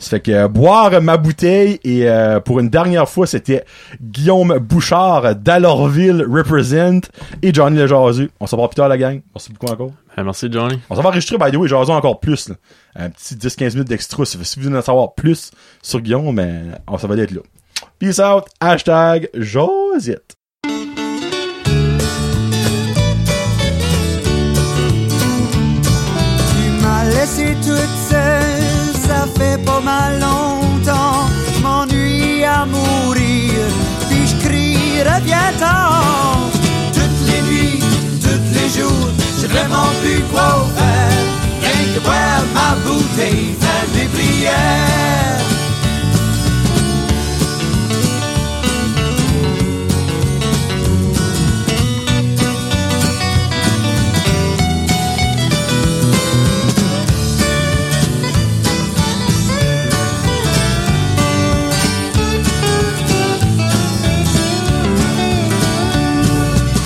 [SPEAKER 1] ça fait que euh, boire ma bouteille et euh, pour une dernière fois c'était Guillaume Bouchard d'Alorville represent et Johnny le Jazu on se revoit plus tard la gang merci beaucoup encore
[SPEAKER 3] Ouais, merci, Johnny.
[SPEAKER 1] on s'en va enregistrer, by the way, jason encore plus. là. Un petit 10-15 minutes d'extra. Si vous voulez en savoir plus sur Guillaume, ben, on s'en va d'être là. Peace out. Hashtag Josette.
[SPEAKER 4] Tu m'as laissé toute seule, ça fait pas mal longtemps. Je m'ennuie à mourir, puis je crie reviens-t'en. Toutes les nuits, tous les jours, j'ai vraiment plus quoi faire. Rien que boire ma bouteille, faire mes prières.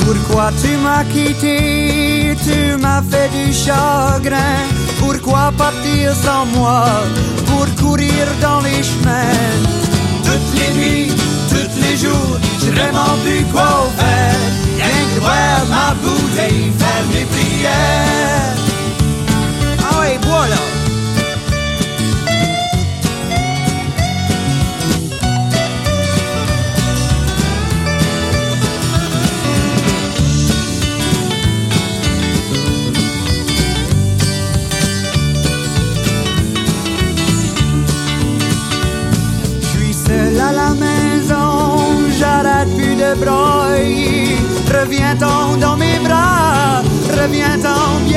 [SPEAKER 4] Pourquoi tu m'as quitté, tu m'as fait du chagrin. Pourquoi partir sans moi, pour courir dans les chemins. Toutes les nuits, tous les jours, j'ai vraiment plus quoi faire. Rien que boire ma bouteille, faire mes prières. Ah ouais, voilà. Je suis seul à la maison, j'arrête plus de broyer. Reviens-t'en dans mes bras, reviens-t'en bien.